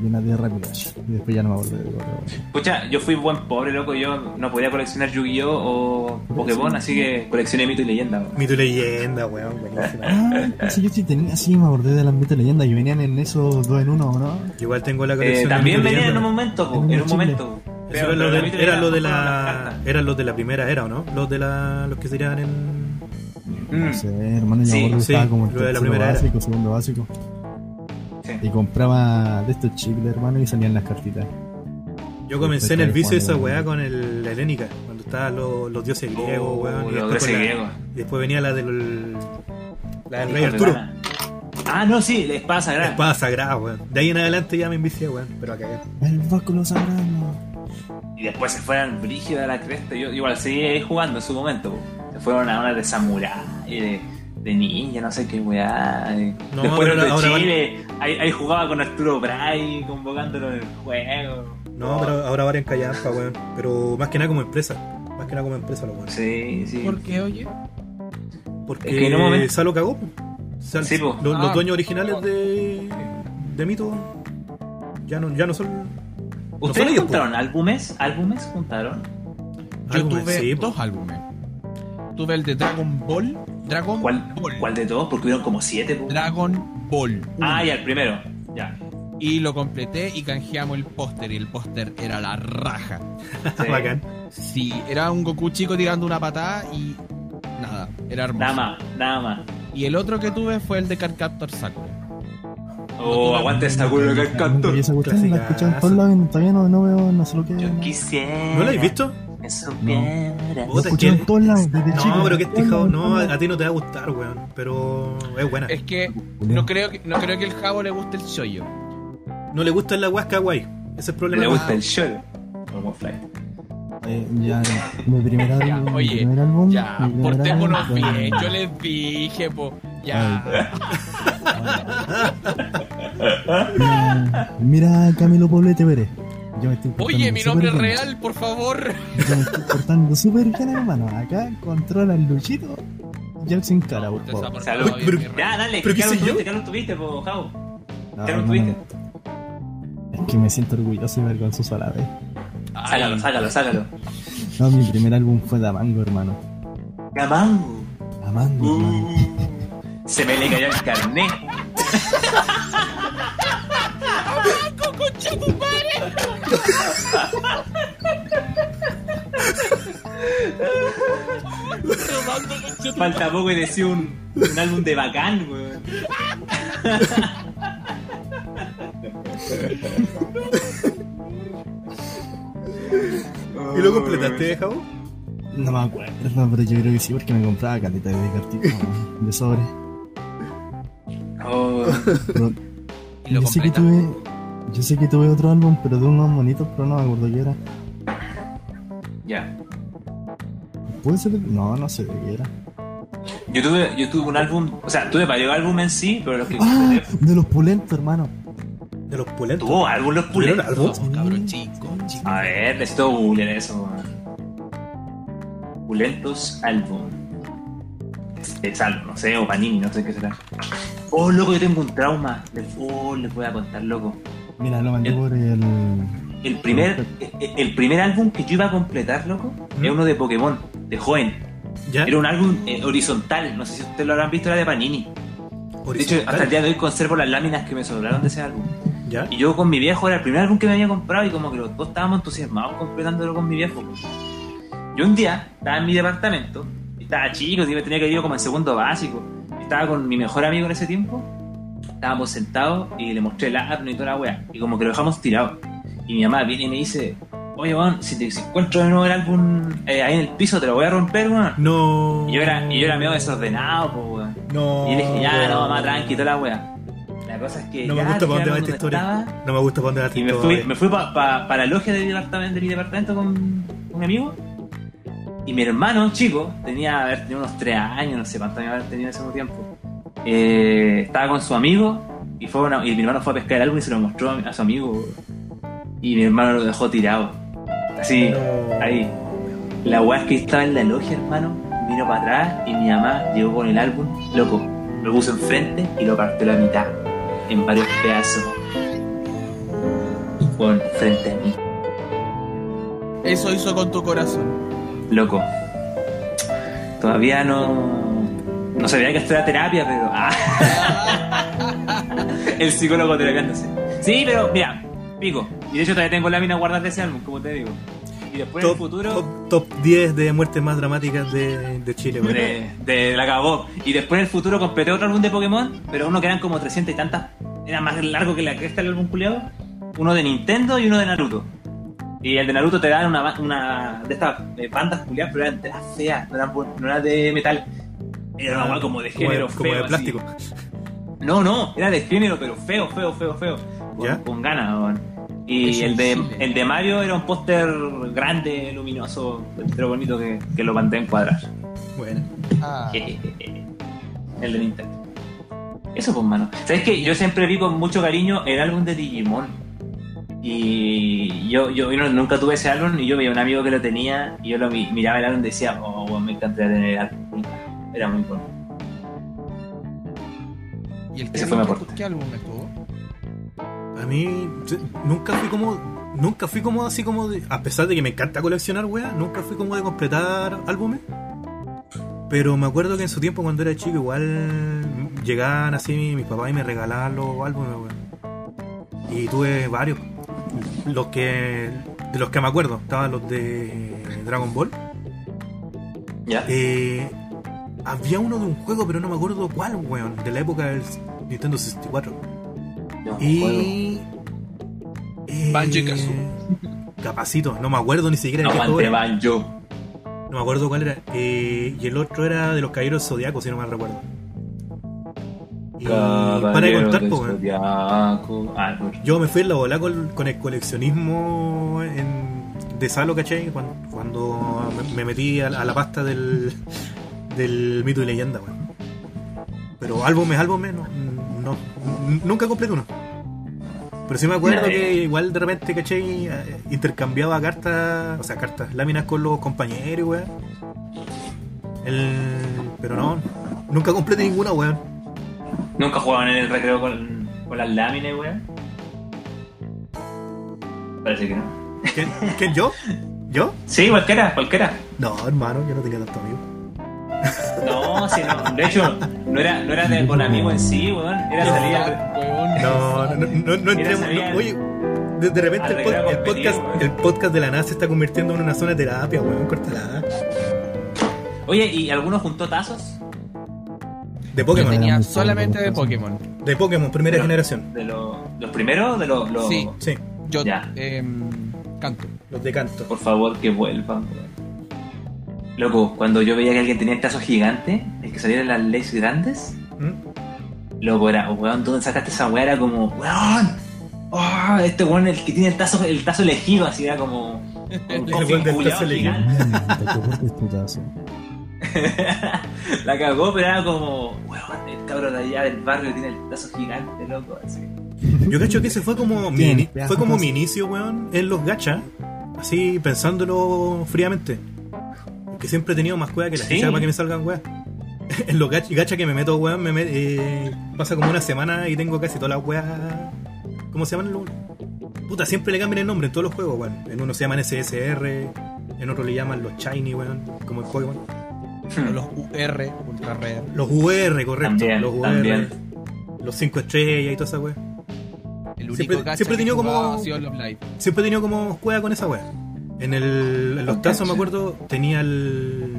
Speaker 5: y una de Rapidash. Y después ya no me acuerdo de otro.
Speaker 6: Escucha, yo fui buen pobre, loco, yo no podía coleccionar Yu-Gi-Oh o Pokémon, así que coleccioné mito y Eh, leyenda. weón.
Speaker 1: Mito y leyenda, weón. buenísima.
Speaker 5: Ah, entonces yo sí tenía, sí me acordé de las mitos leyendas que venían en esos dos en uno, ¿no?
Speaker 1: Yo Igual tengo la
Speaker 6: Eh,
Speaker 1: colección. de
Speaker 6: también
Speaker 1: Mito y
Speaker 6: venían en
Speaker 1: Leyenda.
Speaker 6: un momento, po,
Speaker 5: En
Speaker 6: en un
Speaker 5: Chile.
Speaker 6: momento.
Speaker 1: Eso
Speaker 6: Pero-
Speaker 1: era lo
Speaker 6: pero
Speaker 1: de,
Speaker 6: mito y
Speaker 1: era
Speaker 6: leyenda
Speaker 1: lo de
Speaker 6: fueron
Speaker 1: la
Speaker 6: las
Speaker 1: eran los de la primera era, ¿o no? Los de la los que serían en Mm.
Speaker 5: No sé, hermano, yo
Speaker 6: Sí,
Speaker 5: me acuerdo que
Speaker 1: sí,
Speaker 5: estaba como en
Speaker 1: lo de la
Speaker 5: tercero
Speaker 1: primera era.
Speaker 5: básico, segundo básico.
Speaker 6: Sí.
Speaker 5: Y compraba de estos chips, hermano, y salían las cartitas.
Speaker 1: Yo
Speaker 5: pues,
Speaker 1: comencé en el vicio de esa weá con el la helénica, cuando estaban los, los dioses
Speaker 6: cartas.
Speaker 1: griegos,
Speaker 6: Oh,
Speaker 1: weón. y
Speaker 6: los
Speaker 1: después,
Speaker 6: dioses
Speaker 1: con la-
Speaker 6: griegos.
Speaker 1: después venía la del la del rey
Speaker 6: Hijo de
Speaker 1: Arturo,
Speaker 6: pana. Ah, no, sí, la espada
Speaker 1: la
Speaker 6: sagrada.
Speaker 1: espada sagrada, weón. De ahí en adelante ya me envicié, weón, pero a cagar.
Speaker 5: El báculo sagrado.
Speaker 6: Y después se fueron brígidos a la cresta. Yo igual seguí ahí jugando en su momento. po. Se fueron a una de samurái, de, de ninja, no sé qué weá. eh.
Speaker 1: No,
Speaker 6: después
Speaker 1: pero
Speaker 6: los de
Speaker 1: ahora- ahora
Speaker 6: Chile, ahí, ahí jugaba con Arturo Bray, convocándolo en el juego.
Speaker 1: No, pero ahora varias callampa, weón, pero más que nada como empresa, más que nada como empresa los weón.
Speaker 6: Sí, sí.
Speaker 7: ¿Por qué, oye?
Speaker 1: Porque
Speaker 6: Es que en un momento-
Speaker 1: Salo cagó. po. Sal-
Speaker 6: Sí, po.
Speaker 1: lo- los,
Speaker 7: Ah.
Speaker 1: dueños originales de de Mito ya no ya no son
Speaker 6: ¿Ustedes
Speaker 1: ellos,
Speaker 6: juntaron álbumes? ¿Álbumes juntaron?
Speaker 7: Yo
Speaker 1: álbumes,
Speaker 7: tuve
Speaker 1: sí, pues. po.
Speaker 7: dos álbumes. Tuve el de Dragon Ball. Dragon
Speaker 6: ¿Cuál,
Speaker 7: Ball.
Speaker 6: ¿Cuál de todos? Porque hubieron como siete. po.
Speaker 7: Dragon Ball.
Speaker 6: Ah, ya, el primero. Ya.
Speaker 7: Y lo completé y canjeamos el póster. Y el póster era la raja.
Speaker 6: *laughs* Sí.
Speaker 1: *laughs* Bacán.
Speaker 7: Sí, era un Goku chico tirando una patada y nada, era hermoso.
Speaker 6: Nada más, nada más.
Speaker 7: Y el otro que tuve fue el de Carcaptor Sakura.
Speaker 6: Oh, aguante esta culo que canto.
Speaker 5: Y esa cuestión
Speaker 1: Clasicazo.
Speaker 5: la escuché en todos lados, y todavía no, no veo, no sé lo que es.
Speaker 6: Yo
Speaker 5: No,
Speaker 6: quisiera.
Speaker 1: ¿No lo habéis visto?
Speaker 6: que supieras.
Speaker 5: La
Speaker 1: Puta,
Speaker 5: escuché en todos lados, desde chico.
Speaker 1: No, pero que
Speaker 5: en
Speaker 1: este
Speaker 5: todos
Speaker 1: jabo,
Speaker 5: lados,
Speaker 1: no,
Speaker 5: en
Speaker 1: a ti no te va a gustar, weón. Pero es buena.
Speaker 7: Es que
Speaker 5: todos
Speaker 7: no
Speaker 5: lados.
Speaker 7: creo que, no creo que el Jabo le guste el shoyo.
Speaker 1: No le gusta la guasca, guay. Ese es el problema.
Speaker 6: Le gusta el show. Como fly.
Speaker 5: Eh, Ya, mi primer álbum. mi
Speaker 7: oye,
Speaker 5: primer álbum,
Speaker 7: Ya,
Speaker 5: mi primer
Speaker 7: portémonos
Speaker 5: álbum,
Speaker 7: bien, yo les dije, po. Ya.
Speaker 5: Mira, mira, Camilo Poblete Pérez. Yo me estoy portando
Speaker 7: Oye, mi nombre es
Speaker 5: súper bien.
Speaker 7: real, por favor.
Speaker 5: Yo me estoy portando súper bien, hermano. Acá controla el Luchito y el sin cara, por
Speaker 7: Usted se ha
Speaker 5: favor.
Speaker 7: portado
Speaker 6: Salud.
Speaker 7: bien,
Speaker 1: Pero-
Speaker 7: mi rey.
Speaker 6: Ya, dale.
Speaker 1: ¿Pero qué
Speaker 6: ¿Qué
Speaker 1: hice yo?
Speaker 6: tuviste? ¿Qué tuviste, po, Jao?
Speaker 5: No,
Speaker 6: ¿Qué lo
Speaker 5: hermano,
Speaker 6: tuviste?
Speaker 5: es que me siento orgulloso y vergonzoso a la vez.
Speaker 7: Ay,
Speaker 6: Sácalo, sácalo, sácalo.
Speaker 5: No, mi primer álbum fue Damango, hermano.
Speaker 6: Gamango.
Speaker 5: Damango,
Speaker 6: Uh.
Speaker 5: hermano.
Speaker 6: Se me le cayó el carnet. Falta poco y decía un, un álbum de bacán, weón.
Speaker 1: ¿Y lo completaste, Jabo?
Speaker 5: No me acuerdo, pero yo creo que sí, porque me compraba caleta de cartitas weón, de sobre.
Speaker 6: Oh,
Speaker 5: Pero
Speaker 4: Y lo
Speaker 5: yo sé que
Speaker 4: completa.
Speaker 5: tuve. Yo sé que tuve otro álbum, pero de unos monitos, pero no me acuerdo qué era.
Speaker 6: ya.
Speaker 5: ¿Puede ser? No, no sé de qué era.
Speaker 6: Yo tuve, yo tuve un álbum, o sea, tuve varios álbumes en sí, pero los que
Speaker 5: ¡Ah! De los pulentos, hermano.
Speaker 1: De los pulentos.
Speaker 6: tuvo álbum los
Speaker 1: ¿Tuvieron
Speaker 6: pulentos.
Speaker 1: álbum?
Speaker 4: Somos cabros chicos, chicos.
Speaker 7: Ah,
Speaker 6: A ver, necesito googlear eso. Pulentos álbum. Es álbum, no sé, o Panini, no sé qué será. Oh, loco, yo tengo un trauma. Les- Oh, les voy a contar, loco.
Speaker 5: Mira, lo mandé
Speaker 6: El-
Speaker 5: por el.
Speaker 6: El primer, el- el primer álbum que yo iba a completar, loco, es uno de Pokémon, de joven.
Speaker 1: ¿Ya?
Speaker 6: Era un álbum eh, horizontal, no sé si ustedes lo habrán visto, era de Panini. De hecho,
Speaker 1: Horizontal.
Speaker 6: hasta el día de hoy conservo las láminas que me sobraron de ese álbum.
Speaker 1: ¿Ya?
Speaker 6: Y yo con mi viejo era el primer álbum que me había comprado y como que los dos estábamos entusiasmados completándolo con mi viejo. Yo un día estaba en mi departamento, estaba chico, tenía tenía que ir como en segundo básico. Estaba con mi mejor amigo en ese tiempo, estábamos sentados y le mostré la app y toda la wea. Y como que lo dejamos tirado. Y mi mamá viene y me dice, oye, weón, si te si encuentro de nuevo el álbum eh, ahí en el piso, te lo voy a romper, weón.
Speaker 1: No.
Speaker 6: Y yo era, y yo era medio desordenado, pues, weón.
Speaker 1: No.
Speaker 6: Y le dije, ya, no, mamá, tranqui, toda la wea. La cosa es que.
Speaker 1: No me
Speaker 6: ya,
Speaker 1: gusta
Speaker 6: al
Speaker 1: para dónde va
Speaker 6: final,
Speaker 1: esta
Speaker 6: cuando
Speaker 1: historia.
Speaker 6: estaba,
Speaker 1: No me gusta para dónde va esta
Speaker 6: y me
Speaker 1: historia.
Speaker 6: fui, me fui pa- pa- para la logia de mi departamento, de mi departamento con, con mi amigo. Y mi hermano, chico, tenía, a ver, tenía unos 3 años, no sé cuántos años habrá tenido en ese tiempo. Eh, estaba con su amigo y, fue una- y mi hermano fue a pescar el álbum y se lo mostró a, a su amigo. Y mi hermano lo dejó tirado. Así,
Speaker 1: No.
Speaker 6: ahí. La weá es que estaba en la logia, hermano. Miro para atrás y mi mamá llegó con el álbum. Loco, lo puso enfrente y lo partió a la mitad. En varios pedazos. Bueno, frente a mí.
Speaker 7: Eso hizo con tu corazón.
Speaker 6: Loco. Todavía no. No sabía que esto era terapia, pero. ah.
Speaker 1: *laughs*
Speaker 6: El psicólogo terapiándose. Sí, pero mira, pico. Y de hecho todavía tengo láminas guardadas de ese álbum, como te digo. Y después en el
Speaker 1: Top,
Speaker 6: futuro.
Speaker 1: top, top 10 de muertes más dramáticas de, de Chile, güey.
Speaker 6: de, de la cagó. Y después en el futuro completé otro álbum de Pokémon, pero uno que eran como 300 y tantas. Era más largo que la cresta del álbum culiado. Uno de Nintendo y uno de Naruto. Y el de Naruto te dan una, ba- una de estas eh, bandas culiadas, pero eran de las feas, no eran, bu- no eran de metal. Era una guay como de género
Speaker 1: Ah, como,
Speaker 6: feo,
Speaker 1: de
Speaker 6: así.
Speaker 1: plástico. *laughs*
Speaker 6: No, no, era de género, pero feo, feo, feo, feo. Con,
Speaker 1: ¿Ya?
Speaker 6: con ganas, weón. Y
Speaker 7: Eso
Speaker 6: el de,
Speaker 7: sí.
Speaker 6: el de Mario era un póster grande, luminoso, pero bonito que, que lo mandé a encuadrar.
Speaker 1: Bueno,
Speaker 7: Ah.
Speaker 6: Eh, El de Nintendo. Eso pues, mano. ¿Sabes que Yo siempre vi con mucho cariño el álbum de Digimon. Y yo, yo, yo no- nunca tuve ese álbum y yo veía a un amigo que lo tenía y yo lo mi- miraba el álbum y decía, oh, weón, me encantaría tener el álbum. Era muy bueno.
Speaker 7: ¿Y el
Speaker 6: Ese fue mi
Speaker 7: álbum-
Speaker 6: aporte.
Speaker 7: ¿Qué álbum estuvo?
Speaker 1: a mí sí, nunca fui como. Nunca fui como así como de. A pesar de que me encanta coleccionar, weá, nunca fui como de completar álbumes. Pero me acuerdo que en su tiempo, cuando era chico, igual llegaban así mi- mis papás y me regalaban los álbumes, weón. Y tuve varios. Los que. De los que me acuerdo, estaban los de Dragon Ball.
Speaker 6: ¿Ya?
Speaker 1: Eh, había uno de un juego, pero no me acuerdo cuál, weón. De la época del Nintendo 64.
Speaker 6: No, juego.
Speaker 1: Y. eh,
Speaker 7: Banjo y Kazooie.
Speaker 1: Capacito, no me acuerdo ni siquiera de qué juego
Speaker 6: Aguante
Speaker 1: era.
Speaker 6: banjo.
Speaker 1: No me acuerdo cuál era. Eh, y el otro era de los Caballeros Zodiacos, si no mal recuerdo. Y para de contar,
Speaker 6: Caballero
Speaker 1: po,
Speaker 6: del
Speaker 1: weón.
Speaker 6: Zodiaco. Ah, bueno.
Speaker 1: Yo me fui en la bola con, con el coleccionismo en- de Salo, ¿cachai? Cuando, cuando me- me metí a, la- a la pasta del, del mito y leyenda, weón. Pero álbumes, álbumes, no, no- n- nunca completo uno. Pero sí me acuerdo
Speaker 6: Ya,
Speaker 1: que igual de repente, ¿cachai? Eh, Intercambiaba cartas, o sea, cartas, láminas con los compañeros, weón. El, pero no, nunca completé ninguna, weón.
Speaker 6: Nunca jugaban en el recreo con, con las láminas, weón. Parece que no.
Speaker 1: ¿Qué, qué, yo? ¿Yo?
Speaker 6: Sí, cualquiera, cualquiera.
Speaker 1: No, hermano, yo no tenía tanto amigo.
Speaker 6: No, sí, no. De hecho, no era, no era de con amigos en sí, weón. Era
Speaker 7: Ah,
Speaker 6: salida.
Speaker 7: Huevón.
Speaker 1: No, no, no, no
Speaker 6: Mira,
Speaker 1: entremos.
Speaker 6: sabía-
Speaker 1: no, oye, de, de repente el, pod-
Speaker 6: Arreglamos
Speaker 1: el podcast,
Speaker 6: peligro, eh.
Speaker 1: el podcast de la NASA se está convirtiendo en una zona de terapia, weón, cortala.
Speaker 6: Oye, ¿y alguno juntó tazos?
Speaker 1: De
Speaker 7: Yo
Speaker 1: Pokémon,
Speaker 7: tenía solamente de Pokémon.
Speaker 1: de Pokémon, primera
Speaker 6: Pero-
Speaker 1: generación.
Speaker 6: ¿De lo- los primeros? ¿De los.? los-
Speaker 7: Sí.
Speaker 1: Sí,
Speaker 7: Yo
Speaker 6: Ya.
Speaker 7: em, canto.
Speaker 1: los de canto.
Speaker 6: Por favor, que vuelvan, weón. Loco, cuando yo veía que alguien tenía el tazo gigante, el que salía en las leyes grandes,
Speaker 1: ¿Mm?
Speaker 6: loco, era, weón, ¿dónde sacaste esa weá? Era como, weón, oh, este weón, el que tiene el tazo, el tazo elegido, así
Speaker 1: *laughs*
Speaker 6: era como. Un
Speaker 1: El
Speaker 6: cofre
Speaker 1: weón del
Speaker 6: culiao
Speaker 1: tazo elegido.
Speaker 6: gigante.
Speaker 8: Qué fuerte es tu tazo.
Speaker 6: La cagó, pero era como, weón, el cabro de allá del barrio tiene el tazo gigante, loco, así.
Speaker 1: Yo cacho que ese fue como mi,
Speaker 8: Bien,
Speaker 1: ini-
Speaker 8: pedazo
Speaker 1: fue como
Speaker 8: cosa.
Speaker 1: mi inicio, weón, en los gachas. Así pensándolo fríamente. Que siempre he tenido más cueva que las
Speaker 6: Sí.
Speaker 1: fichas para que me salgan weas. *laughs* En los gachas que me meto, weón, me met- eh, pasa como una semana y tengo casi todas las weas. ¿Cómo se llaman los? Puta, siempre le cambian el nombre en todos los juegos, weón. En uno se llaman SSR, en otro le llaman los Shiny, weón, como el Pokémon.
Speaker 7: O los UR, Ultra Rare.
Speaker 1: Los UR, correcto.
Speaker 6: También,
Speaker 1: los UR.
Speaker 6: también.
Speaker 1: Los 5 estrellas y toda esa wea.
Speaker 4: El único
Speaker 1: Siempre-
Speaker 4: gacha
Speaker 1: siempre he
Speaker 4: que
Speaker 1: tenido como-
Speaker 4: jugaba ha sido el Love Live.
Speaker 1: Siempre he tenido como cueva con esa wea. En, el, en los tazos, me acuerdo, tenía el.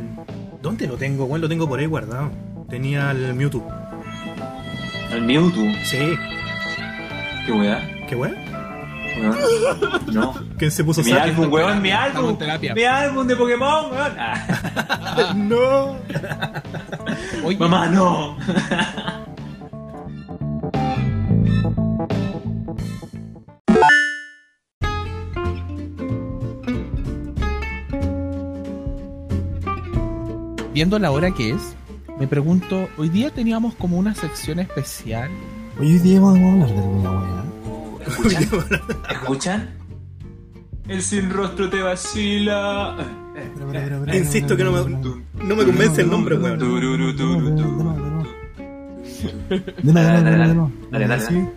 Speaker 1: ¿Dónde lo tengo? Bueno, lo tengo por ahí guardado. Tenía el Mewtwo.
Speaker 6: El Mewtwo,
Speaker 1: Sí,
Speaker 6: qué weá,
Speaker 1: qué wea.
Speaker 6: weón. No.
Speaker 1: ¿Quién se puso
Speaker 6: Mi
Speaker 1: sad?
Speaker 6: álbum, weón, mi álbum.
Speaker 4: Estamos en terapia.
Speaker 6: Mi álbum de Pokémon, weón. Ah,
Speaker 1: No.
Speaker 4: Oye, *laughs*
Speaker 6: mamá, no.
Speaker 4: viendo la hora que es, me pregunto, hoy día teníamos como una sección especial.
Speaker 8: Hoy día vamos a hablar de alguna weá.
Speaker 6: ¿Escuchan? El sin rostro te vacila.
Speaker 8: Espera, espera, espera, espera,
Speaker 1: Insisto que no me,
Speaker 8: espera,
Speaker 1: no me convence el nombre,
Speaker 8: espera,
Speaker 1: weón.
Speaker 8: espera, espera,
Speaker 6: Tururú,
Speaker 8: espera,
Speaker 6: tururú.
Speaker 8: De nuevo, de nuevo, de nuevo, de nuevo, de nuevo, de nuevo, de nuevo.
Speaker 6: Dale, dale, dale,
Speaker 8: Dale,
Speaker 6: dale.
Speaker 8: sí.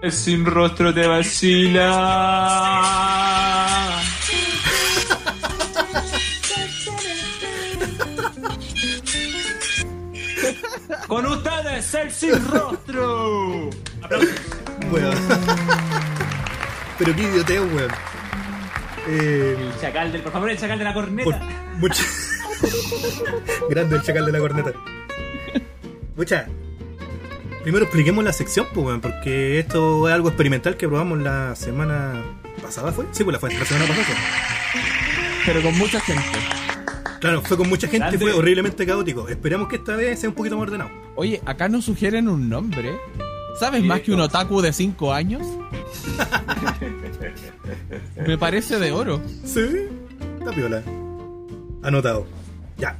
Speaker 2: El sin rostro te vacila.
Speaker 6: Con ustedes, el sin rostro.
Speaker 1: Weón. *laughs* Pero qué idioteo, weón. Eh,
Speaker 6: El chacal del, por favor, el chacal de la
Speaker 1: por,
Speaker 6: corneta.
Speaker 1: mucha... Grande el chacal de la corneta. Mucha. Primero expliquemos la sección, pues, weón, porque esto es algo experimental que probamos la semana pasada, ¿fue? Sí, pues la, fue, la semana pasada. fue.
Speaker 7: Pero con mucha gente.
Speaker 1: Claro, fue con mucha gente,
Speaker 6: Grande.
Speaker 1: fue horriblemente caótico. Esperemos que esta vez sea un poquito más ordenado.
Speaker 7: Oye, acá nos sugieren un nombre. ¿Sabes más que un otaku de 5 años? Me parece de oro.
Speaker 1: Sí, está piola. Anotado. Ya.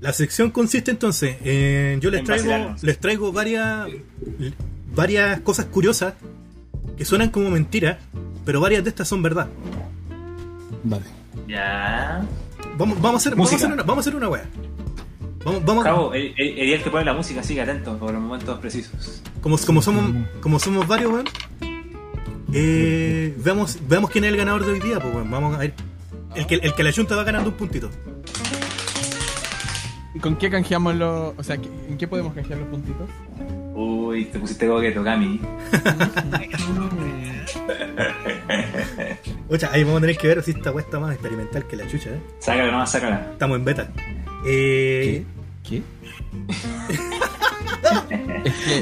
Speaker 1: La sección consiste entonces en. Yo les
Speaker 6: En
Speaker 1: traigo,
Speaker 6: vacilarnos.
Speaker 1: les traigo varias. varias cosas curiosas que suenan como mentiras, pero varias de estas son verdad.
Speaker 8: Vale.
Speaker 6: Ya.
Speaker 1: Vamos, vamos a hacer, vamos a
Speaker 6: Música.
Speaker 1: hacer una, vamos a hacer una wea. Vamos, vamos a-
Speaker 6: Cabo, el, el, el día que pone la música, sigue atento por los momentos precisos.
Speaker 1: como, como somos, como somos varios, weón. eh, veamos, veamos quién es el ganador de hoy día, pues weón. Vamos a ver. El que, el que la junta va ganando un puntito.
Speaker 7: ¿Y con qué canjeamos los.? O sea, ¿qué- ¿en qué podemos canjear los puntitos?
Speaker 6: Uy, te pusiste coqueto, Cami.
Speaker 1: Ocha, ahí vamos a tener que ver si esta wea está más experimental que la chucha, eh.
Speaker 6: Sácala nomás, sácala.
Speaker 1: Estamos en beta. Eh,
Speaker 4: ¿Qué?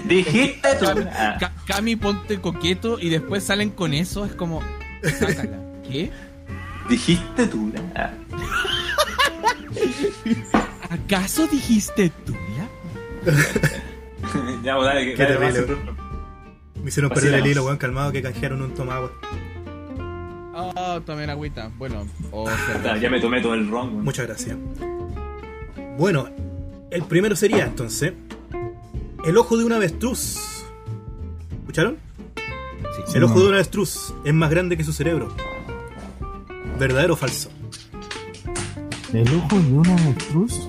Speaker 6: Dijiste tú. Ah,
Speaker 7: Ca- Cami, ponte coqueto y después salen con eso. Es como. Sácala. ¿Qué?
Speaker 6: Dijiste tú. Ah.
Speaker 7: ¿Acaso dijiste tuya?
Speaker 6: *laughs* ya, pues dale, que
Speaker 1: Qué
Speaker 6: dale,
Speaker 1: terrible.
Speaker 6: nomás, sin rostro.
Speaker 1: me hicieron perder el
Speaker 6: Vacilamos.
Speaker 1: hilo, weón, calmado, que canjearon un tomagua.
Speaker 7: Oh, tomen agüita. Bueno, o
Speaker 6: Puta,
Speaker 7: cerveza.
Speaker 6: Ya me tomé todo el ron. weón.
Speaker 1: Muchas gracias. Bueno, el primero sería entonces. El ojo de un avestruz. ¿Escucharon? El ojo de un avestruz es más grande que su cerebro. ¿Verdadero o falso?
Speaker 8: El ojo de una avestruz.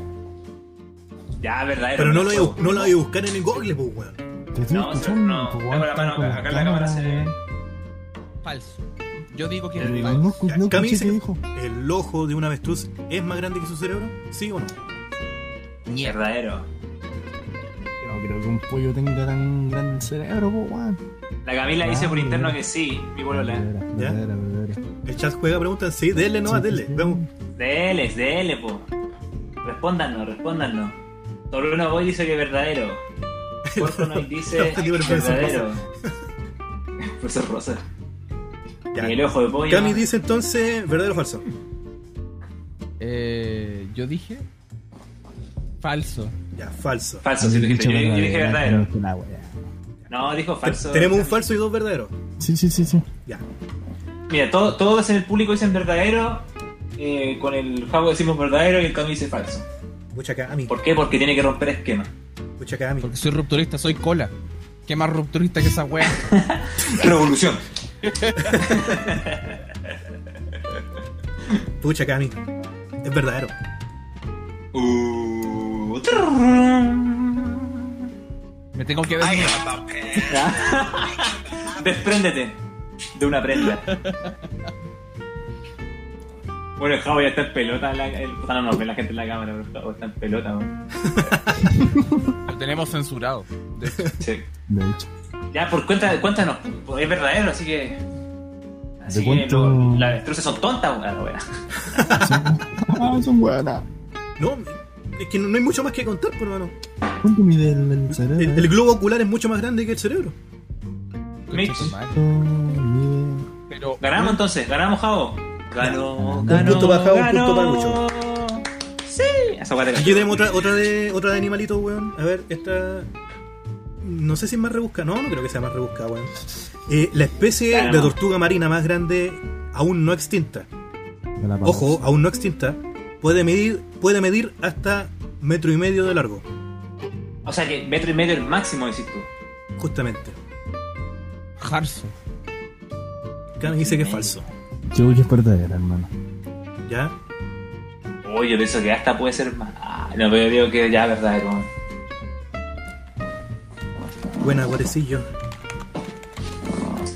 Speaker 6: Ya, verdad.
Speaker 1: Pero no lo voy a, bu- no lo voy a buscar en el google, pues, weón.
Speaker 8: Te estoy
Speaker 6: No,
Speaker 8: escuchando,
Speaker 6: no,
Speaker 8: pues,
Speaker 6: no,
Speaker 8: weón,
Speaker 6: con la
Speaker 8: estaba
Speaker 6: mano,
Speaker 8: con
Speaker 6: acá la cámara se
Speaker 5: eh.
Speaker 6: ve.
Speaker 7: Falso. Yo digo que es
Speaker 8: Pero
Speaker 7: falso.
Speaker 8: no escu- no
Speaker 1: Cami
Speaker 8: escuché
Speaker 1: dice-
Speaker 8: qué dijo.
Speaker 1: ¿El ojo de un avestruz es más grande que su cerebro? ¿Sí o no?
Speaker 4: Mierda.
Speaker 6: Verdadero.
Speaker 8: No creo que un pollo tenga tan grande el cerebro, pues, weón.
Speaker 6: La Camila dice
Speaker 1: Ah.
Speaker 6: por interno que sí, mi bolola.
Speaker 8: Verdadera,
Speaker 1: ¿Ya?
Speaker 8: verdadera, verdadera.
Speaker 1: El chat juega, preguntan, sí, dele, no,
Speaker 8: Sí,
Speaker 1: dele.
Speaker 8: sí, sí.
Speaker 1: Vamos.
Speaker 6: Dele, dele, po. Respóndanlo, respóndanlo. Toruno Boy dice que
Speaker 1: *laughs*
Speaker 6: verdadero. Corconoy dice
Speaker 1: No, digo el profesor
Speaker 6: verdadero. *laughs* Profesor Rosa.
Speaker 1: Ya.
Speaker 6: Y el ojo de pollo.
Speaker 1: Cami dice entonces, ¿verdadero o falso?
Speaker 4: Eh, yo dije. Falso.
Speaker 1: Ya, falso.
Speaker 6: Falso, Ah, sí,
Speaker 5: Habéis
Speaker 6: dijiste.
Speaker 5: dicho
Speaker 6: Yo, yo dije verdadero.
Speaker 5: no, la wea.
Speaker 6: No, dijo falso.
Speaker 1: Te- Tenemos un falso y dos verdaderos.
Speaker 9: Sí, sí, sí, sí.
Speaker 1: Ya.
Speaker 6: Mira, todo- todos en el público dicen verdadero. eh, con el Javo decimos verdadero y el Cami dice falso.
Speaker 1: Pucha Cami,
Speaker 6: ¿Por qué? Porque tiene que
Speaker 1: *laughs*
Speaker 6: romper esquema.
Speaker 1: pucha Cami.
Speaker 4: Porque soy rupturista, soy cola. ¿Qué más rupturista que esa wea?
Speaker 6: Revolución.
Speaker 1: Pucha Cami. Es verdadero.
Speaker 6: Uh,
Speaker 4: Me tengo que ver.
Speaker 6: Despréndete de una prenda. Bueno, el Javo ya está en pelota. La, el, puta, no, no, ve la gente en la cámara, pero el Javo está en pelota. weón.
Speaker 4: Lo tenemos censurado. De hecho.
Speaker 6: Sí.
Speaker 5: De hecho.
Speaker 6: Ya, por cuenta, cuéntanos. pues, Es verdadero, así que. Así
Speaker 5: ¿De
Speaker 6: que
Speaker 5: cuánto?
Speaker 6: lo- las avestruces son tontas, weón. la wea.
Speaker 5: Ah, son buenas.
Speaker 1: No, es que no, no hay mucho más que contar, por hermano.
Speaker 5: ¿Cuánto mide el, el cerebro?
Speaker 1: El, el globo ocular es mucho más grande que el cerebro.
Speaker 6: Mitch.
Speaker 4: Concha tu madre.
Speaker 5: Mide-
Speaker 4: Pero.
Speaker 6: Ganamos entonces, ganamos Javo. Ganó,
Speaker 5: Un
Speaker 6: ganó.
Speaker 1: punto para Javo, un
Speaker 6: ganó.
Speaker 1: punto para
Speaker 6: Sí, esa guata
Speaker 1: Aquí tenemos otra, otra de otra de animalito, weón. A ver, esta. No sé si es más rebuscada. No, no creo que sea más rebuscada, weón. Eh, la especie
Speaker 6: Claro.
Speaker 1: de tortuga marina más grande, aún no extinta.
Speaker 5: de la
Speaker 1: Ojo, aún no extinta. Puede medir, puede medir hasta metro y medio de largo,
Speaker 6: O sea que metro y medio el máximo, decís tú.
Speaker 1: justamente.
Speaker 4: Harso.
Speaker 1: Cami dice que es falso.
Speaker 5: Yo creo que es verdadera, hermano.
Speaker 1: ¿Ya?
Speaker 6: Oye, yo pienso que hasta puede ser más. Ah, no, pero yo digo que ya, verdadero.
Speaker 1: Buena, guarecillo.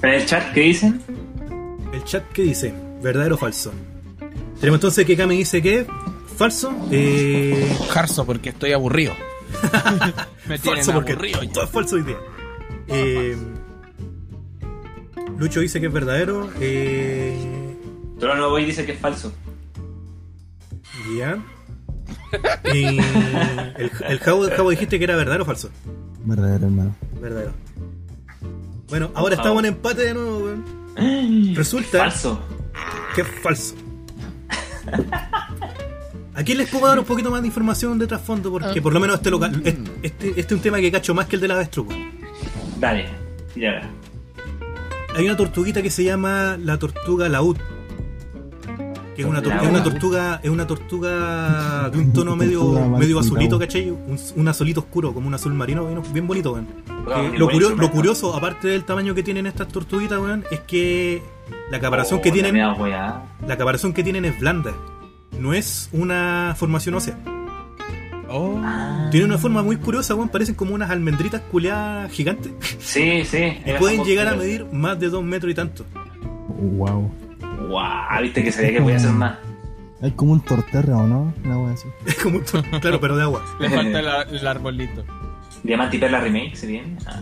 Speaker 6: Pero en el chat, ¿qué dicen?
Speaker 1: El chat que dice, verdadero o falso. Tenemos entonces que Kami dice que es falso. Eh,
Speaker 4: Harso porque estoy aburrido. Me tienen
Speaker 1: falso porque
Speaker 4: aburrido. ya.
Speaker 1: todo es falso hoy día. Eh, Lucho dice que es verdadero. Eh,
Speaker 6: Pero no voy y dice que es falso.
Speaker 1: ya. Y el, el Jabo, el Jabo dijiste que era verdadero o falso.
Speaker 5: Verdadera, hermano.
Speaker 1: Verdadero. Bueno, ahora
Speaker 6: Jabo.
Speaker 1: estamos en empate de nuevo, weón. Resulta
Speaker 6: Falso.
Speaker 1: que es falso. Aquí les puedo dar un poquito más de información de trasfondo, porque por lo menos este local. Este, este- este es un tema que cacho más que el de la avestruz, weón.
Speaker 6: Dale, ya verás.
Speaker 1: hay una tortuguita que se llama la tortuga laúd. Que es una, tor-
Speaker 6: Laúd.
Speaker 1: es una tortuga, es una tortuga de un tono medio,
Speaker 5: Tortuga
Speaker 1: medio
Speaker 5: marina,
Speaker 1: azulito,
Speaker 5: laúd.
Speaker 1: ¿cachai? Un, un azulito oscuro, como un azul marino, bien, bien bonito, weón.
Speaker 6: Bueno,
Speaker 1: Eh, lo, curio-
Speaker 6: buenísimo,
Speaker 1: lo curioso, aparte del tamaño que tienen estas tortuguitas, weón, es que la caparación
Speaker 6: Oh,
Speaker 1: que
Speaker 6: la
Speaker 1: tienen,
Speaker 6: mea weá.
Speaker 1: la caparación que tienen es blanda. No es una formación ósea.
Speaker 4: Oh.
Speaker 6: Ah,
Speaker 1: Tiene una forma muy curiosa, weón. Parecen como unas almendritas culeadas gigantes.
Speaker 6: Sí, sí.
Speaker 1: Y pueden llegar a medir más de dos metros y tanto. *laughs*
Speaker 5: Wow.
Speaker 6: Guau, viste que sabía que podía hacer más.
Speaker 5: Es como un torterra, ¿o no? Una wea así.
Speaker 1: Es como un
Speaker 6: *laughs*
Speaker 1: tor- claro, pero de agua.
Speaker 4: Le falta el, ar- el arbolito.
Speaker 6: Diamante y Perla Remake, ¿se viene? Ah.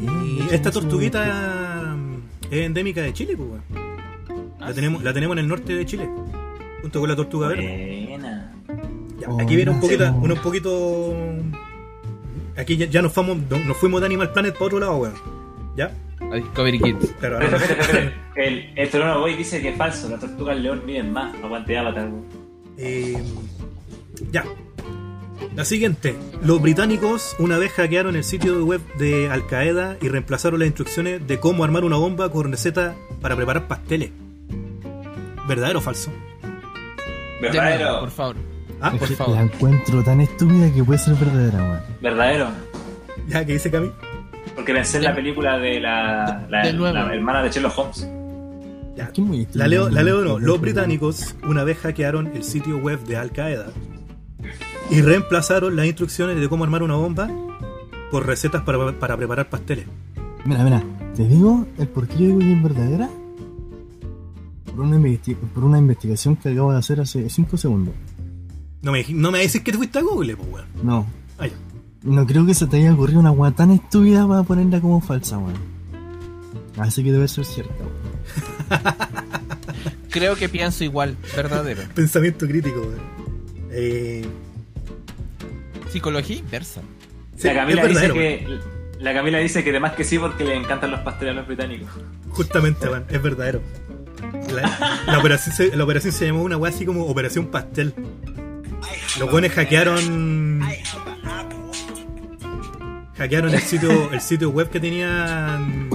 Speaker 1: Y esta tortuguita mm, es endémica de Chile, pues, weón. La
Speaker 6: Ah,
Speaker 1: tenemos, la tenemos en el norte de Chile, junto con la tortuga verde.
Speaker 6: Buena.
Speaker 1: Ya,
Speaker 5: Oh,
Speaker 1: aquí viene un
Speaker 5: no.
Speaker 1: poquito, uno un poquito. Aquí ya, ya nos fuimos, no- nos fuimos de Animal Planet para otro lado, weón. ¿Ya?
Speaker 4: A Discovery Kids.
Speaker 1: Claro,
Speaker 6: Espera,
Speaker 1: ahora
Speaker 6: espera, espera. El, el Trono Boy dice que es falso. La tortuga del león miden más. Aguante Avatar.
Speaker 1: Eh, ya. La siguiente. Los británicos una vez hackearon el sitio web de Al Qaeda y reemplazaron las instrucciones de cómo armar una bomba con receta para preparar pasteles. ¿Verdadero o falso?
Speaker 4: Ya,
Speaker 6: Verdadero.
Speaker 4: por favor.
Speaker 1: Ah,
Speaker 5: Es
Speaker 4: por
Speaker 5: que
Speaker 4: favor.
Speaker 5: la encuentro tan estúpida que puede ser verdadera, weón.
Speaker 6: Verdadero.
Speaker 1: ya que dice Cami.
Speaker 6: Porque pensé en la película de la, la,
Speaker 4: De nuevo.
Speaker 6: la hermana de Sherlock Holmes.
Speaker 1: Ya.
Speaker 5: Qué muy estúpida,
Speaker 1: La leo, la leo no.
Speaker 5: weón.
Speaker 1: Los británicos una vez hackearon el sitio web de Al Qaeda y reemplazaron las instrucciones de cómo armar una bomba por recetas para, para preparar pasteles.
Speaker 5: Mira, mira, te digo el por qué yo digo que es verdadera. Por una, investi- por una investigación que acabo de hacer hace 5 segundos.
Speaker 1: No me, dij- no me decís que te fuiste a Google, pues weón.
Speaker 5: No.
Speaker 1: Ah, ya.
Speaker 5: No creo que se te haya ocurrido una weá tan estúpida para ponerla como falsa, weón. Así que debe ser cierta, weón.
Speaker 4: Creo que pienso igual. Verdadero.
Speaker 1: Pensamiento crítico, weón. Eh,
Speaker 4: Psicología inversa.
Speaker 1: sí,
Speaker 6: la, Camila
Speaker 1: es
Speaker 6: dice
Speaker 1: verdadero,
Speaker 6: que, la Camila dice que de más que sí porque le encantan los pasteles a los británicos.
Speaker 1: weón. Justamente, weón, es verdadero. La, la operación se, la operación se llamó una weá así como Operación Pastel. Los buenos hackearon. Hackearon el sitio, el sitio web que tenían.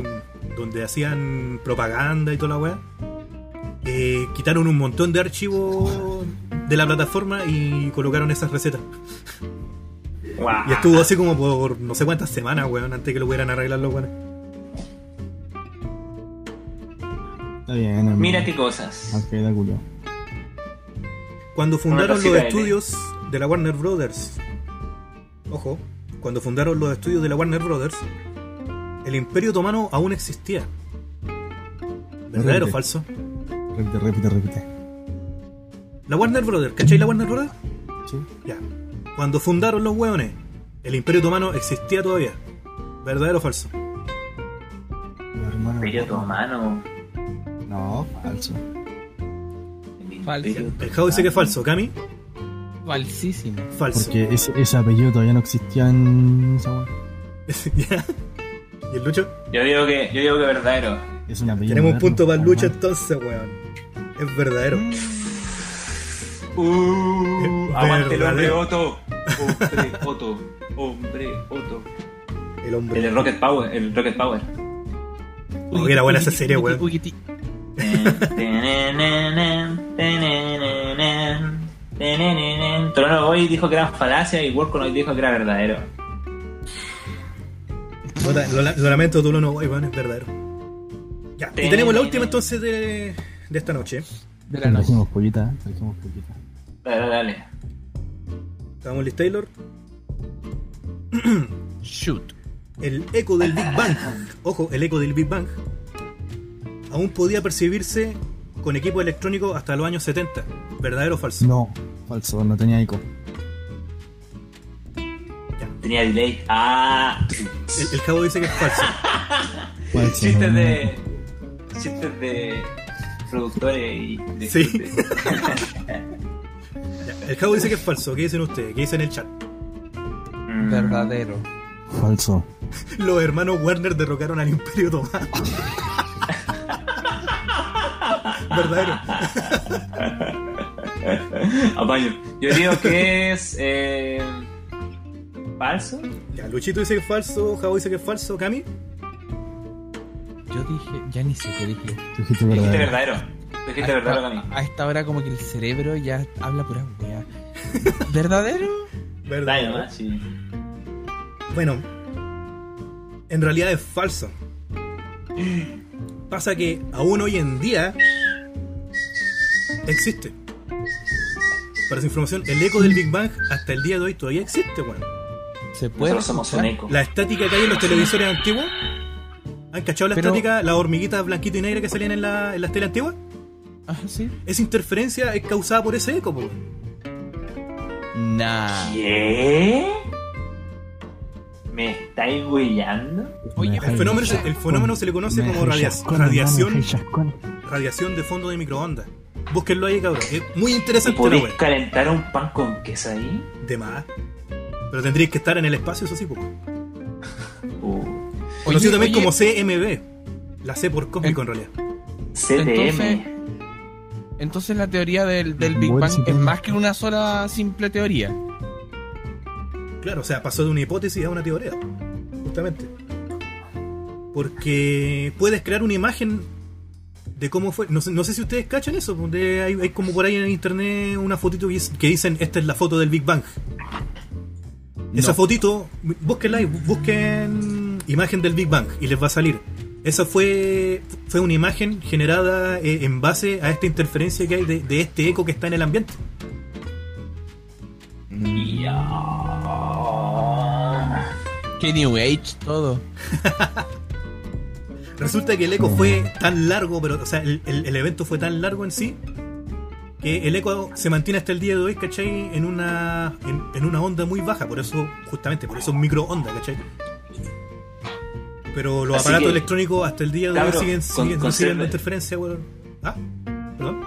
Speaker 1: Donde hacían propaganda y toda la weá. Eh, quitaron un montón de archivos de la plataforma y colocaron esas recetas.
Speaker 6: Guau.
Speaker 1: Y estuvo así como por no sé cuántas semanas, weón, antes que lo pudieran arreglar los weones.
Speaker 8: Está bien, hermano.
Speaker 6: Mira qué cosas.
Speaker 8: Ok, da culo.
Speaker 1: Cuando fundaron
Speaker 6: cosita
Speaker 1: los
Speaker 6: de
Speaker 1: estudios de la Warner Brothers. Ojo, cuando fundaron los estudios de la Warner Brothers, el Imperio Otomano aún existía. ¿Verdadero o
Speaker 8: Horrible.
Speaker 1: falso?
Speaker 8: Repite, repite, repite.
Speaker 1: La Warner Brothers, ¿cachai la Warner Brothers?
Speaker 8: Sí.
Speaker 1: Ya. Cuando fundaron los hueones, el Imperio Otomano existía todavía. ¿Verdadero o falso?
Speaker 8: Mi hermano.
Speaker 6: Imperio otomano.
Speaker 8: No, falso.
Speaker 4: Falso.
Speaker 6: Imperio-
Speaker 1: El Jao dice que es falso, Cami,
Speaker 4: Falsísimo.
Speaker 1: falso.
Speaker 8: Porque ese, ese apellido todavía no existía en esa weá.
Speaker 1: *laughs* Ya. ¿Y el Lucho?
Speaker 6: Yo digo que, yo digo que verdadero.
Speaker 8: Es un apellido.
Speaker 1: Tenemos un punto para el Lucho
Speaker 8: lucha
Speaker 1: entonces, weón. Es verdadero.
Speaker 6: Uh, aguante el hombre
Speaker 1: Verdadero.
Speaker 6: Otto. Hombre Otto. Hombre Otto.
Speaker 1: El hombre.
Speaker 6: El Rocket Power. El Rocket Power.
Speaker 1: Oh, era buena esa serie, weón.
Speaker 4: Uguiti, uguiti.
Speaker 6: Trono hoy dijo que era falacia y World hoy dijo que era verdadero.
Speaker 1: Puta, Lo, la- lo lamento, tú no voy, weón, es verdadero. Ya. Y tenemos la última entonces de, de esta noche.
Speaker 4: De la noche.
Speaker 8: Trajimos pollita, trajimos pollita.
Speaker 6: Dale, dale, dale.
Speaker 1: Estamos Liz Taylor.
Speaker 4: Shoot.
Speaker 1: El eco del Big Bang. Ojo, el eco del Big Bang. Aún podía percibirse con equipo electrónico hasta los años 70. ¿Verdadero o falso?
Speaker 8: No, falso, no tenía eco.
Speaker 6: Tenía delay. Ah.
Speaker 1: El, el Jabo dice que es falso.
Speaker 8: Falso.
Speaker 6: Chistes
Speaker 8: no, no.
Speaker 6: de. Chistes de. Productores y. de-
Speaker 1: Sí.
Speaker 6: de-
Speaker 1: El Jabo dice que es falso. ¿Qué dicen ustedes? ¿Qué dicen en el chat?
Speaker 6: Mm.
Speaker 4: Verdadero.
Speaker 8: Falso.
Speaker 1: Los hermanos Warner derrocaron al Imperio Otomano. *laughs* ¿Verdadero?
Speaker 6: *laughs* Apaño. Yo digo que es. Eh, falso.
Speaker 1: Ya, Luchito dice que es falso. Jabo dice que es falso. Cami.
Speaker 4: Yo dije, ya ni sé qué dije.
Speaker 8: Tú dijiste
Speaker 6: Dijiste
Speaker 8: verdadero.
Speaker 6: verdadero. Dijiste
Speaker 4: A-
Speaker 6: verdadero,
Speaker 4: a-
Speaker 6: Cami.
Speaker 4: A esta hora como que el cerebro ya habla pura wea. *laughs* ¿Verdadero?
Speaker 6: Dale nomás, sí.
Speaker 1: Bueno, en realidad es falso. Pasa que aún hoy en día existe. Para su información, el eco del Big Bang hasta el día de hoy todavía existe, weón.
Speaker 4: Se puede.
Speaker 6: Nosotros somos un
Speaker 4: escuchar?
Speaker 6: eco.
Speaker 1: La estática que hay en los televisores antiguos. ¿Han cachado la
Speaker 4: Pero-
Speaker 1: estática, las hormiguitas blanquito y negra que salían en, la, en las telas antiguas?
Speaker 4: Ah, sí.
Speaker 1: Esa interferencia es causada por ese eco, po, weón.
Speaker 4: Nah.
Speaker 6: ¿Qué? ¿Me estáis huellando?
Speaker 4: Oye,
Speaker 8: Me
Speaker 4: el
Speaker 1: El
Speaker 8: dejáis-
Speaker 1: fenómeno, se- el fenómeno se le conoce
Speaker 8: me
Speaker 1: como
Speaker 8: dejáis
Speaker 1: radia-
Speaker 8: chascón, hermano, me
Speaker 1: radiación,
Speaker 8: dejáis chascón.
Speaker 1: radiación de fondo de microondas. Búsquenlo ahí, cabrón. Es muy
Speaker 6: ¿Y
Speaker 1: interesante la
Speaker 6: podéis
Speaker 1: weá.
Speaker 6: calentar un pan con queso ahí?
Speaker 1: De más. Pero tendríais que estar en el espacio, eso sí, po.
Speaker 6: Uh,
Speaker 1: Conocido también
Speaker 4: oye,
Speaker 1: como CMB. La C por cósmico, en realidad.
Speaker 6: CDM.
Speaker 4: Entonces la teoría del, del Big
Speaker 8: Bueno,
Speaker 4: Bang
Speaker 8: sí,
Speaker 4: es
Speaker 8: tengo.
Speaker 4: más que una sola simple teoría.
Speaker 1: Claro, o sea, pasó de una hipótesis a una teoría. Justamente. Porque puedes crear una imagen de cómo fue. No sé, no sé si ustedes cachan eso. Donde hay, hay como por ahí en internet una fotito que dice- que dicen: Esta es la foto del Big Bang. Esa
Speaker 8: No.
Speaker 1: fotito, búsquenla y bu- busquen imagen del Big Bang y les va a salir. Esa fue, fue una imagen generada eh, en base a esta interferencia que hay de, de este eco que está en el ambiente.
Speaker 4: Que New Age todo.
Speaker 1: Resulta que el eco fue tan largo, pero, o sea, el, el- el evento fue tan largo en sí, que el eco se mantiene hasta el día de hoy, ¿cachai? En una, en, en una onda muy baja, por eso, justamente, por eso microondas, ¿cachai? Pero los
Speaker 6: Así
Speaker 1: aparatos
Speaker 6: que,
Speaker 1: electrónicos hasta el día de hoy
Speaker 6: cabros,
Speaker 1: siguen,
Speaker 6: con-
Speaker 1: siguen
Speaker 6: conserven.
Speaker 1: recibiendo interferencia, weón. Ah, perdón.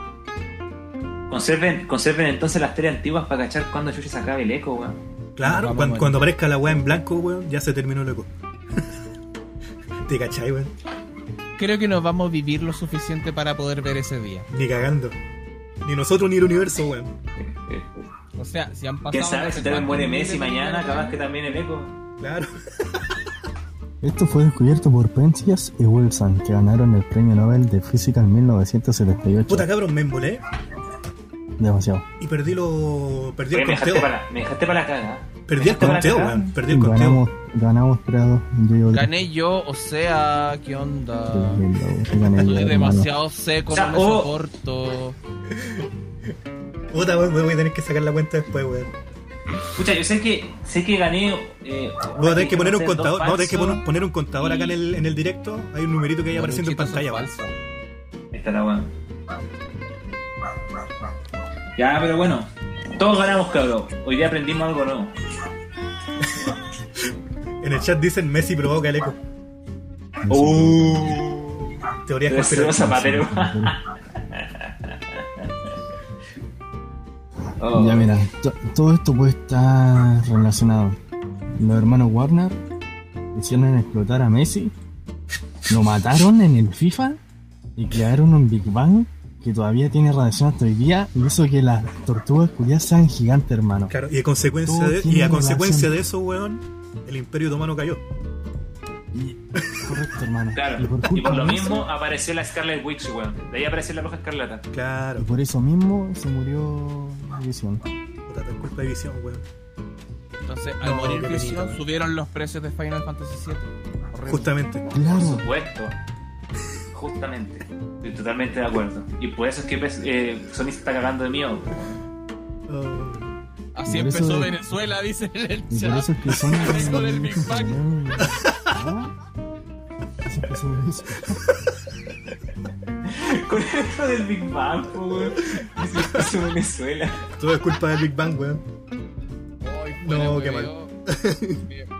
Speaker 6: Conserven, conserven entonces las teles antiguas para cachar cuando Chuchi se acabe el eco, weón.
Speaker 1: Claro, cuan-
Speaker 4: Vamos, bueno.
Speaker 1: cuando aparezca *laughs* la weá en blanco, weón, ya se terminó el eco. ¿Te cachai, weón?
Speaker 4: creo que nos vamos a vivir lo suficiente para poder ver ese día.
Speaker 1: Ni cagando. Ni nosotros ni el universo, weón.
Speaker 4: O sea, si han pasado.
Speaker 6: ¿Quién sabe si
Speaker 4: hace
Speaker 6: tal vez
Speaker 4: cuántos
Speaker 6: muere
Speaker 4: miles
Speaker 6: Messi
Speaker 4: de
Speaker 6: mañana?
Speaker 4: millones de
Speaker 6: Capaz
Speaker 4: años.
Speaker 6: que también el eco.
Speaker 1: Claro.
Speaker 5: Esto fue descubierto por Penzias y Wilson, que ganaron el premio Nobel de Física en 1978.
Speaker 1: Puta cabrón, me embolé
Speaker 5: Demasiado.
Speaker 1: y perdí lo. perdí
Speaker 6: Oye,
Speaker 1: el
Speaker 6: Me dejaste
Speaker 1: conteo.
Speaker 6: para la- me dejaste para la caga.
Speaker 1: Perdí el
Speaker 6: dejaste para la
Speaker 1: conteo,
Speaker 6: cagada.
Speaker 1: weón. Perdí el conteo.
Speaker 5: Ganamos, ganamos 3 a 2. Yo digo que-
Speaker 10: Gané yo, o sea, ¿qué onda?
Speaker 5: Estoy viendo, que gané yo,
Speaker 10: Estoy
Speaker 5: hermano.
Speaker 10: demasiado seco,
Speaker 6: O sea,
Speaker 10: no me
Speaker 6: oh.
Speaker 10: soporto.
Speaker 1: Puta, weón, voy a tener que sacar la cuenta después, weón.
Speaker 6: Escucha, yo sé que, sé que gané. Eh,
Speaker 1: Vamos a tener que poner un
Speaker 6: hacer dos
Speaker 1: contador. Vamos a tener que poner
Speaker 6: falsos.
Speaker 1: un, poner un contador acá en el, en el directo. Hay un numerito que ahí apareciendo en
Speaker 10: Los luchitos
Speaker 1: pantalla,
Speaker 10: son
Speaker 1: weón.
Speaker 10: falsos.
Speaker 6: Ahí está la weón. Ya, pero bueno. Todos ganamos, cabrón. Hoy día aprendimos algo nuevo.
Speaker 1: En el chat dicen Messi provoca el eco. Teorías
Speaker 6: Uh. Pero *laughs*
Speaker 1: conspirativas.
Speaker 6: somos zapateros. *laughs* Oh.
Speaker 5: Ya mira, to- todo esto puede estar relacionado. Los hermanos Warner hicieron explotar a Messi, lo mataron en el FIFA y crearon un Big Bang que todavía tiene radiación hasta hoy día y hizo que las tortugas culiadas sean gigantes, hermano.
Speaker 1: Claro, y a consecuencia
Speaker 5: Todo
Speaker 1: de, y
Speaker 5: tiene
Speaker 1: a consecuencia
Speaker 5: relación.
Speaker 1: de eso, weón, el imperio otomano cayó.
Speaker 5: Y- correcto, hermano.
Speaker 6: Claro. Y
Speaker 5: culpa
Speaker 6: por lo
Speaker 5: de eso-
Speaker 6: mismo apareció la Scarlet Witch, weón. De ahí apareció la roja escarlata.
Speaker 5: y
Speaker 1: Claro,
Speaker 5: por eso mismo se murió Visión.
Speaker 1: puta, es culpa de visión, weón.
Speaker 4: Entonces, al
Speaker 1: No,
Speaker 4: morir
Speaker 1: qué
Speaker 4: Vision,
Speaker 1: penita,
Speaker 4: subieron los precios de Final Fantasy VII. Horrible.
Speaker 1: Justamente.
Speaker 6: Por
Speaker 5: Claro,
Speaker 6: supuesto. Justamente. Estoy totalmente de acuerdo. Y por eso es que pues, eh, Sony se está cagando de miedo. *laughs*
Speaker 1: Oh.
Speaker 4: Así
Speaker 5: Por eso
Speaker 4: empezó
Speaker 5: de-
Speaker 4: Venezuela, dice en el
Speaker 5: y por
Speaker 4: chat.
Speaker 5: eso es que
Speaker 6: *laughs*
Speaker 5: son.
Speaker 4: *laughs* Eso del Big Bang.
Speaker 5: ¿Ah? Eso es que son- eso.
Speaker 6: Con eso del Big Bang, po, weón. Eso es cosa de Venezuela.
Speaker 1: Todo es culpa del Big Bang, weón.
Speaker 4: Ay,
Speaker 1: No,
Speaker 4: fuera,
Speaker 1: qué
Speaker 4: weón.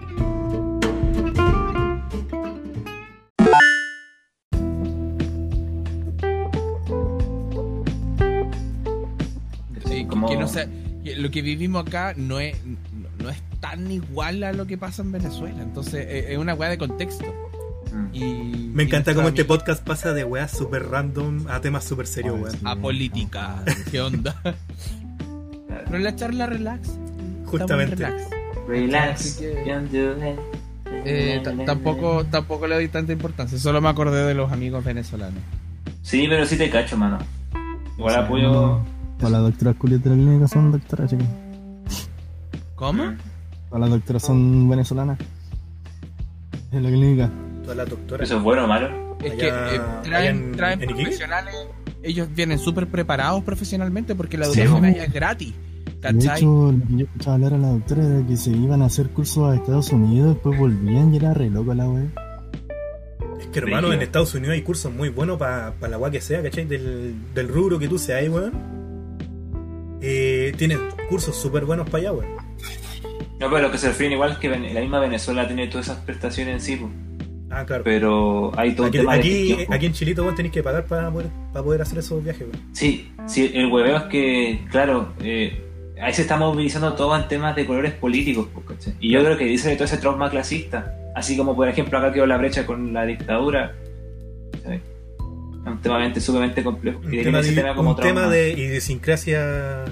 Speaker 4: Sí, que-
Speaker 6: Como-
Speaker 4: que no sea- que lo que vivimos acá no es, no, no es tan igual a lo que pasa en Venezuela. Entonces, eh, es una weá de contexto.
Speaker 6: Mm.
Speaker 4: Y,
Speaker 1: Me encanta cómo este
Speaker 4: podcast
Speaker 1: podcast pasa de weas super random a temas super serios,
Speaker 5: Ay,
Speaker 1: weón.
Speaker 5: sí.
Speaker 1: *laughs*
Speaker 4: A política, ¿qué onda? Pero la charla relax. está
Speaker 1: Justamente.
Speaker 4: muy relax.
Speaker 6: Relax.
Speaker 4: Así que-
Speaker 6: don't do it.
Speaker 4: Eh, ta- tampoco, tampoco le doy tanta importancia, solo me acordé de los amigos venezolanos.
Speaker 6: Sí, pero sí te cacho, mano. Igual apoyo.
Speaker 5: no. Todas las doctoras culias de la clínica son doctoras, chicos.
Speaker 6: Ah.
Speaker 4: ¿Cómo?
Speaker 5: Todas las doctoras son venezolanas. En la clínica.
Speaker 1: Toda la doctora.
Speaker 6: Eso es bueno o malo.
Speaker 4: Es
Speaker 1: Allá-
Speaker 4: que eh,
Speaker 1: allá
Speaker 4: traen,
Speaker 1: en-
Speaker 4: traen
Speaker 1: en Iquique.
Speaker 4: profesionales, ellos vienen súper preparados profesionalmente porque la
Speaker 6: Sí,
Speaker 4: educación
Speaker 6: ¿no?
Speaker 4: allá es gratis.
Speaker 5: De
Speaker 4: ¿Cachai?
Speaker 5: hecho, lo que yo escuchaba hablar a la doctora era que se iban a hacer cursos a Estados Unidos, después volvían y era re loco la wea.
Speaker 1: Es que hermano, en Estados Unidos hay cursos muy buenos para la wea que sea, ¿cachai? Del, del rubro que tú seas, weón. Eh, tienen cursos super buenos para allá, weón.
Speaker 6: No, pero lo que se refieren igual es que Ven- la misma Venezuela tiene todas esas prestaciones en sí, po.
Speaker 1: Ah, claro.
Speaker 6: pero hay todo un
Speaker 1: Aquí,
Speaker 6: tema de
Speaker 1: aquí,
Speaker 6: gestión, po.
Speaker 1: aquí en Chilito, weón, tenés que pagar para poder, para poder hacer esos viajes, weón.
Speaker 6: Sí, sí, el hueveo es que, claro, eh, ahí se está movilizando todo en temas de colores políticos, po, ¿cachai? Y yo creo que dice de todo ese trauma clasista, así como por ejemplo acá quedó la brecha con la dictadura, ¿cachai? Es un tema mente sumamente complejo. Y
Speaker 1: Un
Speaker 6: de
Speaker 1: tema,
Speaker 6: ese
Speaker 1: de,
Speaker 6: tema como
Speaker 1: un tema
Speaker 6: trauma.
Speaker 1: de idiosincrasia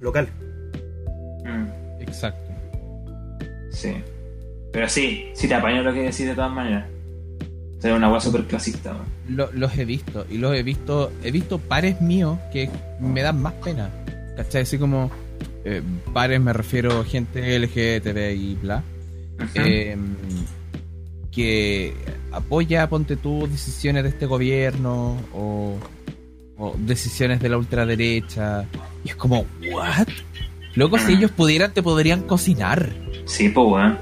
Speaker 1: local.
Speaker 6: Mm,
Speaker 4: Exacto.
Speaker 6: sí. Pero sí, sí te apaño lo que decís de todas maneras. Ser una hueá súper clasista, weón.
Speaker 4: Lo- los he visto, y los he visto, he visto pares míos que me dan más pena. ¿Cachai? Así como eh, pares me refiero gente LGTB y bla. eh, que apoya, ponte tú, decisiones de este gobierno o, o decisiones de la ultraderecha. Y es como, ¿what? Loco, si ellos pudieran, te podrían cocinar.
Speaker 6: Sí, pues, weón.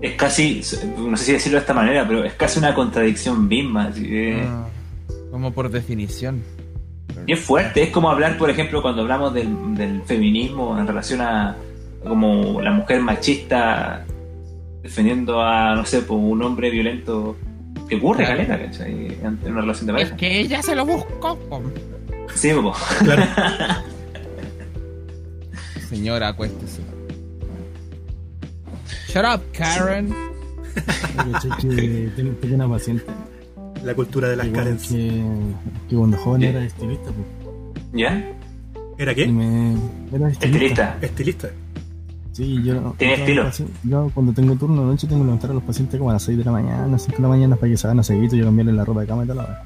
Speaker 6: Es casi, no sé si decirlo de esta manera, pero es casi una contradicción misma. así que-
Speaker 4: Ah, Como por definición.
Speaker 6: Y es fuerte, es como hablar, por ejemplo, cuando hablamos del, del feminismo en relación a como la mujer machista defendiendo a, no sé, pues, un hombre violento que ocurre,
Speaker 4: Claro.
Speaker 6: caleta, ¿cachai? En en una relación de
Speaker 4: Es
Speaker 6: pareja.
Speaker 4: que ella se lo buscó.
Speaker 6: Sí, po. *laughs*
Speaker 1: Claro.
Speaker 4: Señora, acuéstese. Shut up, Karen.
Speaker 5: Yo caché que ten- tengo una paciente
Speaker 1: la cultura de las
Speaker 5: Igual
Speaker 1: Karens.
Speaker 5: que, que cuando joven
Speaker 6: ¿Qué?
Speaker 5: era estilista, pues.
Speaker 6: ¿Ya?
Speaker 1: ¿Era
Speaker 5: Y
Speaker 1: qué?
Speaker 5: me- era estilista.
Speaker 6: Estilista.
Speaker 1: Estilista.
Speaker 5: Sí, yo.
Speaker 6: Tiene
Speaker 5: yo-
Speaker 6: estilo.
Speaker 5: paci- Yo cuando tengo turno de noche tengo que levantar a los pacientes como a las 6 de la mañana, 5 de la mañana para que se hagan a seguito y yo cambiarle la ropa de cama y tal. la wea.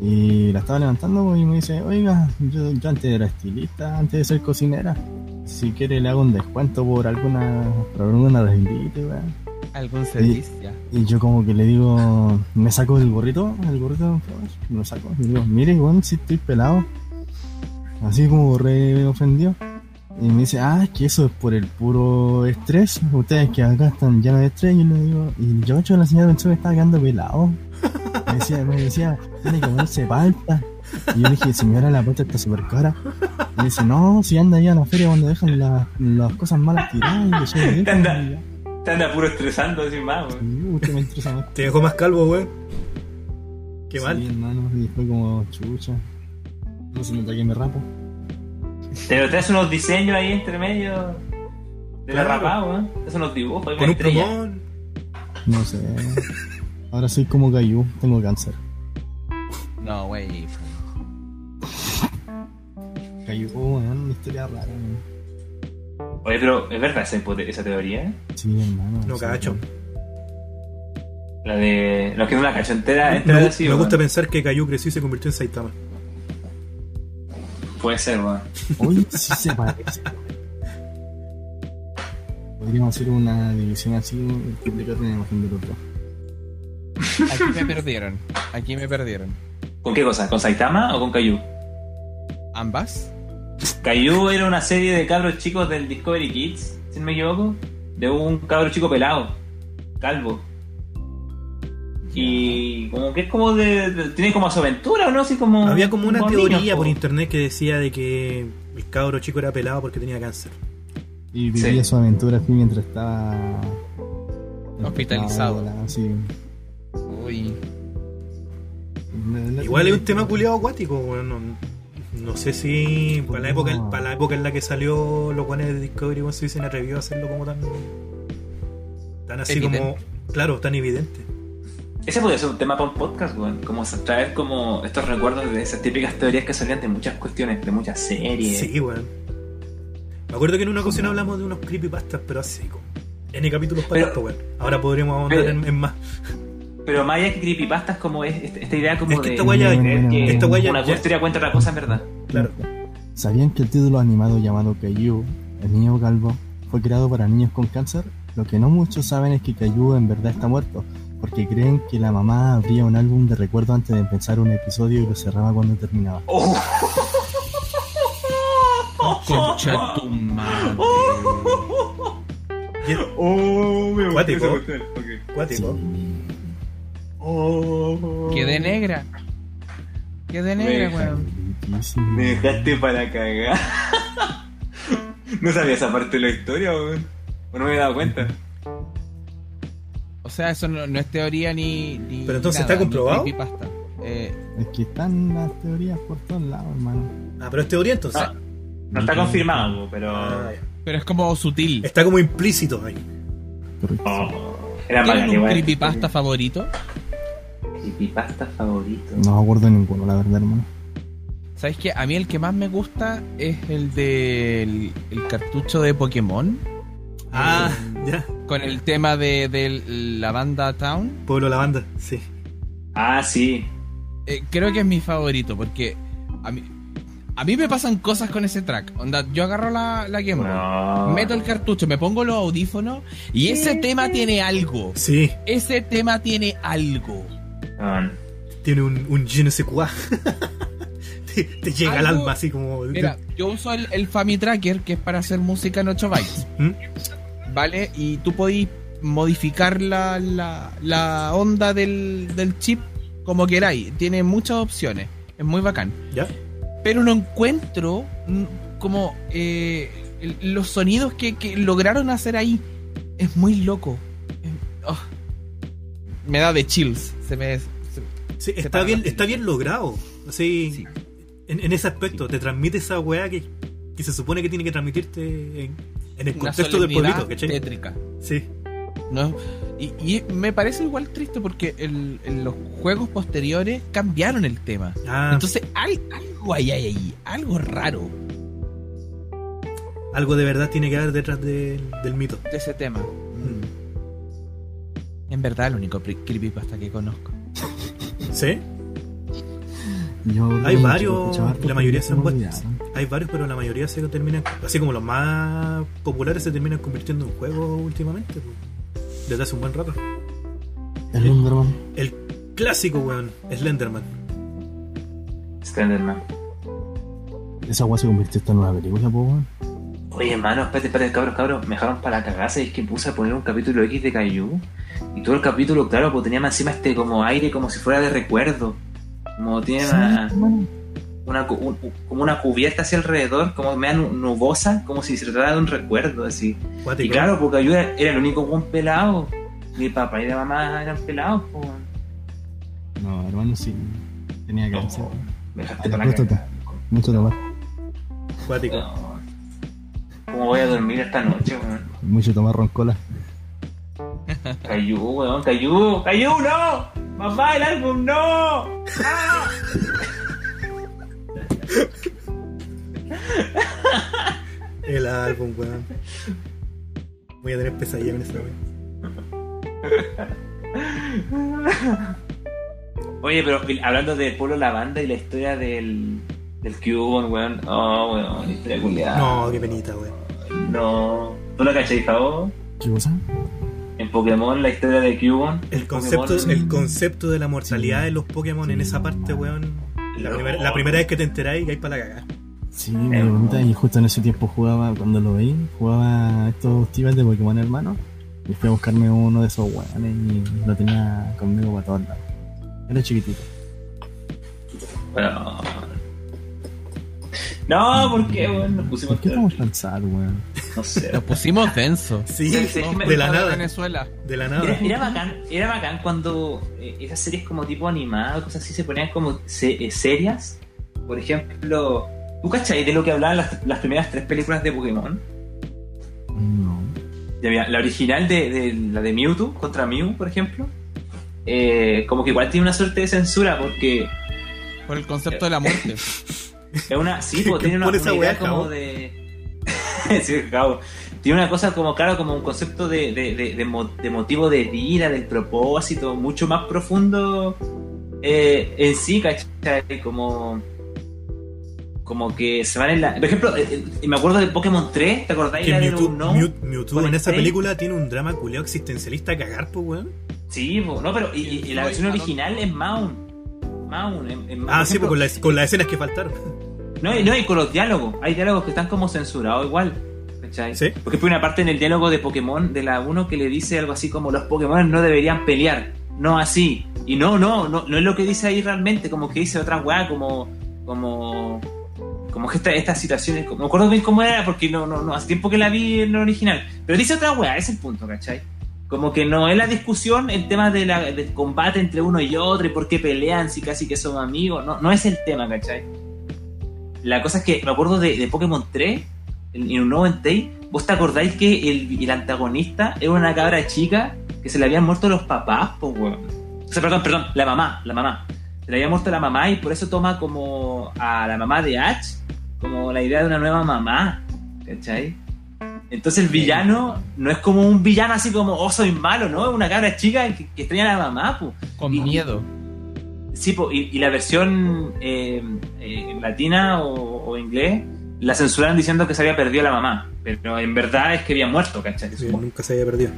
Speaker 5: Y la estaba levantando pues, y me dice, oiga, yo, yo antes era estilista, antes de ser cocinera. Si quiere le hago un descuento por alguna, por alguna rendita, weón.
Speaker 4: Algún servicio.
Speaker 5: Y yo como que le digo, me saco el gorrito, el gorrito de enfermera, me lo saco. Y digo, mire, weón, si estoy pelado. Así como re ofendido. Y me dice, ah, es que eso es por el puro estrés. Ustedes que acá están llenos de estrés. Y yo le digo, y yo, yo la señora pensó que estaba quedando pelado. Me decía, me decía, tiene que ponerse palta. Y yo le dije, señora, la palta está súper cara. Y me dice, no, si anda ahí a la feria cuando dejan las- las cosas malas tiradas. Y que se dejan".
Speaker 6: Anda.
Speaker 5: Y yo,
Speaker 6: Te anda puro estresando sin más, weón.
Speaker 5: "Uh, usted me estresa mucho".
Speaker 1: Te dejó más calvo, weón. Qué
Speaker 5: Sí,
Speaker 1: mal.
Speaker 5: hermano, y fue como chucha. No se nota que me rapo.
Speaker 6: Pero te hace unos diseños ahí entre medio de la
Speaker 1: Claro.
Speaker 6: rapada, weón. Te hace unos dibujos, hay
Speaker 1: Con
Speaker 6: una
Speaker 1: un
Speaker 6: estrella.
Speaker 1: plumón. *laughs*
Speaker 5: No sé. Ahora soy como Cayu, tengo cáncer.
Speaker 4: No, wey.
Speaker 5: Cayu, oh, weón, una historia rara, weón.
Speaker 6: Oye, pero ¿es verdad esa, hipote- esa teoría? eh?
Speaker 5: Sí, hermano.
Speaker 1: No
Speaker 5: sí,
Speaker 1: cacho.
Speaker 6: La de los que no la cacho entera, entera
Speaker 1: Me,
Speaker 6: así,
Speaker 1: me
Speaker 6: Ah, este weón.
Speaker 1: gusta pensar que Cayu creció y se convirtió en Saitama.
Speaker 6: Puede ser, weón.
Speaker 5: Uy, sí se parece. Podríamos hacer una división así, multiplicar una imagen del otro.
Speaker 4: Aquí me perdieron. Aquí me perdieron.
Speaker 6: ¿Con qué cosa? ¿Con Saitama o con Caillou?
Speaker 4: ¿Ambas?
Speaker 6: Caillou era una serie de cabros chicos del Discovery Kids, si no me equivoco, de un cabro chico pelado, calvo. Y como que es como de, de- tiene como su aventura, ¿o no? Así como
Speaker 1: Había como una
Speaker 6: niños,
Speaker 1: teoría
Speaker 6: Ah, po.
Speaker 1: por internet que decía de que el cabro chico era pelado porque tenía cáncer.
Speaker 5: Y vivía
Speaker 6: Sí.
Speaker 5: su aventura así mientras estaba.
Speaker 4: Hospitalizado.
Speaker 5: estaba, Sí.
Speaker 4: Uy.
Speaker 1: Igual es un tema culiado acuático, weón. No, no sé si para la, época, para la época en la que salió los guanes de Discovery weón, si se atrevió a hacerlo como tan. tan así como. Claro, tan evidente.
Speaker 6: Ese podría ser un tema para un podcast, weón. Como sa- traer como estos recuerdos de esas típicas teorías que salían de muchas cuestiones, de muchas series.
Speaker 1: Sí, weón. Me acuerdo que en una ocasión hablamos de unos creepypastas, pero así como. N capítulos para
Speaker 6: Pero-
Speaker 1: atrás, weón. Ahora podríamos ahondar
Speaker 6: Pero-
Speaker 1: en, en más.
Speaker 6: Pero más allá que creepypastas, como es, este, esta esta idea como
Speaker 1: Es que
Speaker 6: de
Speaker 1: esta weá ya-
Speaker 6: creer que
Speaker 1: esta weá ya-
Speaker 6: una
Speaker 1: ya-
Speaker 6: historia cuenta otra cosa en verdad.
Speaker 1: Claro.
Speaker 5: ¿Sabían que el título animado llamado Caillou, el niño calvo, fue creado para niños con cáncer? Lo que no muchos saben es que Caillou en verdad está muerto, porque creen que la mamá abría un álbum de recuerdo antes de empezar un episodio y lo cerraba cuando terminaba.
Speaker 4: Concha tu madre.
Speaker 6: Oh, me
Speaker 1: gustó esa cuestión. Acuático.
Speaker 4: Quedé negra. Quedé negra,
Speaker 6: Wey.
Speaker 4: weón.
Speaker 5: Riquísimo.
Speaker 6: Me dejaste para cagar. *laughs* no sabía esa parte de la historia, weón. O No me había dado cuenta.
Speaker 4: O sea, eso no, no es teoría ni. ni
Speaker 1: Pero entonces,
Speaker 4: nada,
Speaker 1: ¿está
Speaker 4: ni
Speaker 1: comprobado?
Speaker 4: creepypasta. Eh,
Speaker 5: Es que están las teorías por todos lados, hermano.
Speaker 1: Ah, pero es teoría entonces.
Speaker 6: Ah, No está confirmado, weón, pero.
Speaker 1: Ah, ya.
Speaker 4: pero es como sutil.
Speaker 1: Está como implícito ahí. Ah.
Speaker 6: Ah. Era
Speaker 4: ¿Tienen
Speaker 6: bacán,
Speaker 4: un
Speaker 6: weón.
Speaker 4: creepypasta favorito?
Speaker 6: Creepypasta favorito.
Speaker 5: No me acuerdo ninguno, la verdad, hermano.
Speaker 4: ¿Sabes qué? A mí el que más me gusta es el del el cartucho de Pokémon.
Speaker 1: Ah, ya.
Speaker 4: Con el tema de, de la banda Town.
Speaker 1: Pueblo Lavanda, sí.
Speaker 6: Ah, sí.
Speaker 4: Eh, creo que es mi favorito porque a mí, a mí me pasan cosas con ese track. Onda, yo agarro la, la Game Boy,
Speaker 6: No.
Speaker 4: meto el cartucho, me pongo los audífonos y ese tema tiene algo.
Speaker 1: Sí,
Speaker 4: Ese tema tiene algo.
Speaker 6: Weón.
Speaker 1: tiene un, un je ne sais quoi. *laughs* te, te llega al
Speaker 4: Algo-
Speaker 1: alma así como.
Speaker 4: Mira, yo uso el, el Fami Tracker, que es para hacer música en 8 bytes.
Speaker 1: ¿Mm?
Speaker 4: ¿Vale? Y tú podís modificar la, la- la onda del, del chip como queráis. Tiene muchas opciones. Es muy bacán.
Speaker 1: ¿Ya?
Speaker 4: Pero no encuentro mm, como eh, el- los sonidos que, que lograron hacer ahí. Es muy loco. Es- oh. Me da de chills. Se me, se-
Speaker 1: Sí, está
Speaker 4: para
Speaker 1: bien,
Speaker 4: la
Speaker 1: está bien logrado. Así,
Speaker 4: Sí.
Speaker 1: en, en ese aspecto, te transmite esa weá que, que se supone que tiene que transmitirte en, en el
Speaker 4: una
Speaker 1: contexto del
Speaker 4: solemnidad
Speaker 1: pueblito, ¿cachai?
Speaker 4: tétrica.
Speaker 1: Sí.
Speaker 4: No, y, y me parece igual triste porque el- en los juegos posteriores cambiaron el tema.
Speaker 1: Ah,
Speaker 4: Entonces, hay algo ahí, hay ahí, algo raro
Speaker 1: algo de verdad tiene que haber detrás de- del mito.
Speaker 4: de ese tema.
Speaker 1: Mm.
Speaker 4: En verdad, el único pre- creepypasta que conozco.
Speaker 1: ¿Sí?
Speaker 8: Yo,
Speaker 1: Hay
Speaker 8: yo
Speaker 1: varios,
Speaker 8: escuchaba harto
Speaker 1: la mayoría
Speaker 8: porque
Speaker 1: se han
Speaker 8: me
Speaker 1: puesto-
Speaker 8: olvidaron.
Speaker 1: Hay varios, pero la mayoría se terminan, así como los más populares se terminan convirtiendo en juegos últimamente, pues. desde hace un buen rato.
Speaker 8: El Enderman.
Speaker 1: Clásico, weón, Slenderman.
Speaker 6: Slenderman.
Speaker 8: Esa weá se convirtió en esta nueva película, po, weón.
Speaker 6: Oye, hermano, espérate, espérate, cabros, cabros. Me dejaron para la cagada. Es que puse a poner un capítulo X de Caillou. Y todo el capítulo, claro, pues tenía más encima este como aire, como si fuera de recuerdo. Como tiene una, una cu- un- un- como una cubierta hacia alrededor, como media nu- nubosa, como si se tratara de un recuerdo, así. Y
Speaker 1: Cuático.
Speaker 6: claro, porque yo era, era el único buen pelado. Mi papá y la mamá eran pelados, pues.
Speaker 8: No, hermano, sí. Tenía cáncer.
Speaker 6: No, me dejaste
Speaker 8: A la
Speaker 6: para la
Speaker 8: próstata.
Speaker 6: cagada.
Speaker 8: Mucho tomar.
Speaker 1: Cuático.
Speaker 6: No. ¿Cómo voy a dormir esta noche, weón?
Speaker 8: Mucho tomar roncola.
Speaker 6: Cayú, weón, Cayú, Cayú, no. Mamá, el álbum, no. ¡Ah!
Speaker 1: El álbum, weón. Voy a tener pesadilla con esa weón.
Speaker 6: Oye, pero hablando de Polo Lavanda y la historia del, del Cubon, weón. Oh, weón, historia culiada.
Speaker 1: No, qué penita, weón.
Speaker 6: No. ¿Tú la cacháis, Javo?
Speaker 8: ¿Qué cosa?
Speaker 6: En Pokémon, la historia de Cubon.
Speaker 1: El concepto, el concepto de la mortalidad de los Pokémon en esa parte, weón. La,
Speaker 6: No.
Speaker 1: primera- la primera vez que te enteráis que hay para la cagada.
Speaker 8: Sí,
Speaker 6: Eh,
Speaker 8: me pregunta, y justo en ese tiempo jugaba, cuando lo veí, jugaba a estos tibes de Pokémon hermano. Y fui a buscarme uno de esos weones y lo tenía conmigo para todos lados. Era chiquitito.
Speaker 6: Bueno. No, Ah, ¿por qué, weón? Nos
Speaker 8: ¿Por
Speaker 6: pusimos.
Speaker 8: qué estamos tan sad, weón?
Speaker 6: No sé.
Speaker 4: Nos pusimos denso.
Speaker 1: Sí,
Speaker 6: Sí, sí, es que me-
Speaker 1: de
Speaker 7: Estaba
Speaker 1: la
Speaker 7: en
Speaker 1: nada,
Speaker 7: Venezuela.
Speaker 1: de la
Speaker 6: Era,
Speaker 1: nada.
Speaker 6: era bacán, era bacán cuando eh, esas series como tipo animadas, cosas así, se ponían como se- eh, serias. Por ejemplo, ¿tú cachai de lo que hablaban las, las primeras tres películas de Pokémon?
Speaker 8: No.
Speaker 6: Ya había la original de, de- la de Mewtwo contra Mew, por ejemplo. Eh, como que igual tiene una suerte de censura porque
Speaker 7: Por el concepto de la
Speaker 6: *laughs*
Speaker 7: muerte.
Speaker 6: es una. Sí, po,
Speaker 1: *laughs* ¿Qué
Speaker 6: tiene una,
Speaker 1: pone esa
Speaker 6: una idea
Speaker 1: weá,
Speaker 6: como
Speaker 1: Jao?
Speaker 6: de. *laughs* sí, Jao. Tiene una cosa como, claro, como un concepto de, de, de- de mo- de motivo de vida, del propósito, mucho más profundo eh, en sí, ¿cachai? Como. Como que se van en la. Por ejemplo, eh, eh, me acuerdo de Pokémon 3, ¿te acordáis?
Speaker 1: Que
Speaker 6: La de
Speaker 1: Mewtwo,
Speaker 6: un no.
Speaker 1: Mew- Mewtwo en esa
Speaker 6: Conecté.
Speaker 1: película tiene un drama culeado existencialista a cagar, pues, weón.
Speaker 6: Sí, po, no, pero. Y, y- y la versión original es Maun. Maun. en- en-
Speaker 1: Ah, sí,
Speaker 6: por
Speaker 1: pues
Speaker 6: ejemplo,
Speaker 1: con, las- con las escenas que faltaron.
Speaker 6: No, y- no, y con los diálogos. Hay diálogos que están como censurados igual. ¿Cachai?
Speaker 1: Sí.
Speaker 6: Porque hay una parte en el diálogo de Pokémon de la 1 que le dice algo así como los Pokémon no deberían pelear. No así. Y no, no, no, no es lo que dice ahí realmente, como que dice otra weá, como. como. como que esta- estas situaciones. como- No me acuerdo bien cómo era, porque no, no, no, hace tiempo que la vi en lo original. Pero dice otra weá, ese es el punto, ¿cachai? Como que no es la discusión el tema de la- del combate entre uno y otro y por qué pelean, si casi que son amigos. No, no es el tema, ¿cachai? La cosa es que me acuerdo de, de Pokémon 3, en, en un nuevo Entei, vos te acordáis que el, el antagonista era una cabra chica que se le habían muerto los papás, pues weón. O sea, perdón, perdón, la mamá, la mamá. Se le había muerto la mamá y por eso toma como a la mamá de Ash como la idea de una nueva mamá, ¿cachai? Entonces el villano no es como un villano así como, oh, soy malo, ¿no? Es una cabra chica que, que extraña a la mamá, pues.
Speaker 4: Con miedo.
Speaker 6: Sí, po, y, y la versión eh, eh, latina o, o inglés la censuraron diciendo que se había perdido la mamá. Pero en verdad es que había muerto, ¿cachai?
Speaker 1: Sí, nunca se había perdido.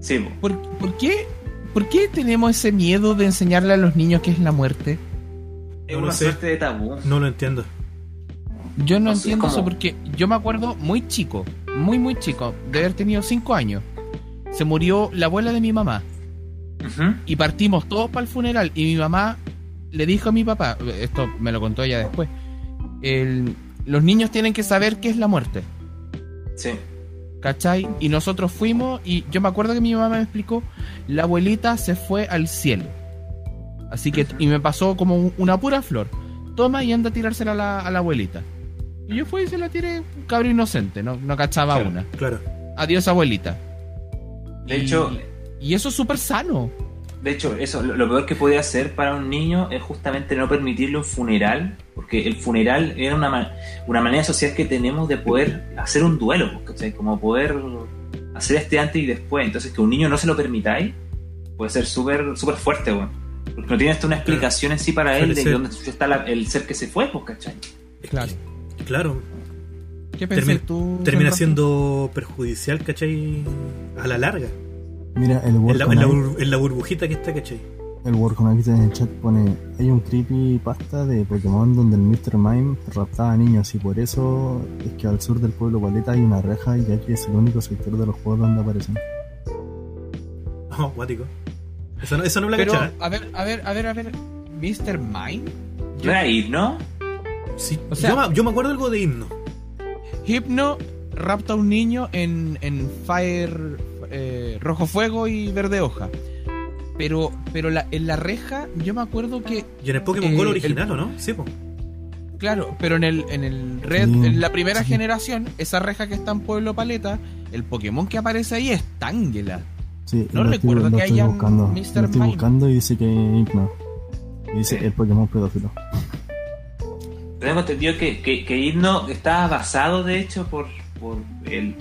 Speaker 6: Sí, po.
Speaker 4: ¿Por, por qué, ¿Por qué tenemos ese miedo de enseñarle a los niños qué es la muerte?
Speaker 6: es
Speaker 1: No lo
Speaker 6: una
Speaker 1: sé.
Speaker 6: suerte de tabú.
Speaker 1: No lo entiendo.
Speaker 4: Yo no
Speaker 6: No sé,
Speaker 4: entiendo
Speaker 6: ¿cómo?
Speaker 4: eso porque yo me acuerdo muy chico, muy muy chico, de haber tenido 5 años. Se murió la abuela de mi mamá
Speaker 6: Ujú.
Speaker 4: y partimos todos para el funeral y mi mamá le dijo a mi papá, esto me lo contó ella después, el- los niños tienen que saber qué es la muerte,
Speaker 6: Sí.
Speaker 4: ¿cachai? Y nosotros fuimos y yo me acuerdo que mi mamá me explicó, la abuelita se fue al cielo. Así que, y me pasó como un- una pura flor. Toma y anda a tirársela a la, a la abuelita. Y yo fui y se la tiré, un cabro inocente, no, no cachaba
Speaker 6: Claro.
Speaker 4: una.
Speaker 1: Claro.
Speaker 4: Adiós, abuelita.
Speaker 6: De
Speaker 4: Y-
Speaker 6: hecho,
Speaker 4: Y eso es súper sano.
Speaker 6: de hecho, eso, lo, lo peor que podía hacer para un niño es justamente no permitirle un funeral, porque el funeral era una, ma- una manera social que tenemos de poder hacer un duelo, pues, ¿cachai? Como poder hacer este antes y después. Entonces, que un niño no se lo permitáis puede ser súper súper fuerte, weón. Porque no tienes hasta una explicación en sí para él
Speaker 1: Suele
Speaker 6: de
Speaker 1: ser.
Speaker 6: dónde está la- el ser que se fue, pues, ¿cachai?
Speaker 4: Claro.
Speaker 1: Claro,
Speaker 4: ¿Qué pensás
Speaker 1: Termina-
Speaker 4: tú?
Speaker 1: termina
Speaker 4: Sandra?
Speaker 1: siendo perjudicial, ¿cachai? A la larga.
Speaker 5: Mira, el
Speaker 1: En la,
Speaker 5: World
Speaker 1: en la
Speaker 5: Connect,
Speaker 1: bur- en la burbujita que está, ¿cachai? *laughs*
Speaker 5: el World Connect en el chat pone: Hay un creepypasta de Pokémon donde el Mr. Mime raptaba a niños y por eso es que al sur del pueblo Paleta hay una reja, ya que es el único sector de los juegos donde aparecen.
Speaker 1: Oh, guático. Eso no, eso no me la
Speaker 4: Pero,
Speaker 1: cachaba.
Speaker 4: a ver, a ver, a ver, a ver. ¿Mr. Mime?
Speaker 6: No era ir, ¿no?
Speaker 1: Sí,
Speaker 4: o sea-
Speaker 1: yo, me- yo me acuerdo algo de himno.
Speaker 4: Hypno rapta a un niño en, en Fire, eh, Rojo Fuego y Verde Hoja. Pero, pero la- en la reja, yo me acuerdo que,
Speaker 1: Y en el Pokémon
Speaker 4: Eh,
Speaker 1: Go
Speaker 4: el-
Speaker 1: original, ¿o no? Sí, po.
Speaker 4: claro, pero en el, en el Red,
Speaker 5: Sí,
Speaker 4: en la primera
Speaker 5: sí.
Speaker 4: generación, esa reja que está en Pueblo Paleta, el Pokémon que aparece ahí es Tangela.
Speaker 5: Sí,
Speaker 4: No
Speaker 5: lo
Speaker 4: recuerdo
Speaker 5: estoy, lo
Speaker 4: que
Speaker 5: estoy
Speaker 4: hayan
Speaker 5: buscando.
Speaker 4: Mr.
Speaker 5: Lo estoy
Speaker 4: Mime.
Speaker 5: buscando y dice que hipno. Y dice el Pokémon pedófilo.
Speaker 6: Tengo entendido que, que, que Himno está basado, de hecho, por, por el.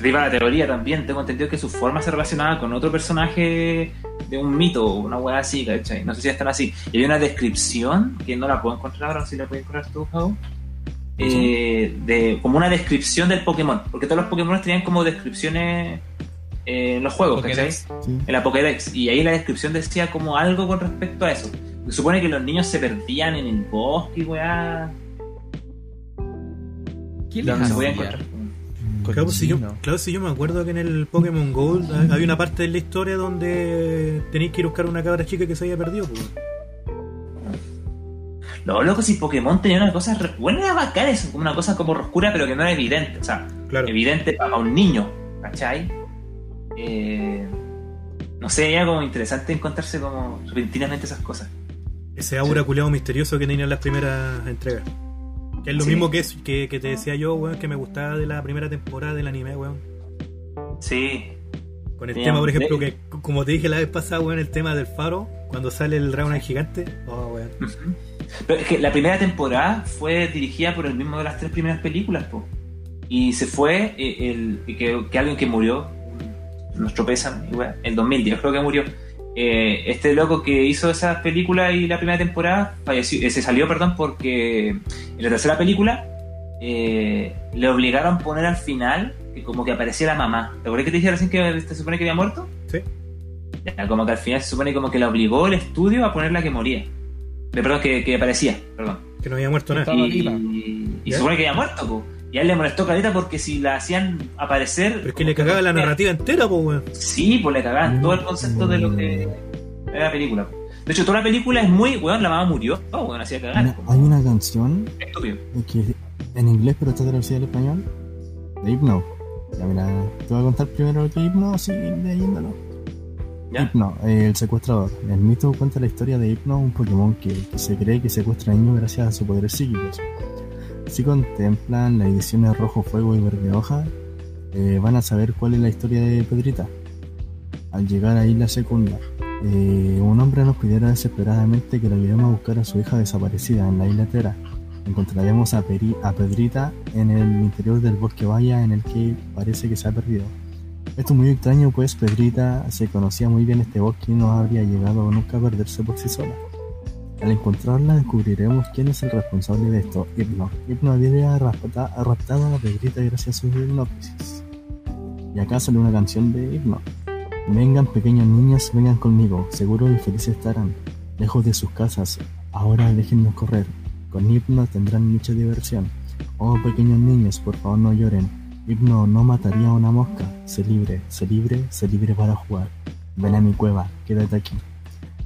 Speaker 6: Se iba la teoría también. Tengo entendido que su forma se relacionaba con otro personaje de un mito, una hueá así, ¿cachai? No sé si están así. Y hay una descripción que no la puedo encontrar ahora, no sé si la puedes encontrar tú, Jao. eh, de, como una descripción del Pokémon, porque todos los Pokémon tenían como descripciones eh, en los juegos, ¿cachai?
Speaker 4: Pokédex.
Speaker 5: Sí.
Speaker 6: en la Pokédex y ahí la descripción decía como algo con respecto a eso. Se supone que los niños se perdían en el bosque y weá.
Speaker 4: ¿Quién
Speaker 6: donde
Speaker 4: les
Speaker 6: se podía
Speaker 4: hacía?
Speaker 6: encontrar.
Speaker 1: Claro, si yo,
Speaker 4: Cochino.
Speaker 1: claro, si yo me acuerdo que en el Pokémon Go hay- hay una parte de la historia donde tenéis que ir a buscar una cabra chica que se había perdido, po.
Speaker 6: Lo loco si Pokémon tenía una cosa re- bueno era bacán eso, como una cosa como oscura pero que no era evidente, o sea,
Speaker 1: Claro.
Speaker 6: evidente para un niño, ¿cachai? Eh, no sé, era como interesante encontrarse como repentinamente esas cosas.
Speaker 1: Ese aura culeado misterioso que tenía en las primeras entregas. Que es lo
Speaker 6: Sí.
Speaker 1: mismo que, es- que, que te decía yo, weón, que me gustaba de la primera temporada del anime, weón.
Speaker 6: Sí,
Speaker 1: Con el
Speaker 6: Bien,
Speaker 1: tema, por ejemplo,
Speaker 6: de-
Speaker 1: que c- como te dije la vez pasada, weón, el tema del faro, cuando sale el Dragon gigante. Oh, weón.
Speaker 6: Ujú. Pero es que la primera temporada fue dirigida por el mismo de las tres primeras películas, po. Y se fue eh, el, y que, que alguien que murió, nuestro pésame, y weá, en 2010 creo que murió. Eh, este loco que hizo esas películas y la primera temporada falleció, eh, se salió, perdón, porque en la tercera película eh, le obligaron a poner al final que como que aparecía la mamá. ¿Te acuerdas que te dije recién que se supone que había muerto?
Speaker 1: Sí.
Speaker 6: Ya, como que al final se supone como que la obligó el estudio a ponerla que moría. De perdón, que, que aparecía, perdón.
Speaker 1: Que no había muerto nada.
Speaker 4: Estaba
Speaker 6: y
Speaker 4: viva.
Speaker 6: y
Speaker 1: ¿Ya?
Speaker 6: supone que había muerto, po. Y a él le molestó caleta porque si la hacían aparecer.
Speaker 1: Pero es que
Speaker 6: como
Speaker 1: le cagaba la
Speaker 6: no-
Speaker 1: narrativa entera, po, weón.
Speaker 6: Sí, pues le cagaban todo el concepto de lo que era la película. po. De hecho, toda la película es muy, weón, la mamá murió, oh, weón, hacía cagar,
Speaker 5: Mira,
Speaker 6: po.
Speaker 5: hay una canción
Speaker 6: estúpido.
Speaker 5: de que en inglés pero está traducida al español de Hipno. Ya mira, te voy a contar primero que Hipno, sí, leyéndolo.
Speaker 6: Ya.
Speaker 5: Hipno, eh, el secuestrador. El mito cuenta la historia de Hipno, un Pokémon que, que se cree que secuestra niños gracias a sus poderes psíquicos. Si contemplan las ediciones Rojo Fuego y Verde Hoja, eh, van a saber cuál es la historia de Pedrita. Al llegar a Isla Secunda, eh, un hombre nos pidiera desesperadamente que le ayudemos a buscar a su hija desaparecida en la isla Tera. Encontraremos a, Peri- a Pedrita en el interior del bosque vaya en el que parece que se ha perdido. Esto es muy extraño, pues Pedrita se conocía muy bien este bosque y no habría llegado nunca a perderse por sí sola. Al encontrarla descubriremos quién es el responsable de esto, Hipno. Hipno había rapta- raptado a Pedrita gracias a sus hipnosis. Y acá sale una canción de Hipno. Vengan pequeños niños, vengan conmigo, seguro y felices estarán. Lejos de sus casas, ahora déjennos correr. Con Hipno tendrán mucha diversión. Oh, pequeños niños, por favor no lloren. Hipno no mataría a una mosca. Se libre, se libre, se libre para jugar. Ven a mi cueva, quédate aquí.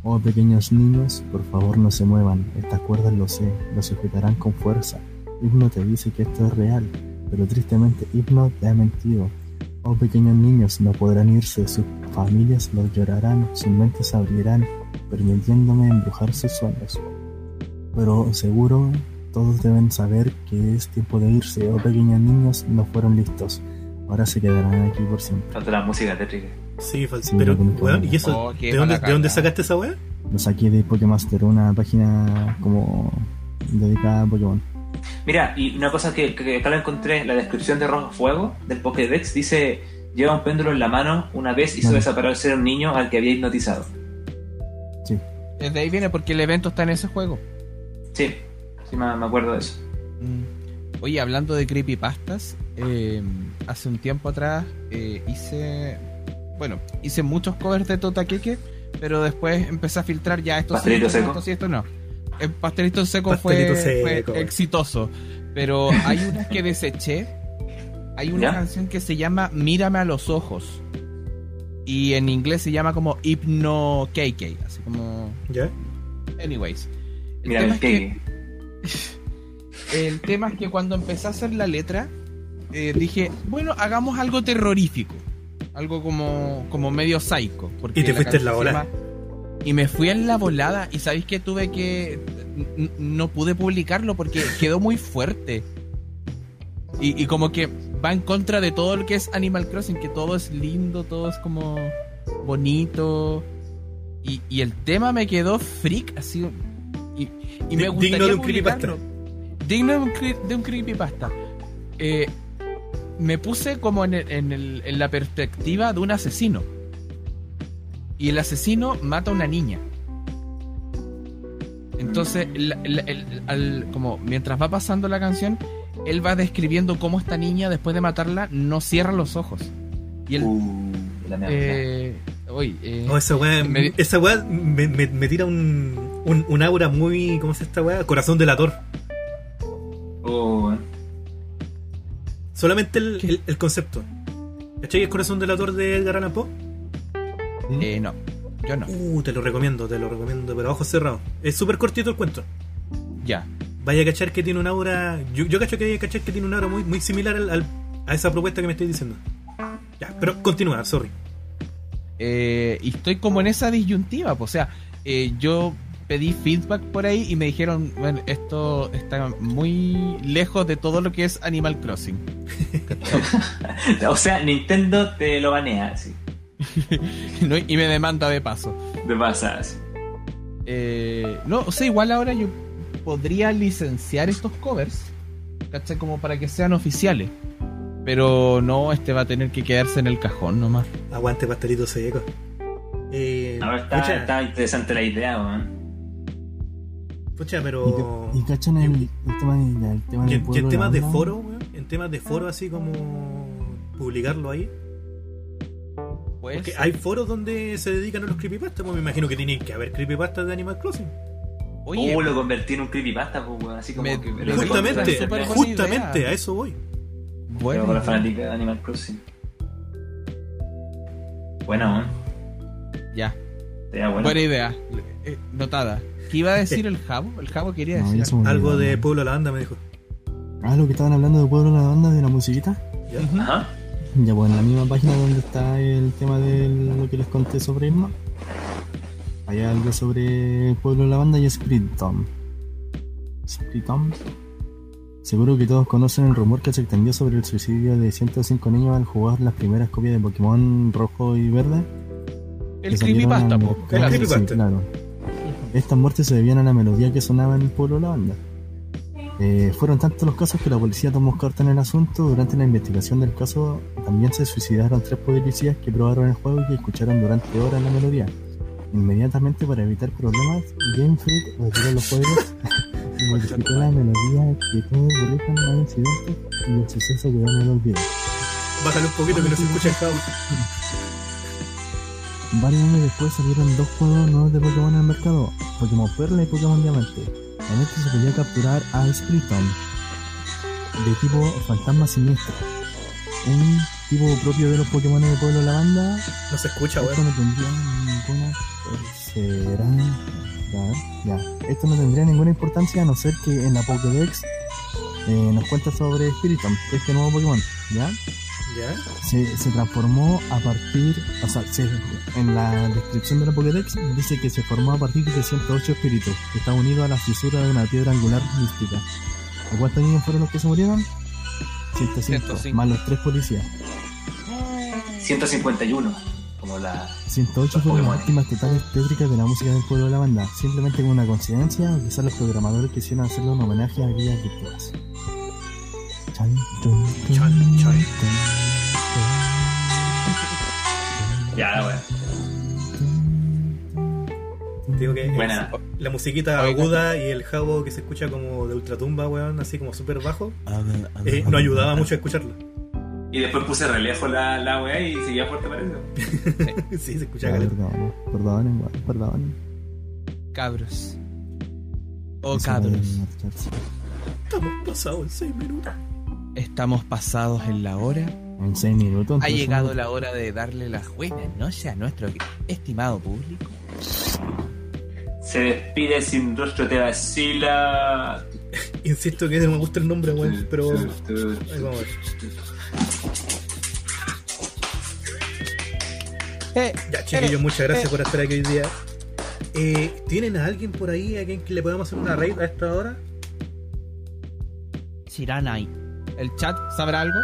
Speaker 5: Oh, pequeños niños, por favor no se muevan. Estas cuerdas lo sé, lo sujetarán con fuerza. Hipno te dice que esto es real, pero tristemente Hipno te ha mentido. Oh, pequeños niños, no podrán irse, sus familias los llorarán, sus mentes se abrirán, permitiéndome embrujar sus sueños. Pero seguro todos deben saber que es tiempo de irse, oh pequeños niños, no fueron listos. Ahora se quedarán aquí por siempre.
Speaker 6: Falta la música tétrica.
Speaker 1: Sí, falso.
Speaker 5: Sí,
Speaker 1: pero,
Speaker 5: no tiene
Speaker 1: weón,
Speaker 5: problema.
Speaker 1: ¿y eso?
Speaker 4: Oh, qué
Speaker 1: ¿De dónde,
Speaker 4: mala
Speaker 1: ¿De dónde
Speaker 4: cagada.
Speaker 1: sacaste esa weá?
Speaker 5: Lo saqué de Pokémaster, una página como dedicada a Pokémon.
Speaker 6: Mira, y una cosa que, que- que acá lo encontré, la descripción de Rojo Fuego del Pokédex dice: lleva un péndulo en la mano, una vez hizo
Speaker 5: Vale.
Speaker 6: desaparecer a un niño al que había hipnotizado.
Speaker 4: Desde ahí viene porque el evento está en ese juego.
Speaker 6: Sí, sí me, me acuerdo de eso.
Speaker 4: Mm. Oye, hablando de creepypastas, eh, hace un tiempo atrás eh, hice. Bueno, hice muchos covers de Tota Keke, pero después empecé a filtrar ya esto sí,
Speaker 6: Pastelito
Speaker 4: esto no,
Speaker 6: seco.
Speaker 4: esto sí, esto no. El pastelito seco
Speaker 1: Pastelito
Speaker 4: fue, fue
Speaker 1: seco.
Speaker 4: exitoso, pero hay unas que deseché. Hay una
Speaker 6: ¿Ya?
Speaker 4: canción que se llama Mírame a los ojos. Y en inglés se llama como Hypno KK, así como.
Speaker 1: ¿Ya?
Speaker 4: Anyways. El
Speaker 6: Mira,
Speaker 4: tema
Speaker 6: el
Speaker 4: es que-
Speaker 6: que...
Speaker 4: el tema es que cuando empecé a hacer la letra, eh, dije, bueno, hagamos algo terrorífico. Algo como, como medio psycho. porque
Speaker 1: Y te fuiste en la
Speaker 4: canción se
Speaker 1: volada.
Speaker 4: llama- Y me fui en la volada. Y sabéis que tuve que. n- n- No pude publicarlo porque quedó muy fuerte. Y, y como que va en contra de todo lo que es Animal Crossing, que todo es lindo, todo es como bonito. Y, y el tema me quedó freak, así. Y, y me
Speaker 1: Digno
Speaker 4: gustaría
Speaker 1: de un
Speaker 4: publicarlo. Digno de un, cre- de un creepypasta. Eh, me puse como en, el- en el- en la perspectiva de un asesino. Y el asesino mata a una niña. Entonces, la- la- el- al- como mientras va pasando la canción, él va describiendo cómo esta niña, después de matarla, no cierra los ojos. Y él.
Speaker 6: Uh, la mierda.
Speaker 4: eh, uy, eh,
Speaker 1: No, Oh, esa weá,
Speaker 4: Me-
Speaker 1: esa weá me, me- me tira un, un, un aura muy. ¿Cómo se llama esta weá? Corazón delator.
Speaker 6: Uh,
Speaker 1: Solamente el, el, el concepto. ¿Cachai? ¿Es corazón delator de Edgar Allan Poe?
Speaker 4: eh, no, yo no.
Speaker 1: Uh, te lo recomiendo, te lo recomiendo, pero a ojos cerrados. Es súper cortito el cuento.
Speaker 4: Ya.
Speaker 1: Vaya a cachar que tiene una aura. Yo, yo cacho que vaya a cachar que tiene una aura muy, muy similar al- al- a esa propuesta que me estoy diciendo. Ya, pero continúa, sorry.
Speaker 4: Eh, y estoy como en esa disyuntiva. po, O sea, eh, yo pedí feedback por ahí y me dijeron, bueno, esto está muy lejos de todo lo que es Animal Crossing. *laughs*
Speaker 6: o sea, Nintendo te lo banea, sí.
Speaker 4: ¿no? Y me demanda de paso.
Speaker 6: Te pasa, sí.
Speaker 4: Eh, no, o sea, igual ahora yo podría licenciar estos covers, ¿cachai? Como para que sean oficiales. Pero no, este va a tener que quedarse en el cajón nomás.
Speaker 1: Aguante, pastelito seco. Eh,
Speaker 6: Ahora está,
Speaker 1: pucha,
Speaker 6: está interesante la idea, weón.
Speaker 1: pucha,
Speaker 5: Y,
Speaker 1: pero.
Speaker 5: y cachan el, el tema de, ya, el tema
Speaker 1: Y
Speaker 5: del
Speaker 1: en, y
Speaker 5: pueblo
Speaker 1: en
Speaker 5: de
Speaker 1: temas
Speaker 5: la
Speaker 1: de
Speaker 5: onda,
Speaker 1: foro, weón, en temas de foro así como publicarlo ahí.
Speaker 4: Pues,
Speaker 1: Porque hay foros donde se dedican a los creepypastas, pues me imagino que tienen que haber creepypastas de Animal Crossing.
Speaker 4: oye,
Speaker 6: uh, lo convertí en un creepypasta, pues, weón. Así como
Speaker 4: Me-
Speaker 6: que.
Speaker 4: me-
Speaker 6: lo que
Speaker 4: encontré
Speaker 1: Justamente,
Speaker 4: súper
Speaker 6: contra-
Speaker 4: buena
Speaker 1: justamente
Speaker 4: idea.
Speaker 1: a eso voy.
Speaker 4: bueno,
Speaker 6: Pero con la fanática de Animal Crossing. Bueno, weón.
Speaker 4: ya,
Speaker 6: Estaría bueno.
Speaker 4: buena idea, Eh, notada. ¿Qué iba a decir el Javo? El Javo quería
Speaker 5: No, ya se
Speaker 4: decir.
Speaker 5: me olvidó,
Speaker 1: Algo de
Speaker 5: ¿no?
Speaker 1: Pueblo la Banda me dijo.
Speaker 5: Ah, lo que estaban hablando de Pueblo de la Banda, de la musiquita.
Speaker 1: ¿Ya?
Speaker 6: Ajá.
Speaker 5: Ya, pues en la misma página donde está el tema de lo que les conté sobre Irma, hay algo sobre el pueblo de la banda y Spirit Tom. Spirit Tom. Seguro que todos conocen el rumor que se extendió sobre el suicidio de 105 niños al jugar las primeras copias de Pokémon rojo y verde. que
Speaker 4: El
Speaker 5: salieron
Speaker 4: creepypasta,
Speaker 5: en
Speaker 4: po,
Speaker 5: mercado.
Speaker 4: claro.
Speaker 5: Sí,
Speaker 1: Creepypasta.
Speaker 5: claro. Estas muertes se debían a la melodía que sonaba en el pueblo de la banda. Eh, fueron tantos los casos que la policía tomó carta en el asunto. Durante la investigación del caso también se suicidaron tres policías que probaron el juego y que escucharon durante horas la melodía. Inmediatamente para evitar problemas, Game Freak retiró
Speaker 4: *laughs*
Speaker 5: los juegos y modificó la melodía que todos corrijan los incidentes y el suceso quedó en el olvido.
Speaker 1: Bájale un poquito que no se escucha el cabo.
Speaker 5: Varios años después salieron dos juegos nuevos de Pokémon al mercado, Pokémon Perla y Pokémon Diamante. En este se podía capturar a Spriton, de tipo fantasma siniestro, un tipo propio de los Pokémon de Pueblo Lavanda.
Speaker 1: No se escucha,
Speaker 5: Esto
Speaker 1: weón.
Speaker 5: no tendría ninguna... ¿Será? Ya, ya. Esto no tendría ninguna importancia a no ser que en la Pokédex eh, nos cuenta sobre Spiritomb, este nuevo Pokémon, ¿ya?
Speaker 1: ¿Ya?
Speaker 5: se, se transformó a partir, o sea, se- en la descripción de la Pokédex dice que se formó a partir de 108 espíritus, que está unido a la fisura de una piedra angular mística. ¿A cuántos niños fueron los que se murieron? 105,
Speaker 4: 105.
Speaker 5: más los tres policías.
Speaker 6: 151, como la
Speaker 5: 108 fueron las últimas totales tétricas de la música del pueblo de la banda, simplemente como una coincidencia o quizás los programadores quisieron hacerle un homenaje a aquellas víctimas. Chan, chun, chun,
Speaker 1: Chan, chan.
Speaker 6: Ya, bueno.
Speaker 1: Digo que es
Speaker 6: Buena.
Speaker 1: la musiquita
Speaker 4: Oiga.
Speaker 1: aguda y el jabo que se escucha como de ultratumba, weón, así como súper bajo, eh, no ayudaba mucho a escucharla.
Speaker 6: Y después puse relejo la, la weá y seguía fuerte para eso.
Speaker 1: *laughs* sí, se escuchaba
Speaker 5: Ya,
Speaker 1: caleta.
Speaker 5: Perdonen, perdonen, weón, perdonen.
Speaker 4: Cabros. Oh,
Speaker 5: Eso no
Speaker 4: cabros.
Speaker 5: debe marcharse.
Speaker 1: Estamos pasados en 6 minutos.
Speaker 4: Estamos pasados en la hora.
Speaker 5: En 6 minutos.
Speaker 11: Ha
Speaker 5: entonces,
Speaker 11: llegado la hora de darle las buenas noches a nuestro estimado público.
Speaker 6: Se despide sin rostro, te vacila.
Speaker 1: Insisto que no me gusta el nombre, weón, pero. Ahí vamos a ver. Ya, chiquillos, muchas gracias por estar aquí hoy día. Eh, ¿Tienen a alguien por ahí a quien le podamos hacer una raid a esta hora?
Speaker 11: Sirana ahí.
Speaker 4: ¿El chat sabrá algo?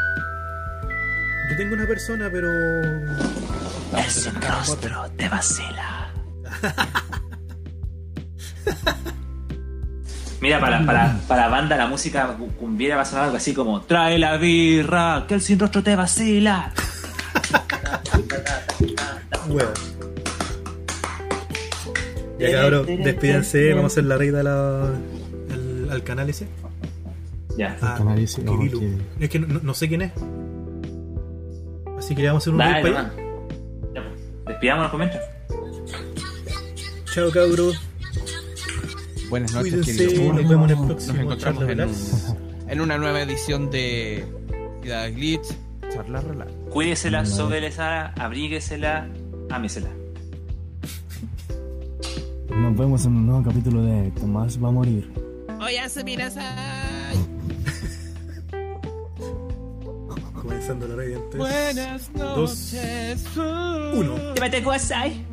Speaker 1: Yo tengo una persona, pero.
Speaker 6: Sin rostro, te vacila. Mira, para,
Speaker 1: Mm.
Speaker 6: para, para banda la música cu- cumbiera va a sonar algo así como Trae la birra, que el sin rostro te vacila.
Speaker 1: Weón. Ya, cabrón, despídanse, vamos a hacer la raid a la- al, al canal ese.
Speaker 6: Ya.
Speaker 1: Ah,
Speaker 5: canal ese, oh,
Speaker 1: Kirilu.
Speaker 5: qué-
Speaker 1: Es que no, no sé quién es. Así que le vamos a hacer un raid
Speaker 6: Dale,
Speaker 1: para allá.
Speaker 6: nomás. Ya, pues. Despidámonos con mientras.
Speaker 1: Chao, cabros.
Speaker 4: Buenas noches, querido
Speaker 1: Cuídense. Nos
Speaker 4: público.
Speaker 1: vemos en el
Speaker 4: Nos
Speaker 1: próximo
Speaker 4: encontramos en,
Speaker 1: Charla Relax.
Speaker 4: un- en una nueva edición de Ciudad Glitch. Charla Relax.
Speaker 6: Cuídesela,
Speaker 1: Mm,
Speaker 5: Dale.
Speaker 6: sóbelesela, abríguesela, ámesela.
Speaker 5: Nos vemos en un nuevo capítulo de Tomás va a morir.
Speaker 11: Oye, Sumirasai.
Speaker 1: Comenzando la raid antes.
Speaker 4: Buenas
Speaker 1: Dos.
Speaker 4: noches. uh.
Speaker 1: Uno.
Speaker 6: Te mete guasai.